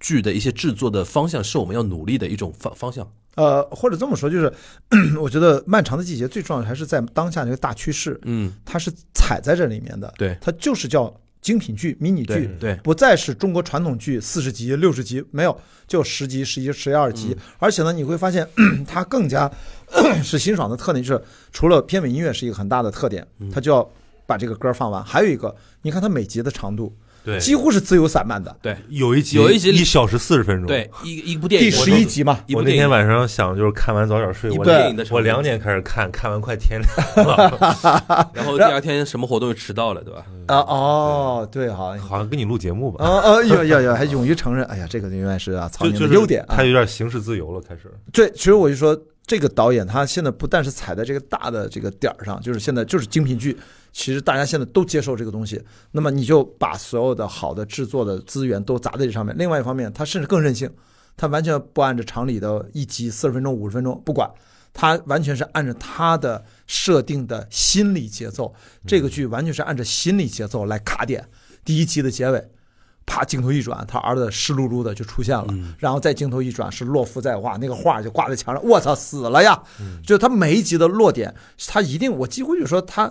B: 剧的一些制作的方向，是我们要努力的一种方方向。
D: 呃，或者这么说，就是 我觉得漫长的季节最重要的还是在当下这个大趋势，
B: 嗯，
D: 它是踩在这里面的。
B: 对
D: 它就是叫精品剧、迷你
B: 对
D: 剧，
B: 对，
D: 不再是中国传统剧四十集、六十集，没有，就十集、十一、十二集。
B: 嗯
D: 而且呢，你会发现 它更加 是辛爽的特点，就是除了片尾音乐是一个很大的特点，
B: 嗯
D: 它就要把这个歌放完。还有一个，你看它每集的长度
C: 对
D: 几乎是自由散漫的，
B: 对
C: 有一集
B: 有一集
C: 一小时四十分钟，
B: 对，一一部电影，
D: 第十一集嘛。
B: 一
C: 我
B: 部
C: 那
B: 电影
C: 天晚上想就是看完早点睡，
B: 一部
C: 我
B: 电
C: 两
B: 影的长
C: 我
B: 度
C: 两点开始看，看完快天亮了，
B: 然后第二天什么活动又迟到了，对吧？
D: 啊哦，对哈，
C: 好像跟你录节目吧，
D: 啊啊有有有，还勇于承认，哎呀，这个永远是啊，曹
C: 就
D: 宁
C: 就
D: 的
C: 是
D: 优点啊
C: 他。有点行事自由了，开始
D: 对，其实我就说，这个导演他现在不但是踩在这个大的这个点儿上，就是现在就是精品剧，其实大家现在都接受这个东西。那么你就把所有的好的制作的资源都砸在这上面。另外一方面，他甚至更任性，他完全不按照常理的一集四十分钟、五十分钟不管，他完全是按照他的设定的心理节奏。这个剧完全是按照心理节奏来卡点，第一集的结尾。啪，镜头一转，他儿子湿漉漉的就出现了，然后再镜头一转是洛夫在画，那个画就挂在墙上，我操，死了呀！就他每一集的落点，他一定，我几乎就说他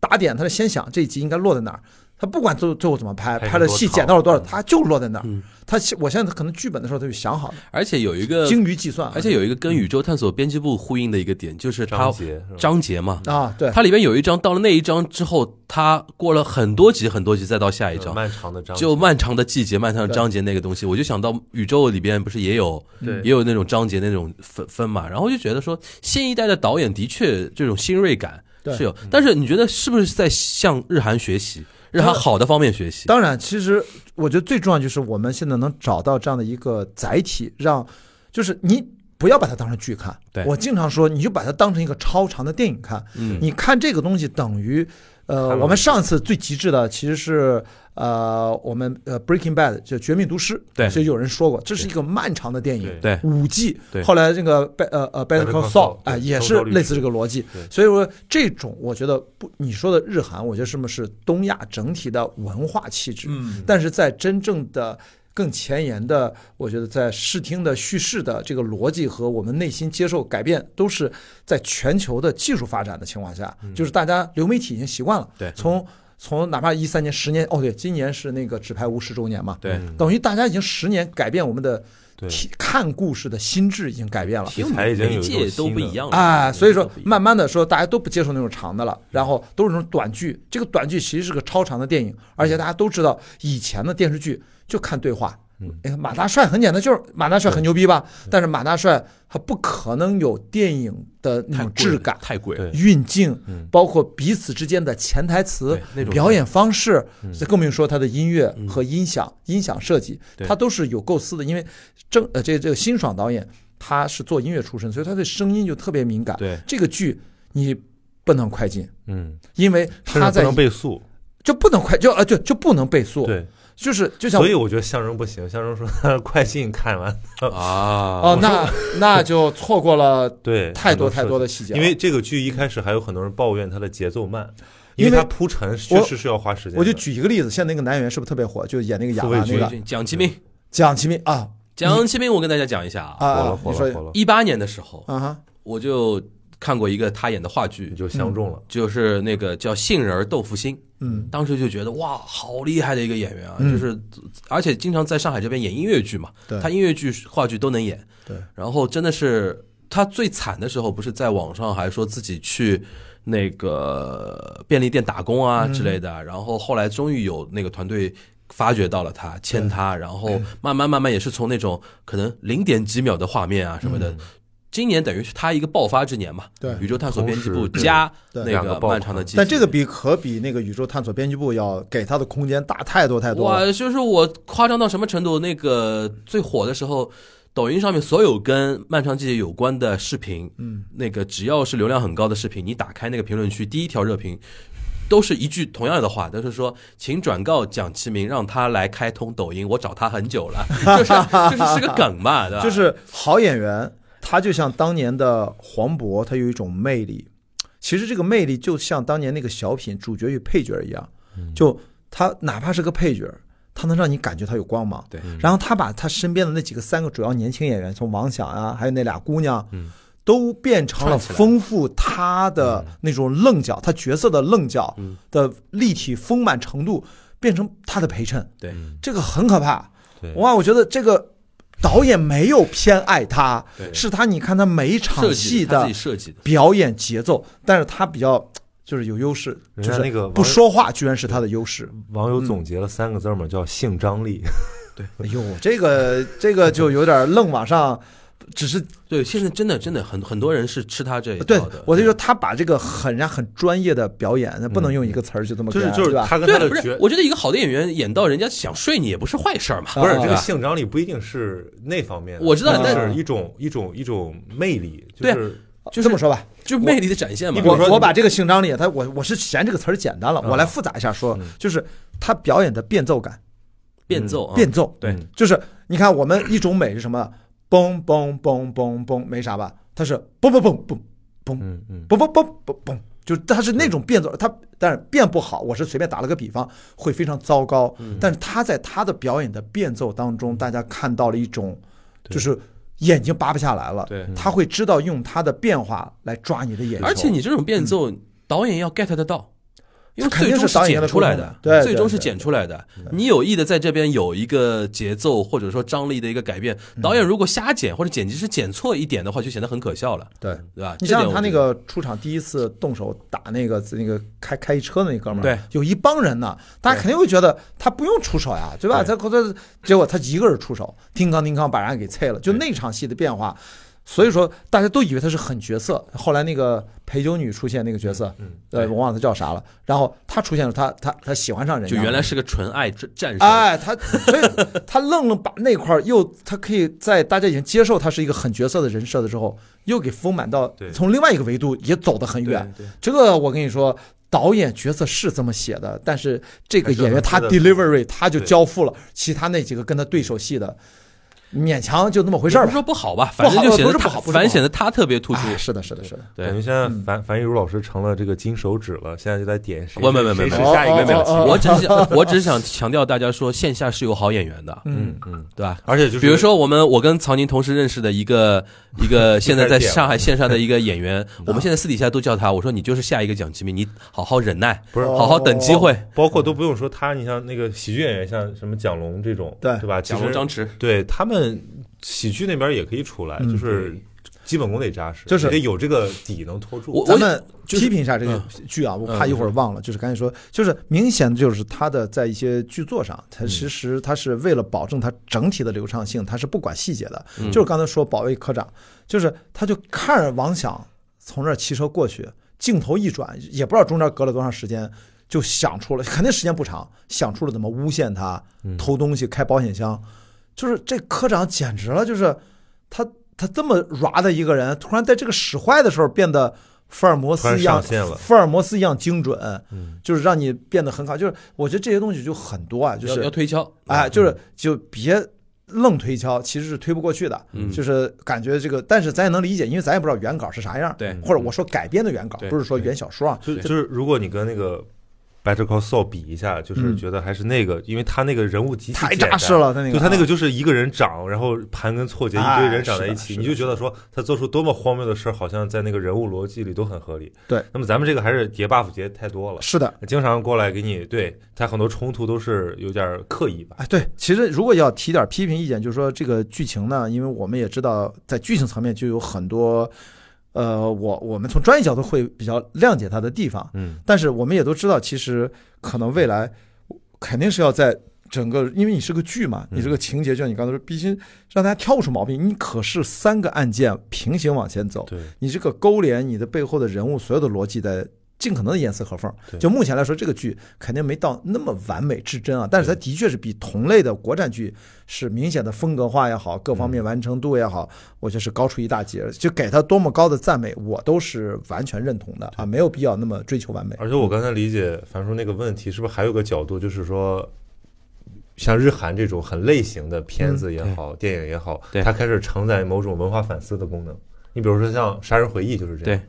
D: 打点，他是先想这一集应该落在哪儿，他不管最最后怎么拍，
C: 拍成
D: 拍了
C: 多
D: 戏
C: 长
D: 剪到了多少，他就落在那儿
B: 嗯。
D: 他我现在可能剧本的时候他就想好了，
B: 而且有一个
D: 精于计算啊，
B: 呃而且有一个跟宇宙探索编辑部呼应的一个点，就是它
C: 张杰是吧
B: 章节嘛，
D: 啊，对，
B: 它里边有一章，到了那一章之后，它过了很多集很多集，再到下一章，
C: 漫长的章
B: 就
C: 节
B: 漫长的季节、漫长的章节那个东西，我就想到宇宙里边不是也有
C: 对
B: 也有那种章节那种分分嘛，然后就觉得说新一代的导演的确这种新锐感
D: 对
B: 是有，但是你觉得是不是在向日韩学习，日韩好的方面学习？
D: 当然，其实我觉得最重要就是我们现在能找到这样的一个载体，让就是你不要把它当成剧看。
B: 对
D: 我经常说，你就把它当成一个超长的电影看。
B: 嗯
D: 你看这个东西等于。呃，
C: 看了
D: 我们上次最极致的其实是呃，我们呃《Breaking Bad》就《绝命毒师》，
B: 对
D: 所以有人说过，这是一个漫长的电影，
B: 对
D: 五 G，
B: 对
D: 后来这个 Be- 呃呃 Better
C: Better
D: Call
C: Call
D: Saul
C: Saul，
D: 哎、
C: 对
D: 也
C: 收
D: 是
C: 视率
D: 类似这个逻辑
C: 对，
D: 所以说这种我觉得不，你说的日韩，我觉得是不是东亚整体的文化气质？
B: 嗯，
D: 但是在真正的更前沿的，我觉得在视听的叙事的这个逻辑和我们内心接受改变，都是在全球的技术发展的情况下，就是大家流媒体已经习惯了，
B: 对
D: 从。从哪怕一三年、十年，哦对，今年是那个《纸牌屋》十周年嘛，
B: 对，
D: 等于大家已经十年改变我们的
C: 对
D: 体看故事的心智已经改变了。
B: 题
C: 材已经
B: 媒
C: 有一种
B: 介都
C: 新
B: 不
C: 的
B: 一样了
D: 哎，所以说
B: 都不一样
D: 慢慢的说，大家都不接受那种长的了，
B: 嗯
D: 然后都是那种短剧。这个短剧其实是个超长的电
B: 嗯
D: 影，而且大家都知道，以前的电视剧就看对话。
B: 嗯
D: 哎呀，马大帅很简单，就是马大帅很牛逼吧？但是马大帅他不可能有电影的那
B: 太
D: 种
B: 贵了
D: 质感、
B: 太贵了，
C: 对嗯
D: 运镜，包括彼此之间的潜台词
B: 对那、种
D: 表演方式，
C: 嗯
D: 这更不用说他的音乐和音响、音响设计，
B: 对
D: 他都是有构思的。因为正呃，这这个辛爽导演他是做音乐出身，所以他对声音就特别敏感。
B: 对
D: 这个剧你不能快进，
C: 嗯，
D: 因为
C: 甚
D: 他
C: 至
D: 在
C: 不能倍速，
D: 就不能快就呃就就不能倍速，
C: 对，
D: 就是就像
C: 所以我觉得相声不行，相声说 快进看完，
B: 啊
D: 哦，，那那就错过了
C: 对，
D: 太多
C: 很设
D: 太多
C: 计
D: 的细节了，
C: 因为这个剧一开始还有很多人抱怨它的节奏慢，因
D: 因为
C: 它铺陈确实是要花时间的。
D: 我就举一个例子，现在那个男演员是不是特别火？就演那个哑
C: 傅卫
D: 巴那
C: 军
D: 个
B: 蒋奇明，
D: 蒋奇明啊
B: 蒋奇明，我跟大家讲一下啊，
D: 啊
C: 火了
D: 啊，
C: 火
D: 你说
C: 了火了，
B: 一八年的时候，
D: 啊哈，
B: 我就看过一个他演的话剧
C: 你，就相中了。
B: 就是那个叫杏仁儿豆腐心。
D: 嗯，
B: 当时就觉得哇，好厉害的一个演员啊！
D: 嗯
B: 就是，而且经常在上海这边演音乐剧嘛，
D: 对
B: 他音乐剧、话剧都能演。
D: 对，
B: 然后真的是他最惨的时候，不是在网上还说自己去那个便利店打工啊
D: 嗯
B: 之类的，然后后来终于有那个团队。发掘到了他，签他，然后慢慢慢慢也是从那种可能零点几秒的画面啊什么的，今年等于是他一个爆发之年嘛。
D: 嗯对嗯
B: 宇宙探索
C: 同
B: 编辑
C: 时
B: 部
C: 对
B: 加
D: 对
B: 那
C: 两个
B: 个
C: 爆
B: 漫长的
C: 款
B: 季节。
D: 但这个比可比那个宇宙探索编辑部要给他的空间大太多太多了。
B: 我就是我夸张到什么程度？那个最火的时候，抖音上面所有跟《漫长季节》有关的视频，嗯，那个只要是流量很高的视频，你打开那个评论区，第一条热评。都是一句同样的话，都是说，请转告蒋奇明，让他来开通抖音。我找他很久 了，就是就是是个梗嘛，对吧？
D: 就是好演员，他就像当年的黄渤，他有一种魅力。其实这个魅力就像当年那个小品主角与配角一样，就他哪怕是个配角，他能让你感觉他有光芒。
B: 对，
D: 然后他把他身边的那几个三个主要年轻演员，从王响啊，还有那俩姑娘，都变成了
B: 串起来
D: 丰富他的那种棱角，他角色的棱角的立体丰满程度，变成他的陪衬。
B: 对，
D: 这个很可怕。
C: 对
D: 哇，我觉得这个导演没有偏爱他
B: 对，
D: 是他你看他每一场
B: 设计
D: 戏
B: 的他
D: 的
B: 自己设计的，
D: 表演节奏，但是他比较就是有优势，
C: 人
D: 就
C: 家
D: 是
C: 那个
D: 不
C: 王
D: 说话居然是他的优势。
C: 网友总结了三个字儿嘛，叫性张力。
D: 哎呦，这个这个就有点愣，往上只是
B: 对，现在真的真的很很多人是吃他这一
D: 对
B: 套的。，
D: 我就说他把这个很人家很专业的表演，那不能用一个词儿就这
C: 嗯
D: 么
C: 就
D: 给
C: 是
D: 他
C: 就是
D: 对吧？
C: 他跟
B: 对
C: 他
B: 了，不
C: 的角
B: 是，我觉得一个好的演员演到人家想睡你也不是坏事儿嘛。
C: 不是
D: 啊
C: 这个
B: 啊
C: 性张力不一定是那方面的，
B: 我知道
C: 它
D: 但
C: 是一种一种一种魅力，就
B: 对啊
C: 是
B: 就是
D: 这么说吧，
B: 就魅力的展现嘛。
C: 你比如
D: 我
C: 说啊
D: 我把这个性张力，他我我是嫌这个词儿简单了，我来复杂一下
B: 嗯
D: 说，就是他表演的变奏感，
B: 变奏啊，
D: 变奏，
B: 对
C: 嗯
D: 就是你看我们一种美是什么？嘣嘣嘣嘣嘣，没啥吧？它是嘣嘣嘣嘣嘣
C: 嗯嗯，
D: 嘣嘣嘣嘣嘣，就是它是那种变奏，它但是变不好，我是随便打了个比方，会非常糟糕。但是他在他的表演的变奏当中，大家看到了一种，就是眼睛扒不下来了。
B: 对
D: 他会知道用他的变化来抓你的眼球。
B: 而且你这种变奏，导演要 get 得到，因为
D: 嗯肯
B: 最
D: 定
B: 终
D: 是导演要
B: 剪出来
D: 沟通的对对
B: 最终是
D: 对嗯
B: 剪出来的。你有意的在这边有一个节奏或者说张力的一个改变，导演如果瞎剪或者剪辑师剪错一点的话，就显得很可笑了，
D: 对。
B: 对吧？
D: 你
B: 这
D: 想
B: 点
D: 想
B: 我
D: 他
B: 觉
D: 那
B: 得，
D: 个出场第一次动手打那个那个开开一车的那哥们儿，
B: 对，
D: 有一帮人呢，大家肯定会觉得他不用出手呀，对吧？
B: 对
D: 他他结果他一个人出手，叮当叮当把人家给碎了，就那场戏的变化。所以说，大家都以为他是狠角色。后来那个陪酒女出现那个角色，
C: 嗯
D: 呃，我忘了他叫啥了。然后他出现了，他他他喜欢上人家
B: 就
D: 了，
B: 原来是个纯爱战战士，
D: 哎，他所以他愣愣把那块儿又，他可以在大家已经接受他是一个很角色的人设的时候，又给丰满到
C: 对
D: 从另外一个维度也走得很远。这个我跟你说，导演角色是这么写的，但是这个演员他
C: 还是有他的
D: delivery 他就
C: 对
D: 交付了，其他那几个跟他对手戏的，勉强就那么回事儿
B: 不是
D: 吧。
B: 说不好吧，反正就显得
D: 不是不
B: 他
D: 好不是不好
B: 反正显得他特别突出。
D: 哎，是的，是的，是的。
B: 对
C: 感觉现在
D: 嗯
C: 樊樊亦茹老师成了这个金手指了，现在就在点谁
B: 我没没没
C: 谁是
B: 没
C: 下一个
D: 哦
C: 表
D: 哦哦
C: 情。
D: 哦
B: 我只是想，我只是想强调大家说，线下是有好演员的，
C: 嗯嗯，
B: 对吧？
C: 而且就是
B: 比如说，我们我跟曹宁同时认识的一个一个现在在上海线上的一个演员，我们现在私底下都叫他，我说你就是下一个蒋奇明，你好好忍耐，
C: 不是哦
B: 好好等机会。
C: 包括都不用说他，你像那个喜剧演员，像什么蒋龙这种，
D: 对
C: 对吧？
B: 蒋
C: 其
B: 龙、
C: 实
B: 张弛，
C: 对他们喜剧那边也可以出来，就是基本功得扎实，
D: 嗯就是
C: 你得有这个底能拖住。
B: 我
D: 咱们
B: 就是嗯
D: 批评一下这个剧啊，我怕一会儿忘了，就是赶紧说，就是明显就是它的在一些剧作上，
B: 嗯
D: 它其实它是为了保证它整体的流畅性，它是不管细节的。
B: 嗯
D: 就是刚才说保卫科长，就是他就看着王想从那儿骑车过去，镜头一转，也不知道中间隔了多长时间。就想出了，肯定时间不长，想出了怎么诬陷他、
C: 嗯
D: 偷东西、开保险箱，就是这科长简直了，就是他他这么软的一个人，突然在这个使坏的时候变得福尔摩
C: 突
D: 斯
C: 然
D: 一样
C: 上，线了，嗯
D: 福尔摩斯一样精准，就是让你变得很好。就是我觉得这些东西就很多啊，就
B: 要要
D: 是
B: 推敲，
D: 哎，
C: 嗯
D: 就是就别愣推敲，其实是推不过去的。
B: 嗯
D: 就是感觉这个，但是咱也能理解，因为咱也不知道原稿是啥样，
B: 对
D: 或者我说改编的原稿
B: 对，
D: 不是说原小说啊，
C: 嗯就就是如果你跟那个。Better Call Saul 比一下，就是
D: 嗯
C: 觉得还是那个，因为他那个人物极其
D: 太
C: 简单
D: 扎实了，他那个
C: 就他那个就是一个人长，然后盘根错节一堆人长在一
D: 哎是
C: 起，
D: 的
C: 你就觉得说他做出多么荒谬的事儿，好像在那个人物逻辑里都很合理。
D: 对，
C: 那么咱们这个还是叠 buff 叠太多了，
D: 是的，
C: 经常过来给你对他很多冲突都是有点刻意吧。
D: 哎，对，其实如果要提点批评意见，就是说这个剧情呢，因为我们也知道，在剧情层面就有很多，呃，我我们从专业角度会比较谅解它的地方，
C: 嗯，
D: 但是我们也都知道，其实可能未来肯定是要在整个，因为你是个剧嘛，
C: 嗯
D: 你这个情节就像你刚才说，必须让大家挑不出毛病。你可是三个案件平行往前走，
C: 对，
D: 你这个勾连，你的背后的人物所有的逻辑在尽可能的严丝合缝
C: 对。
D: 就目前来说，这个剧肯定没到那么完美至真啊，但是它的确是比同类的国产剧是明显的风格化也好，各方
B: 嗯
D: 面完成度也好，我觉得是高出一大截。就给它多么高的赞美，我都是完全认同的啊，没有必要那么追求完美。
C: 而且我刚才理解樊叔那个问题，是不是还有个角度，就是说，像日韩这种很类型的片
D: 嗯
C: 子也好，电影也好，
B: 对
C: 它开始承载某种文化反思的功能。你比如说像《杀人回忆》就是这样。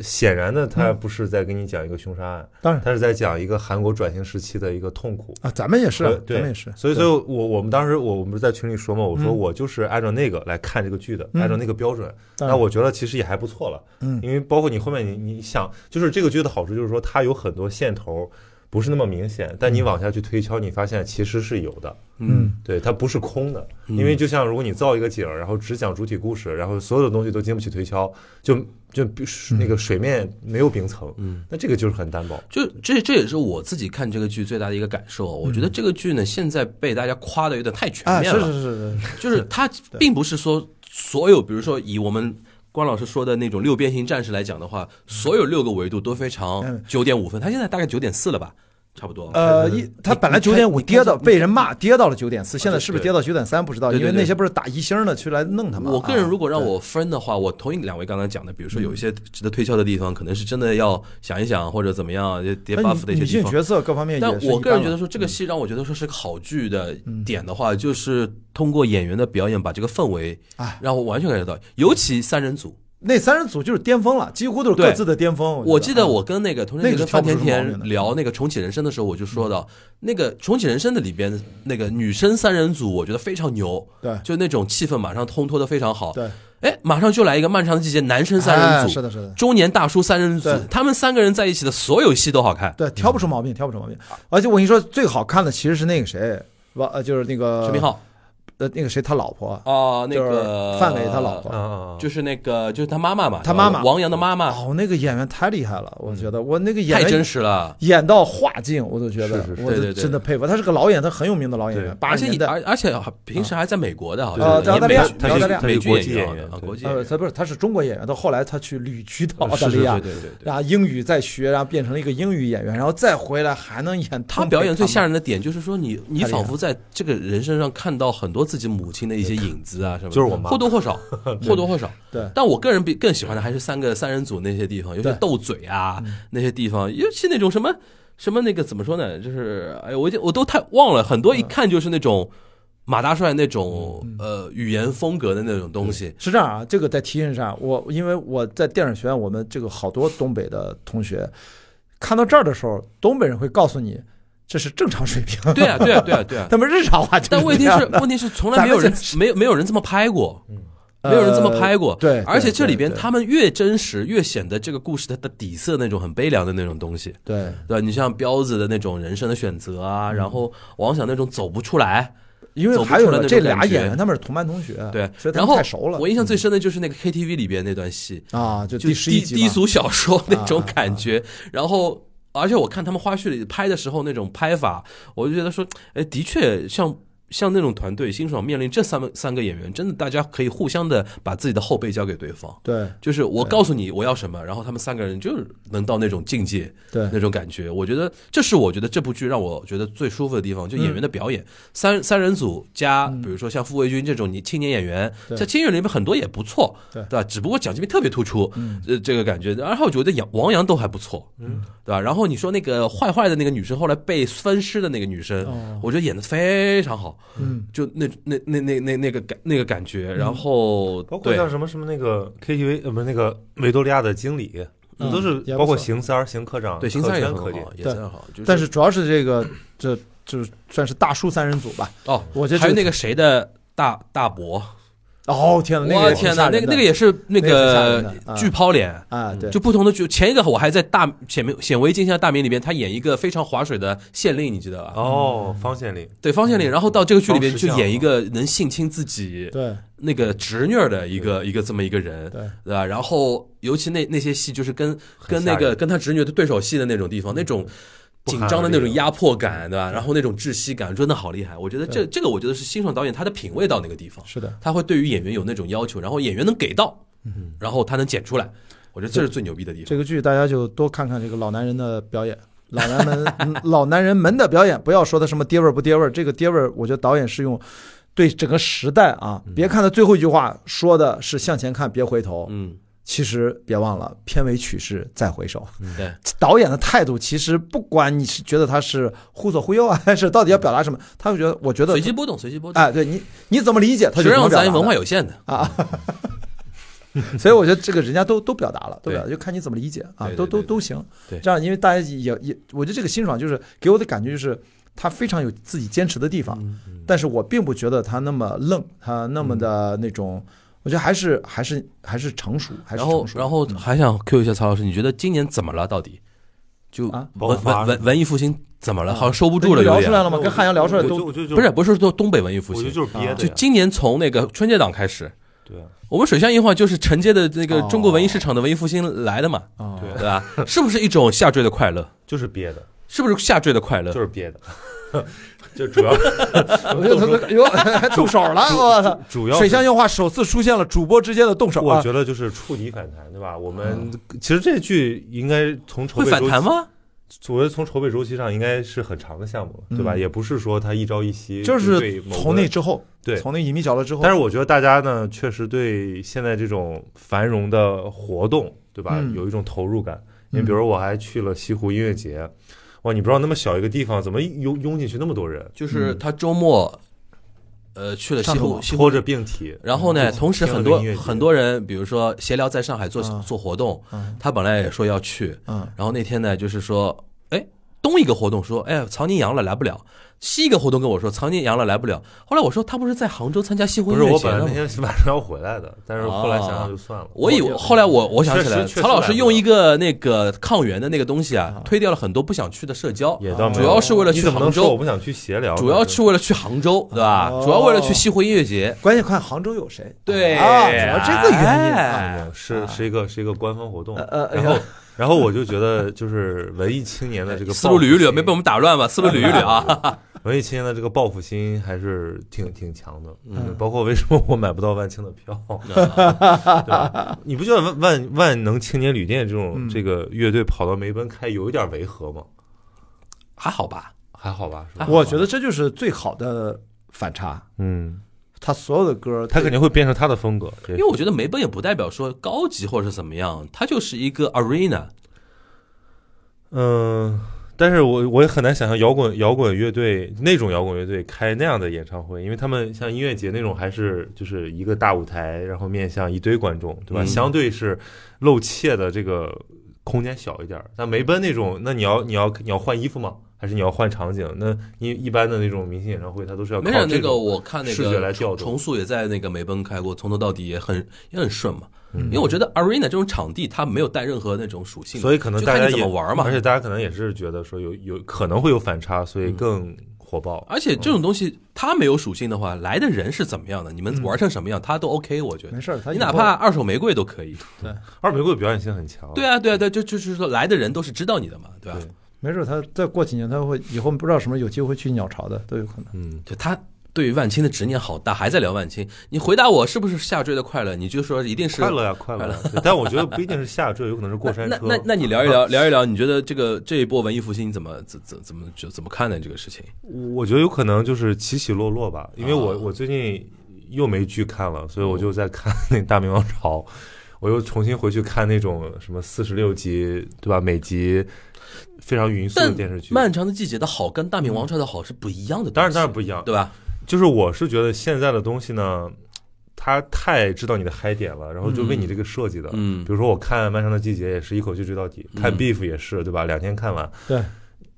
C: 显然呢，它不是在给你讲一个凶杀案，
D: 嗯当然
C: 它是在讲一个韩国转型时期的一个痛苦。
D: 啊，咱们也是啊
C: 呃，
D: 咱
C: 对，
D: 们也是。
C: 所以，所
D: 对
C: 以我我们当时我我们在群里说嘛，我说我就是按照那个来看这个剧的，
D: 嗯
C: 按照那个标准，
D: 当
C: 那
D: 然
C: 我觉得其实也还不错了。
D: 嗯
C: 因为包括你后面你你想，就是这个剧的好处就是说它有很多线头不是那么明显，但你往下去推敲，你发现其实是有的。
D: 嗯，
C: 对，它不是空的，因为就像如果你造一个景儿，然后只讲主体故事，然后所有的东西都经不起推敲，就就比
D: 嗯
C: 那个水面没有冰层，嗯，那这个就是很单薄。
B: 就这这也是我自己看这个剧最大的一个感受。啊我觉得这个剧呢，现在被大家夸的有点太全
D: 啊，
B: 面
D: 是
B: 了，
D: 是 是是，
B: 就是它并不是说所有，比如说以我们关老师说的那种六边形战士来讲的话，所有六个维度都非常
D: 嗯
B: 九点五分，它现在大概九点四了吧，差不多。
D: 呃，一他本来
B: 你看
D: 九点五
B: 你看
D: 跌到
B: 你啊
D: 被人骂跌到了九点四，现在
B: 对
D: 是不是
B: 对
D: 跌到九点三不知道，
B: 对
D: 因
B: 对
D: 为那
B: 对
D: 些不是打一星的去来弄他们啊。嗯
B: 我个人如果让我分的话，我同意两位刚才讲的，比如说有一些值得推敲的地方，可能是真的要想一想或者怎么样就叠
D: 那
B: buff 的一些
D: 女女
B: 地
D: 性
B: 方。
D: 角色各方面也
B: 但
D: 是
B: 我
D: 一
B: 个人
D: 般嗯
B: 觉得
D: 了
B: 说，这个戏让我觉得说是个好剧的点的话，就是通过演员的表演把这个氛围
D: 哎，
B: 让我完全感觉到，尤其三人组，
D: 那三人组就是巅峰了，几乎都是各
B: 对
D: 自的巅峰。
B: 我记得
D: 啊
B: 我跟那个同事
D: 那个
B: 跟
D: 是挑
B: 范
D: 不出
B: 甜
D: 什么毛病
B: 甜
D: 的嗯
B: 聊那个重启人生的时候，我就说到那个重启人生的里边那个女生三人组，我觉得非常牛，
D: 对
B: 就那种气氛马上烘托的非常好。
D: 对
B: 哎，马上就来一个漫长的季节，男生三人
D: 哎
B: 组，
D: 是的是的
B: 中年大叔三人组
D: 对，
B: 他们三个人在一起的所有戏都好看。
D: 对挑不出毛病，挑不出毛病。而且我跟你说，最好看的其实是那个谁，王呃就是那个
B: 陈明，浩
D: 呃那个谁他老婆，
B: 哦，那
D: 呃就是
B: 个
D: 范伟他老婆
C: 啊啊啊！
B: 就是那个就是他妈妈嘛，
D: 他妈妈
B: 呃王阳的妈妈，嗯
D: 哦那个演员太厉害了，我觉得我那个演
B: 太
D: 员
B: 真实了。
D: 演到化境，我都觉得，
C: 是是是
D: 我
B: 对
D: 都
B: 对对
D: 真的佩服。他是个老演，他很有名的老演员
C: 对，
D: 八
B: 而
D: 十
B: 且
D: 年代，
B: 而而且平时还在美国的，好像
D: 呃在澳大利亚
B: 美
D: 在澳大利亚
B: 美
C: 美
B: 剧
C: 国籍
B: 演
C: 演员
B: 啊，
C: 对
B: 国际演
D: 呃，
B: 员。
D: 他不是，他是中国演员，到后来他去旅居到
B: 呃
D: 澳大
C: 是
D: 利亚，
B: 对对对对。
D: 然后英语再学，然后变成了一个英语演员，然后再回来还能演。
B: 他表演最吓
D: 人，
B: 人的点就是说你，你
D: 太厉害
B: 仿佛在这个人身上看到很多自己母亲的一些影子啊什么的，
C: 就是我妈
B: 或多或少，或多或少。
D: 对
B: 但我个人比更喜欢的还是三个三人组那些地方，尤其
D: 对
B: 斗嘴啊那些地方，尤其那种什么什么那个怎么说呢，就是哎，我已经我都太忘了，很多一看就是那种马大帅那种呃语言风格的那种东西，
D: 是这样啊，这个在提醒上，我因为我在电影学院，我们这个好多东北的同学看到这儿的时候，东北人会告诉你这是正常水平，
B: 对啊，对啊，对啊，对啊。
D: 他们日常话就是
B: 但问题
D: 这样
B: 是，问题是从来没有人
D: 啊咱们这
B: 没有没有人这么拍过，
D: 呃
B: 没有人这么拍过。
D: 对对
B: 而且这里边
D: 对对
B: 他们越真实，越显得这个故事它的底色那种很悲凉的那种东西。
D: 对，
B: 对吧，你像彪子的那种人生的选择
D: 嗯
B: 啊，然后王响那种走不出来，
D: 因为
B: 走不
D: 还有
B: 出来
D: 呢
B: 那
D: 这
B: 种
D: 俩
B: 感觉
D: 演员他们是同班同学，
B: 对
D: 啊所以，他
B: 然
D: 们
B: 后
D: 太熟了嗯
B: 我印象最深的就是那个 KTV 里边那段戏，
D: 啊，就
B: 就
D: 第十一
B: 低
D: 集
B: 低
D: 嘛
B: 俗小说那种
D: 啊啊
B: 感觉，然后。而且我看他们花絮里拍的时候那种拍法，我就觉得说，哎，的确像像那种团队，辛爽面临这三个三个演员，真的大家可以互相的把自己的后背交给对方，
D: 对
B: 就是我告诉你我要什么，然后他们三个人就是能到那种境界，
D: 对
B: 那种感觉。我觉得这是我觉得这部剧让我觉得最舒服的地方，就演员的表
D: 嗯
B: 演，三三人组加，比如说像傅卫军这种你青年演员，
D: 对
B: 在青年里面很多也不错，
D: 对嗯
B: 吧？只不过蒋劲平特别突出，呃，这个感觉。然后我觉得杨王阳都还不错，嗯，对吧？然后你说那个坏坏的那个女生，后来被分尸的那个女生，
D: 哦
B: 我觉得演的非常好，
D: 嗯，
B: 就那那那那那那个感那个感觉，然后
C: 包括
B: 对
C: 像什么什么那个 KTV 呃不是那个维多利亚的经理，
D: 嗯
C: 那都是
D: 也不错
C: 包括邢三儿、邢科长，
B: 对邢三也
C: 可
B: 很
C: 圈
B: 好
C: 可点。，
B: 也很好，就
D: 但是主要是这个这就是算是大叔三人组吧。
B: 哦，
D: 我觉得
B: 还有
D: 这
B: 那个谁的大大伯，
D: 哦天哪，那个
B: 我
D: 也挺
B: 天
D: 吓
B: 哪，那
D: 人的
B: 个那个也是那
D: 那个挺吓
B: 个
D: 人的啊
B: 巨抛脸。
D: 啊，对，
B: 就不同的剧，前一个我还在大显明显微镜下大明里边，他演一个非常划水的县令，你记得吧？嗯
C: 哦，方县令，
B: 对方县
D: 嗯
B: 令，然后到这个剧里边
C: 方
B: 就
C: 世相
D: 啊
B: 演一个能性侵自己
D: 对
B: 那个侄女儿的一个一个这么一个人，
D: 对
B: 对吧？然后尤其那那些戏就是跟跟
C: 吓
B: 那个
C: 人
B: 跟他侄女的对手戏的那种地方，那种紧张
D: 啊
B: 的那种压迫感，对吧？然后那种窒息感真的好厉害，我觉得这这个我觉得是新爽导演他的品味到那个地方，
D: 是的，
B: 他会对于演员有那种要求，然后演员能给到，然后他能剪出来，我觉得这是最牛逼的地方。
D: 嗯这个剧大家就多看看这个老男人的表演。老男们，嗯老男人们的表演，不要说他什么爹味儿不爹味儿，这个爹味儿，我觉得导演是用对整个时代啊，
B: 嗯
D: 别看他最后一句话说的是向前看，别回头，
B: 嗯，
D: 其实别忘了片尾曲是再回首。
B: 对，
D: 导演的态度其实不管你是觉得他是忽左忽右啊，还是到底要表达什么，他会觉得，我觉得
B: 随，机波动，随机波动。
D: 哎，对你你怎么理解，他
B: 实际
D: 就怎么
B: 上
D: 表达
B: 咱
D: 的
B: 文化有限的，
D: 啊。 所以我觉得这个人家都都表达了，对吧？就看你怎么理解
B: 对
D: 啊，
B: 对
D: 都都
B: 对
D: 都行。
B: 对
D: 这样因为大家也也，我觉得这个辛爽就是给我的感觉就是他非常有自己坚持的地方，
C: 嗯
D: 但是我并不觉得他那么愣，他那么的那种，我觉得还是还是还是成熟，还是
B: 然后
D: 成熟。嗯
B: 然后还想 Q 一下曹老师，你觉得今年怎么了？到底就
D: 啊
B: 文
C: 爆
B: 文
C: 发
B: 文文文艺复兴怎么了？好像收不
D: 那
B: 住
D: 你
B: 了，有
D: 聊出来
B: 点。
D: 了吗？跟汉阳聊出
C: 我
D: 来
C: 就
D: 都
C: 我就就
B: 不是不是说东北文艺复
C: 我
B: 兴
C: 觉得，就是憋
D: 啊
C: 的
B: 就
C: 呀，
B: 今年从那个春节档开始，
C: 对啊
B: 我们水象映画就是承接的那个
D: 哦
B: 中国文艺市场的文艺复兴来的嘛，
D: 啊
C: 对
B: 对吧？是不是一种下坠的快乐？
C: 就是憋的，
B: 是不是下坠的快乐
C: 就？是憋的， 就主要
D: 我觉 得他哟 还动手了，我操！
C: 主要
D: 水
C: 是
D: 象硬化首次出现了主播之间的动手
C: 我
D: 啊！
C: 觉得就是触底反弹，对吧？我们其实这剧应该从筹
B: 嗯会
C: 备
B: 反
C: 周
B: 弹
C: 期，
B: 吗？
C: 我觉得从筹备周期上应该是很长的项目了，对吧？
D: 嗯
C: 也不是说它一朝一夕
D: 就
C: 对
D: 是
C: 某
D: 从
C: 个
D: 那之后，
C: 对
D: 从那隐秘角落之后，
C: 但是我觉得大家呢，确实对现在这种繁荣的活动，对吧，
D: 嗯
C: 有一种投入感。
D: 嗯
C: 因为比如我还去了西湖音乐节，哇，你不知道那么小一个地方，怎么拥拥进去那么多人，
B: 就是他周末，呃，去了西
D: 上头
B: 湖
D: 了
B: 西湖
C: 拖着病体，
B: 然后呢，
C: 嗯
B: 同时很多
C: 听了个音乐节
B: 很多人，比如说闲聊在上海做
D: 嗯
B: 做活动
D: 嗯，
B: 他本来也说要去，
D: 嗯
B: 然后那天呢，就是说，哎，东一个活动说，哎，曹宁阳了来不了，西一个活动跟我说曹宁阳了来不了，后来我说他不是在杭州参加西湖
C: 不
B: 音
C: 是
B: 乐
C: 我
B: 节
C: 本来
B: 了
C: 那
B: 吗？
C: 天是晚上要回来的，但是后来想想就算了。
B: 我以为
C: 我
B: 后来我我想起来，
C: 确实确实
B: 曹老师用一个那个抗原的那个东西啊，推掉了很多不想去的社交，
C: 也倒没有
B: 主要是为了
C: 你
B: 去
C: 怎么能
B: 杭
C: 说我
B: 州，
C: 不想去闲聊呢？
B: 主要是为了去杭州，对吧？
D: 哦
B: 主要为了去西湖音乐节，
D: 关键看杭州有谁。
B: 对
D: 啊，主要这个原因啊。
B: 哎
C: 是是一个是一个官方活动，
D: 呃呃哎呀
C: 然后然后我就觉得就是文艺青年的这个
B: 思路
C: 报复
B: 捋一捋，
C: 心
B: 没被我们打乱吧？思路捋一捋啊。
C: 文艺青年的这个报复心还是挺挺强的，嗯，包括为什么我买不到万青的票， 对吧？你不觉得万万万能青年旅店这种这个乐队跑到梅奔开有一点违和吗？
B: 还好吧？
C: 还好吧，是吧？
D: 啊我觉得这就是最好的反差，
C: 嗯，
D: 他所有的歌，
C: 他肯定会变成他的风格，
B: 因
C: 因
B: 为我觉得梅奔也不代表说高级或者是怎么样，它就是一个 arena，
C: 嗯，但是我我也很难想象摇滚摇滚乐队那种摇滚乐队开那样的演唱会，因为他们像音乐节那种还是就是一个大舞台，然后面向一堆观众，对吧？
B: 嗯
C: 相对是露怯的这个空间小一点儿。但梅奔那种，那你要你要你要换衣服吗？还是你要换场景？那一一般的那种明星演唱会，它都是要靠
B: 没有那
C: 这
B: 个，
C: 种
B: 我看那
C: 视觉
B: 个
C: 来
B: 重
C: 调动
B: 重。塑也在那个梅奔开过，从头到底也很也很顺嘛。
C: 嗯
B: 因为我觉得 arena 这种场地它没有带任何那种属性，
C: 所以可能
B: 就
C: 大
B: 看
C: 家
B: 你怎
C: 也
B: 么玩嘛
C: 而。且大家可能也是觉得说有有可能会有反差，所以
B: 嗯
C: 更火爆。
B: 而且这种东西它没有属性的话，来的人是怎么样的，你
C: 嗯
B: 们玩成什么样，它都 OK，我觉得
D: 没。事儿，他
B: 你
D: 以后
B: 哪怕二手玫瑰都可以。
C: 二玫瑰表演性很强，
B: 对啊，对啊，对啊，就就是说来的人都是知道你的嘛，对吧？
C: 对
D: 没准他再过几年他会以后不知道什么有机会去鸟巢的都有可能。
C: 嗯，
B: 就他对于万青的执念好大，还在聊万青。你回答我是不是下坠的快乐？你就说一定是
C: 快乐呀，快乐呀。对但我觉得不一定是下坠，有可能是过山
B: 那
C: 车。啊
B: 那那你聊一聊，聊一聊，你觉得这个这一波文艺复兴怎么怎怎怎么就怎么看待这个事情？
C: 我觉得有可能就是起起落落吧，因为我、
B: 啊哦
C: 我最近又没剧看了，所以我就在看那《大明王朝》，我又重新回去看那种什么四十六集，对吧？每集非常匀速的
B: 但
C: 电视剧。
B: 漫长的季节的好跟大明王朝的好是不一样的东西，
C: 当然，当然不一样。
B: 对吧？
C: 就是我是觉得现在的东西呢，它太知道你的嗨点了，然后就为你这个设计的。
B: 嗯
C: 比如说我看《漫长的季节》也是一口气追到底，看
B: 嗯
C: Beef 也是，对吧？两天看完，
D: 对，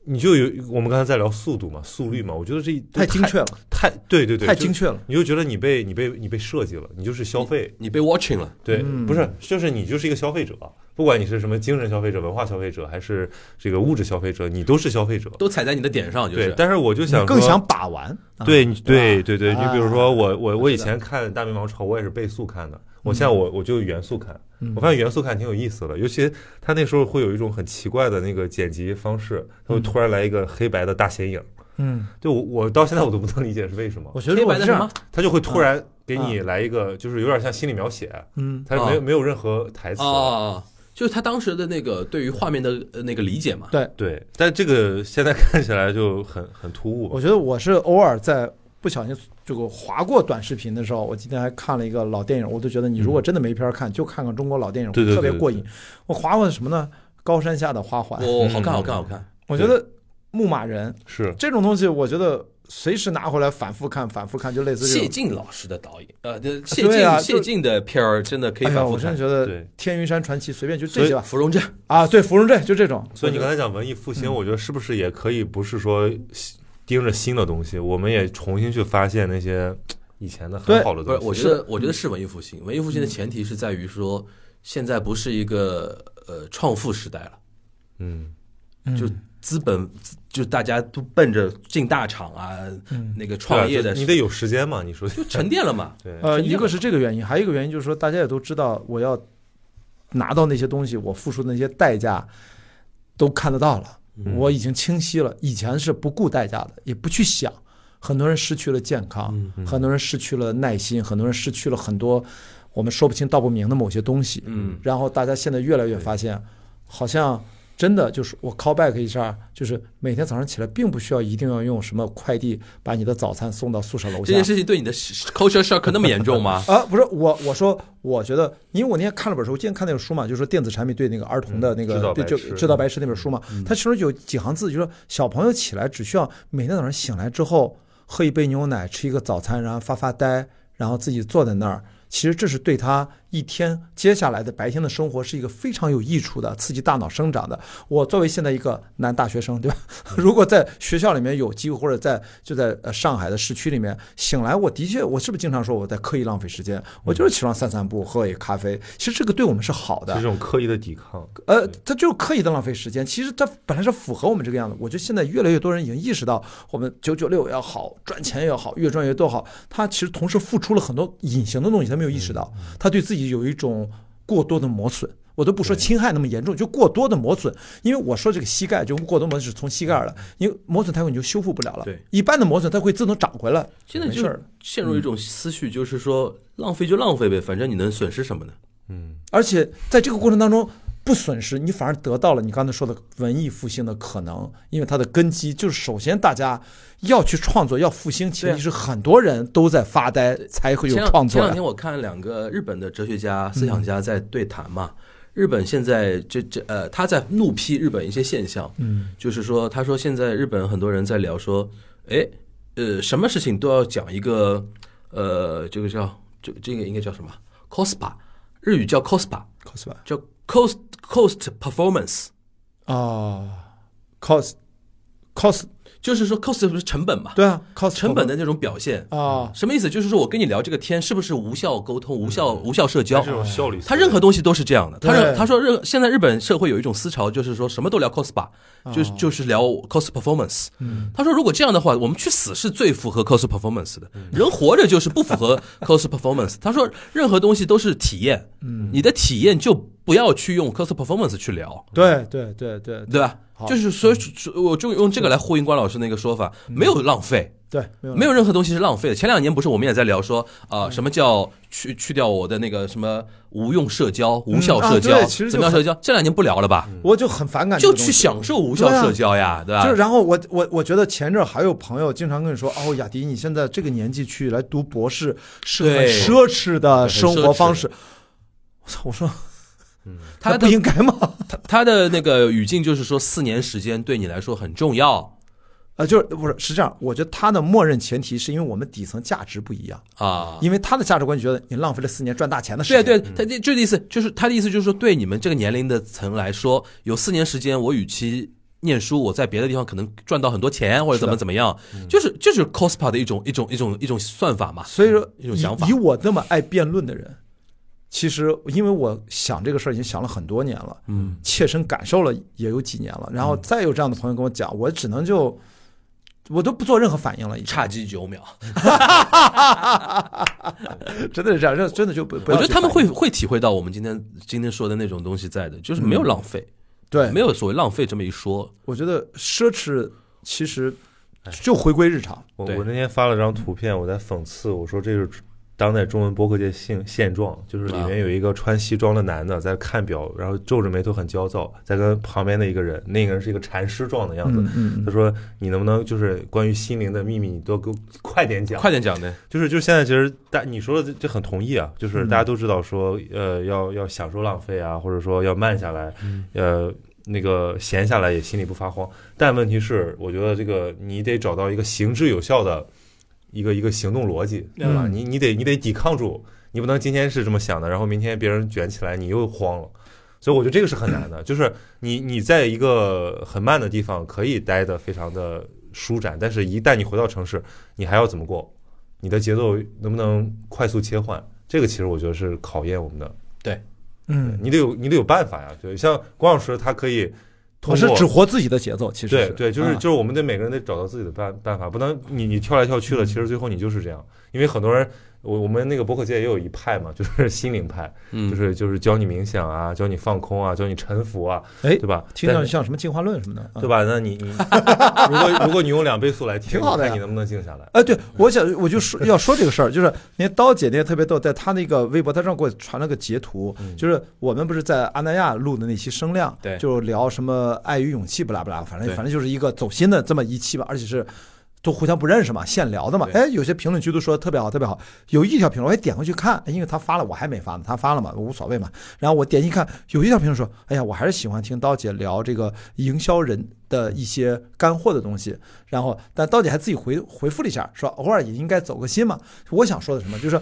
C: 你就有我们刚才在聊速度嘛、速率嘛，我觉得这一
D: 嗯太精，确了，
C: 太对对对，
D: 太
C: 就
D: 精，确了。
C: 你就觉得你被你被你被设计了，你就是消费，
B: 你被 watching 了，
C: 对，
D: 嗯
C: 不是，就是你就是一个消费者，不管你是什么精神消费者、文化消费者，还是这个物质消费者，你都是消费者。
B: 都踩在你的点上，就
C: 对
B: 是，。
C: 但是我就想
D: 你更
C: 说
D: 想把玩，啊
C: 对，你对
D: 吧
C: 对对，你比如
D: 啊
C: 说我我我以
D: 是的
C: 前看《大明王朝》，我也是倍速看
D: 嗯
C: 的，我现在我我就原速看，我发现原速看挺有意思的，尤其他那时候会有一种很奇怪的那个剪辑方式，他会突然来一个黑白的大显影，
D: 嗯，
C: 就我我到现在我都不能理解是为什么，
D: 我觉得
B: 黑
D: 如果
B: 白的
D: 这
B: 什么
D: 样，？
C: 他就会
B: 嗯
C: 突然给你来一个，就是有点像心理描写，
D: 嗯，
C: 他没有
B: 啊
C: 没有任何台词，
B: 哦，就是他当时的那个对于画面的呃那个理解嘛。
D: 对，
C: 对，但这个现在 看起来就很很突兀吧
D: 我，觉得我是偶尔在不小心这个划过短视频的时候，我今天还看了一个老电影，我都觉得你如果真的没片儿看，就看看中国老电影，
C: 对对对
D: 特别过瘾
C: 对。
D: 我划过什么呢？高山下的花环，
B: 哦，好
C: 嗯
B: 看，好看，好看。
D: 我觉得牧马人
C: 是
D: 这种东西，我觉得随时拿回来反复看，反复看，就类似
B: 谢
D: 这种。
B: 晋老师的导演，呃，这谢
D: 对啊
B: 晋谢
D: 就
B: 晋的片儿真的可以
D: 哎呀，
B: 反
D: 我
B: 复
D: 真的
B: 看。
D: 觉得《
C: 对
D: 天云山传奇》随便就
C: 所
D: 这
C: 以
D: 些吧。
B: 芙蓉镇，
D: 啊，对，芙蓉镇就这种。
C: 所以你刚才讲文艺复兴，
B: 嗯
C: 我觉得是不是也可以不是说盯着新的东西，我们也重新去发现那些以前的很
D: 对
C: 好的
B: 不
C: 东
B: 是，
C: 西。
B: 我觉得我觉得是文艺复兴。文艺复兴的前提是在于说，现在不是一个呃创富时代了，
C: 嗯，
B: 就资本就大家都奔着进大厂啊，那个
C: 对啊
B: 创业的
C: 就
B: 时，
C: 你得有时间嘛，你说
B: 就 沉淀了嘛。
C: 对，
D: 呃，
B: 沉淀
D: 一个
B: 了
D: 是这个原因，还有一个原因就是说，大家也都知道，我要拿到那些东西，我付出的那些代价都看得到了，
B: 嗯
D: 我已经清晰了。以前是不顾代价的，也不去想，很多人失去了健康，
B: 嗯
D: 很多人失去了耐心，很多人失去了很多我们说不清道不明的某些东西。
B: 嗯，
D: 然后大家现在越来越发现，好像真的就是我 call back 一下，就是每天早上起来并不需要一定要用什么快递把你的早餐送到宿舍楼
B: 这
D: 下？
B: 件。事情对你的 culture shock 那么严重吗
D: 啊， 不是我，我说，我觉得，因为我那天看了本书，我今天看那本书嘛，就是说电子产品对那个儿童的那
C: 嗯
D: 个
C: 制造
D: 对
C: 白
D: 就
C: 痴
D: 制造白痴那本书嘛，它其中有几行字，就说小朋友起来只需要每天早上醒来之后喝一杯牛奶，吃一个早餐，然后发发呆，然后自己坐在那儿。其实这是对他一天接下来的白天的生活是一个非常有益处的，刺激大脑生长的。我作为现在一个男大学生，对吧？ 如果在学校里面有机会，或者在就在呃上海的市区里面醒来，我的确，我是不是经常说我在刻意浪费时间？我就是起床散散步，喝一咖啡。其实这个对我们是好
C: 就
D: 的
C: 这，种刻意的抵抗，
B: 嗯
D: 呃，他就是刻意的浪费时间。其实他本来是符合我们这个样子。我觉得现在越来越多人已经意识到，我们九九六也好，赚钱也好，越赚越多好，他其实同时付出了很多隐形的东西，他没有意识到，
B: 嗯
D: 他对自己有一种过多的磨损。我都不说侵害那么严重，就过多的磨损，因为我说这个膝盖就过多磨损是从膝盖了，因为磨损太快你就修复不了了。
B: 对，
D: 一般的磨损它会自动长回来，
B: 现在
D: 没
B: 就
D: 事儿。
B: 陷入一种思绪，就是说浪费就浪费呗，反正你能损失什么呢？
C: 嗯，
D: 而且在这个过程当中不损失，你反而得到了你刚才说的文艺复兴的可能，因为它的根基就是首先大家要去创作，要复兴，前提是很多人都在发呆才会
B: 前
D: 有
B: 两
D: 创
B: 前
D: 作
B: 两
D: 呀
B: 天。我看两个日本的哲学家、思想家在对谈嘛，日本现在这这呃，他在怒批日本一些现象，
D: 嗯，
B: 就是说，他说现在日本很多人在聊说，哎，呃，什么事情都要讲一个，呃，这个叫这这个应该叫什么 cospa，日语叫 cospa，
D: cos 吧？
B: 叫 cost cost performance，
D: 哦，cos cos
B: 就是说 cost 不是成本嘛，
D: 对啊，cos
B: 成本的那种表现。
D: 啊，
B: 什么意思？就是说我跟你聊这个天是不是无效沟通、无效
D: 嗯
B: 无效社交
C: 这？种效率思维，
B: 哦他任何东西都是这样的。他认
D: 对
B: 他说任现在日本社会有一种思潮，就是说什么都聊 cost 吧，就是就是聊 cost performance。他说如果这样的话，我们去死是最符合 cost performance 的。人活着就是不符合 cost performance。他说任何东西都是体验，你的体验就不要去用 cost performance 去聊，
D: 对对对对
B: 对吧？就是所以，我就用这个来呼应关老师那个说法，没有浪费。
D: 对，没有
B: 嗯没有任何东西是浪费的。前两年不是我们也在聊说啊、
D: 嗯
B: 什么叫去去掉我的那个什么无用社交、无效社交，
D: 啊对其实就
B: 怎么样社交？这两年不聊了吧？
D: 我就很反感这
B: 就
D: 个东
B: 去
D: 西，
B: 享受无效社交呀，对吧？
D: 啊就是然后我我我觉得前阵儿还有朋友经常跟你说，哦，雅迪，你现在这个年纪去来读博士是很
B: 对
D: 奢侈的生
B: 很奢
D: 活
B: 侈
D: 方式。我操！我说
B: 他
D: 那不
B: 的
D: 应该吗？
B: 他他的那个语境就是说，四年时间对你来说很重要
D: 啊，就是不是是这样？我觉得他的默认前提是因为我们底层价值不一样，
B: 啊。
D: 因为他的价值观觉得你浪费了四年赚大钱的时
B: 对啊
D: 间。
B: 对啊，他这这个意思就是他的意思就是说，对你们这个年龄的层来说，有四年时间，我与其念书，我在别的地方可能赚到很多钱，或者怎么怎么样，就是就是 cospa 的一种一种一种一种算法嘛。
D: 所以说，
B: 一种想法
D: 以以我那么爱辩论的人，其实因为我想这个事儿已经想了很多年了，
B: 嗯，
D: 切身感受了也有几年了，然后再有这样的朋友跟我讲，我只能就我都不做任何反应了，已经
B: 差击九秒，
D: 真的是这样，真的真的就不，
B: 我
D: 不要
B: 觉得
D: 去
B: 他们
D: 反
B: 会
D: 应
B: 会体会到我们今天今天说的那种东西在的，就是没有
D: 嗯
B: 浪费，
D: 对，
B: 没有所谓浪费这么一说。
D: 我觉得奢侈其实就回归日常，
C: 我
B: 对
C: 我那天发了张图片，我在讽刺，我说这是当代中文播客界现现状，就是里面有一个穿西装的男的在看表，然后皱着眉头很焦躁，在跟旁边的一个人，那个人是一个禅师状的样子。
D: 嗯
C: 他说：“你能不能就是关于心灵的秘密，你多给我快点讲？
B: 快点讲呢，
C: 就是就是现在其实大你说的这这很同意啊，就是大家都知道说，呃，要要享受浪费啊，或者说要慢下来，呃，那个闲下来也心里不发慌。但问题是，我觉得这个你得找到一个行之有效的一个一个行动逻辑，对吧？
D: 嗯
C: 你你得你得抵抗住，你不能今天是这么想的，然后明天别人卷起来你又慌了。所以我觉得这个是很难的，就是你你在一个很慢的地方可以待得非常的舒展，但是一旦你回到城市，你还要怎么过？你的节奏能不能快速切换？这个其实我觉得是考验我们的，
D: 嗯，
C: 你得有你得有办法呀。对，像关老师他可以
D: 我
C: 通
D: 是
C: 过
D: 只活自己的节奏，其实
C: 对
D: 是
C: 对，就是
D: 啊
C: 就是我们得每个人得找到自己的办办法，不能你你跳来跳
D: 嗯
C: 去的，其实最后你就是这样。因为很多人，我我们那个博客界也有一派嘛， 就是心灵派，
B: 嗯，
C: 就是就是教你冥想啊，教你放空啊，教你沉浮啊，
D: 哎
C: 对吧？
D: 听上
C: 但
D: 去像什么进化论什么的，啊
C: 对吧？那你 你如果如果你用两倍速来听，
D: 挺好的呀
C: 看你能不能静下来？
D: 哎，对，我想我 就说要说这个事儿，就是那刀姐那天特别逗，在她那个微博，她让给我传了个截图，就是我们不是在阿那亚录的那期声量，
B: 嗯对
D: 就聊什么爱与勇气不拉不拉，反正
B: 对
D: 反正就是一个走心的这么一期吧，而且是。都互相不认识嘛，现聊的嘛。
B: 对
D: 哎，有些评论区都说得特别好，特别好。有一条评论我还点过去看，因为他发了，我还没发呢，他发了嘛，我无所谓嘛。然后我点进去看，有一条评论说：“哎呀，我还是喜欢听刀姐聊这个营销人的一些干货的东西。”然后，但刀姐还自己回回复了一下，说偶尔也应该走个心嘛。我想说的是什么，就是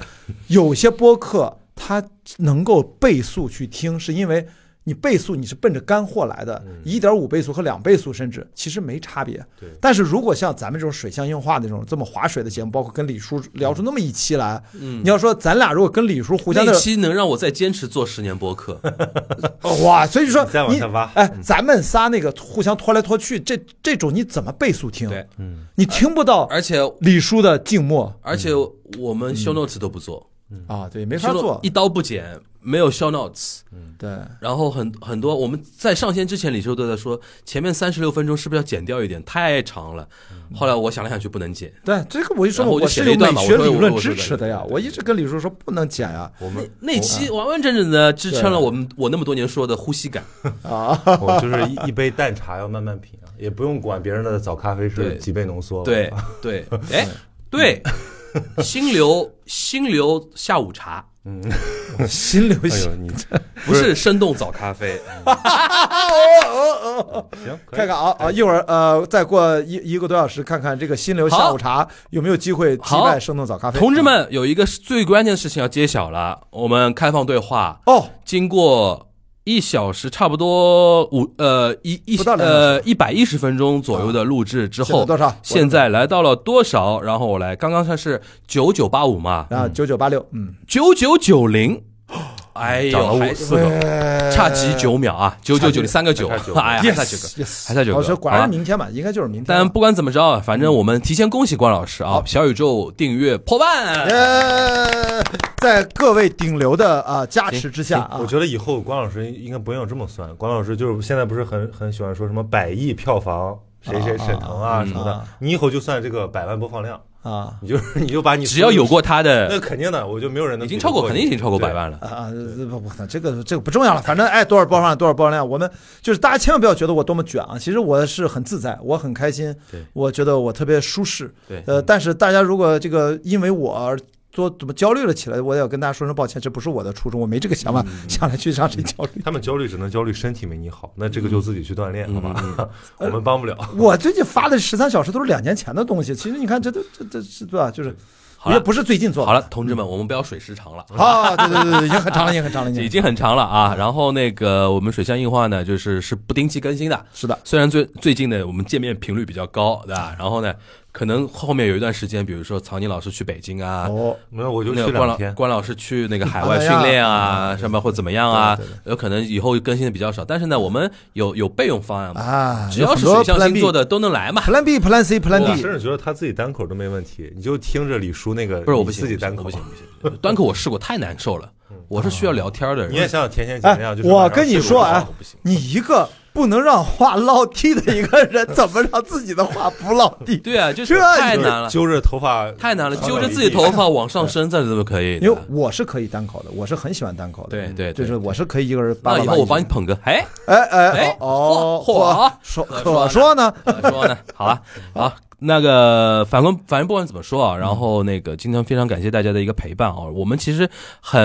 D: 有些播客它能够倍速去听，是因为你倍速你是奔着干货来的，一点五倍速和两倍速甚至其实没差别。
C: 嗯对
D: 但是如果像咱们这种水象硬化的这种这么划水的节目，包括跟李叔聊出那么一期来，
C: 嗯
D: 你要说咱俩如果跟李叔互相
B: 那
D: 的
B: 期能让我再坚持做十年播 客，
D: 哇，所以说
C: 你再往
D: 你
C: 下嗯挖
D: 哎，咱们仨那个互相拖来拖去，这这种你怎么倍速听？
B: 对，
C: 嗯
D: 你听不到
B: 而且
D: 李叔的静默
B: 而且我们 show notes 都不做，
C: 嗯
D: 啊，对，嗯没
B: show
D: 法
B: note-
D: 做嗯
B: 一，刀不剪，没有 show notes。
D: 对。
B: 然后很很多我们在上线之前，李叔都在说前面三十六分钟是不是要剪掉一点，太长了。
D: 嗯
B: 后来我想了想，就不能剪。
D: 对，这个我就说
B: 然
D: 嘛
B: 后我就写了
D: 是
B: 一
D: 有美
B: 段嘛
D: 学
B: 我说
D: 理
B: 我
D: 论
B: 我
D: 支
B: 说的
D: 持的呀，我一直跟李叔说不能剪啊呀，
C: 我们
B: 那期
D: 啊
B: 完完整整的支撑了我们我那么多年说的呼吸感，
D: 啊，
C: 我就是一一杯淡茶要慢慢品啊，也不用管别人的早咖啡
B: 对
C: 是几倍浓
D: 哦
C: 缩。
B: 对 对，哎对，心流心流下午茶，嗯，
D: 新流
C: 哎
D: 行
C: 呦，，你
B: 不是生动早咖啡，
C: 哎
D: 哦
C: 行，可以
D: 看看啊
B: 哎
D: 啊！一会儿呃，再过一一个多小时，看看这个新流下午茶有没有机会击败
B: 好
D: 生动早咖啡。
B: 同志们有一个最关键的事情要揭晓了，我们开放对话，
D: 哦，
B: 经过一小时差不多五呃一一
D: 不到两啊
B: 呃一百一十分钟左右的录制之
D: 现在
B: 后，
D: 多少？
B: 现在来到了多少？然后我来，刚刚它是九九八五嘛，
D: 啊，九九八六，嗯，
B: 九九九零，哎
C: 涨了
B: 呦，还
C: 五四个，
D: 呃
B: 差几九秒啊，九九九零三个九，
C: 还差九
B: 哎，还差九个，还差九
D: 我说
B: 个，
D: 果
B: 好
D: 然
B: 吧
D: 明天吧，应该就是明天
B: 但
D: 了。
B: 不管怎么着，啊反正我们提前恭喜关老师啊，小宇宙订阅破万。啊
D: 呃，在各位顶流的啊加持之下啊
C: 我，觉得以后关老师应该不用这么算。关老师就是现在不是很很喜欢说什么百亿票房，谁谁沈腾啊什么的。你以后就算这个百万播放量，
D: 啊
C: 你就是你就把你
B: 只要有过他
C: 那
B: 的，
C: 肯定的，我就没有人能
B: 已经超过，肯定已经超过百万了。
D: 啊啊！这不不，这个这个不重要了，反正哎，多少播放量多少播放量，我们就是大家千万不要觉得我多么卷啊，其实我是很自在，我很开心
B: 对，
D: 我觉得我特别舒适。
B: 对
D: 呃，但是大家如果这个因为我而做怎么焦虑了起来，我也要跟大家说声抱歉，这不是我的初衷，我没这个
B: 嗯
D: 想法，想来去让谁焦虑。
C: 他们焦虑只能焦虑身体没你好，那这个就自己去锻炼，好吧？我们帮不了。
D: 我最近发的十三小时都是两年前的东西，其实你看这都这这是对吧？就是
B: 好了
D: 也不是最近做的。
B: 好了，同志们，我们不要水时长了。
D: 啊，对对对对，已经很长了，已经很长了，
B: 已经很长了啊，然后那个我们水象硬化呢，就是是不定期更新的。
D: 是的，
B: 虽然最最近呢，我们见面频率比较高，对吧？然后呢，可能后面有一段时间，比如说曹宁老师去北京啊，
D: 哦，
C: 没有，我就
B: 那
C: 去
B: 个关
C: 两
B: 老
C: 天。
B: 关老师去那个海外训练啊，什么或怎么样啊
D: 哎嗯对对，
B: 有可能以后更新的比较少。但是呢，我们有有备用方案嘛，
D: 啊，
B: 只要是水象星座的都能来嘛。
D: Plan B、Plan C、Plan
C: 我
D: D，
C: 甚至觉得他自己单口都没问题，你就听着李叔那个，
B: 不是我不行，
C: 自己
B: 我
C: 单
B: 不
C: 口
B: 行，我不行，不行端口我试过，太难受了。
D: 嗯
B: 我是需要聊天的
C: 你也
B: 人，
C: 想想甜甜姐那
D: 哎
C: 样，就，是
D: 我跟你说
C: 晚上
D: 啊
C: 睡不着
B: 不行，
D: 你一个不能让话落地的一个人，怎么让自己的话不落地？
B: 对啊，就是
D: 这
B: 太
C: 就是
B: 难了，
C: 揪着头发
B: 太难了，
C: 上
B: 揪着
C: 一
B: 自己
C: 地
B: 头 发往上升，这怎么可以的？
D: 因为我是可以单口的，我是很喜欢单口的，
B: 对
D: 嗯
B: 对对
D: 就是我是可以一个人叭叭
B: 那
D: 叭。
B: 以后我帮你，捧个，哎，
D: 哎哎
B: 哎
D: 哦，
B: 嚯嚯
D: 嚯说可
B: 可
D: 说呢，
B: 怎么说呢？好啊，好。那个，反正反正不管怎么说啊，然后那个，今天非常感谢大家的一个陪伴啊。我们其实很，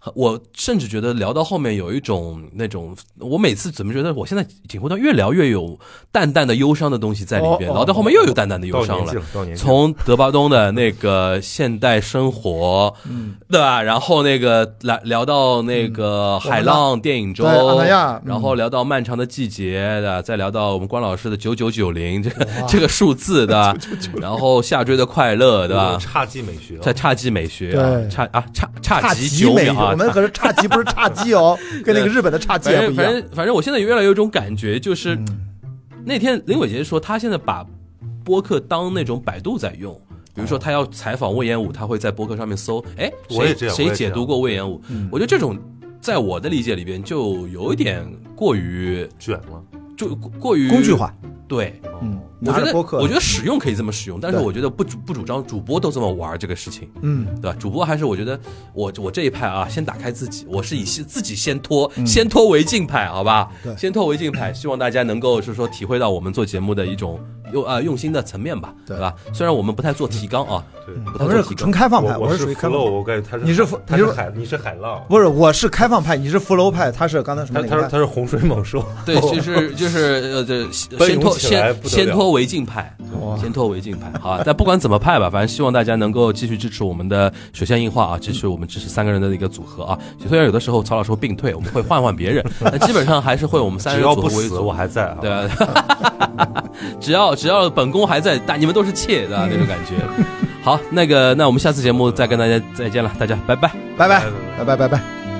B: 很我甚至觉得聊到后面有一种那种，我每次怎么觉得我现在锦湖端越聊越有淡淡的忧伤的东西在里边，
D: 哦哦
B: 聊到后面又有淡淡的忧
C: 哦到
B: 伤
C: 年纪了，到年纪了
B: 从德巴东的那个现代生活，嗯，对吧？然后那个来聊到那
D: 嗯
B: 个海浪电影周，
D: 对阿那亚嗯
B: 然后聊到漫长的季节的，再聊到我们关老师的九九九零这 这个数字的，然后下坠的快乐，对吧？
C: 差劲美学啊，
B: 在差级美学啊
D: 对，
B: 差啊差差
D: 差
B: 级
D: 极
B: 九
D: 美，
B: 秒啊，
D: 我们可是差极，不是差 鸡哦，跟那个日本的差鸡啊
B: 反
D: 也不
B: 正反
D: 一样。嗯
B: 正反正，我现在越来越有一种感觉，就是那天林伟杰说，他现在把播客当那种百度在用。比
D: 哦
B: 如说，他要采访魏延武，他会在播客上面搜，哎，
C: 我
B: 谁
C: 也这样我
B: 谁
C: 也这
B: 解
C: 样
B: 读过魏延武？
D: 嗯
B: 我觉得这种，在我的理解里边，就有一点过于
C: 卷了。
B: 就过过于
D: 工具化，
B: 对，
D: 嗯，
B: 我
D: 拿
B: 觉
D: 着
B: 得
D: 播客，
B: 我觉得使用可以这么使用，但是
D: 对
B: 我觉得不主不主张主播都这么玩儿这个事情。
D: 嗯，
B: 对吧？主播还是我觉得我我这一派啊，先打开自己，我是以先自己先脱，先脱为敬派，好吧？
D: 嗯对
B: 先脱为敬派，希望大家能够是说体会到我们做节目的一种用啊、用心的层面吧，
D: 对
B: 对吧？虽然我们不太做提纲啊，
C: 对，
B: 不
D: 我
B: 太
D: 们
B: 做
D: 是
B: 提
D: 纯
B: 纲，
D: 开放派，
C: 我
D: 我
C: 我
D: 是属于开放
C: flow，我感觉他是
D: 你是
C: 他
D: 你
C: 是
D: 是
C: 海你是海浪，
D: 不是，我是开放派，你是浮楼派，他是刚才什么
C: 他
D: 哪
C: 他
D: 个
C: 是
D: 派？
C: 他是洪水猛兽，
B: 对，就是就是呃， 这
C: 哦奔
B: 先
C: 涌
B: 脱
C: 起来
B: 先
C: 不得
B: 先
C: 了
B: 脱为敬派，嗯先脱为敬派，好啊吧？但不管怎么派吧，反正希望大家能够继续支持我们的水象硬化啊，支持我们支持三个人的一个组合啊。虽然有的时候曹老师会病退，我们会换换别人，但基本上还是会我们三
C: 只
B: 人
C: 要
B: 组合
C: 不
B: 为
C: 死
B: 主。
C: 我还在啊。
B: 对，啊， 只要只要本宫还在，但你们都是妾的啊那种感觉。好，那个，那我们下次节目再跟大家再见了，大家拜拜。
D: 拜拜
C: 拜拜
D: 拜拜拜拜。
C: 拜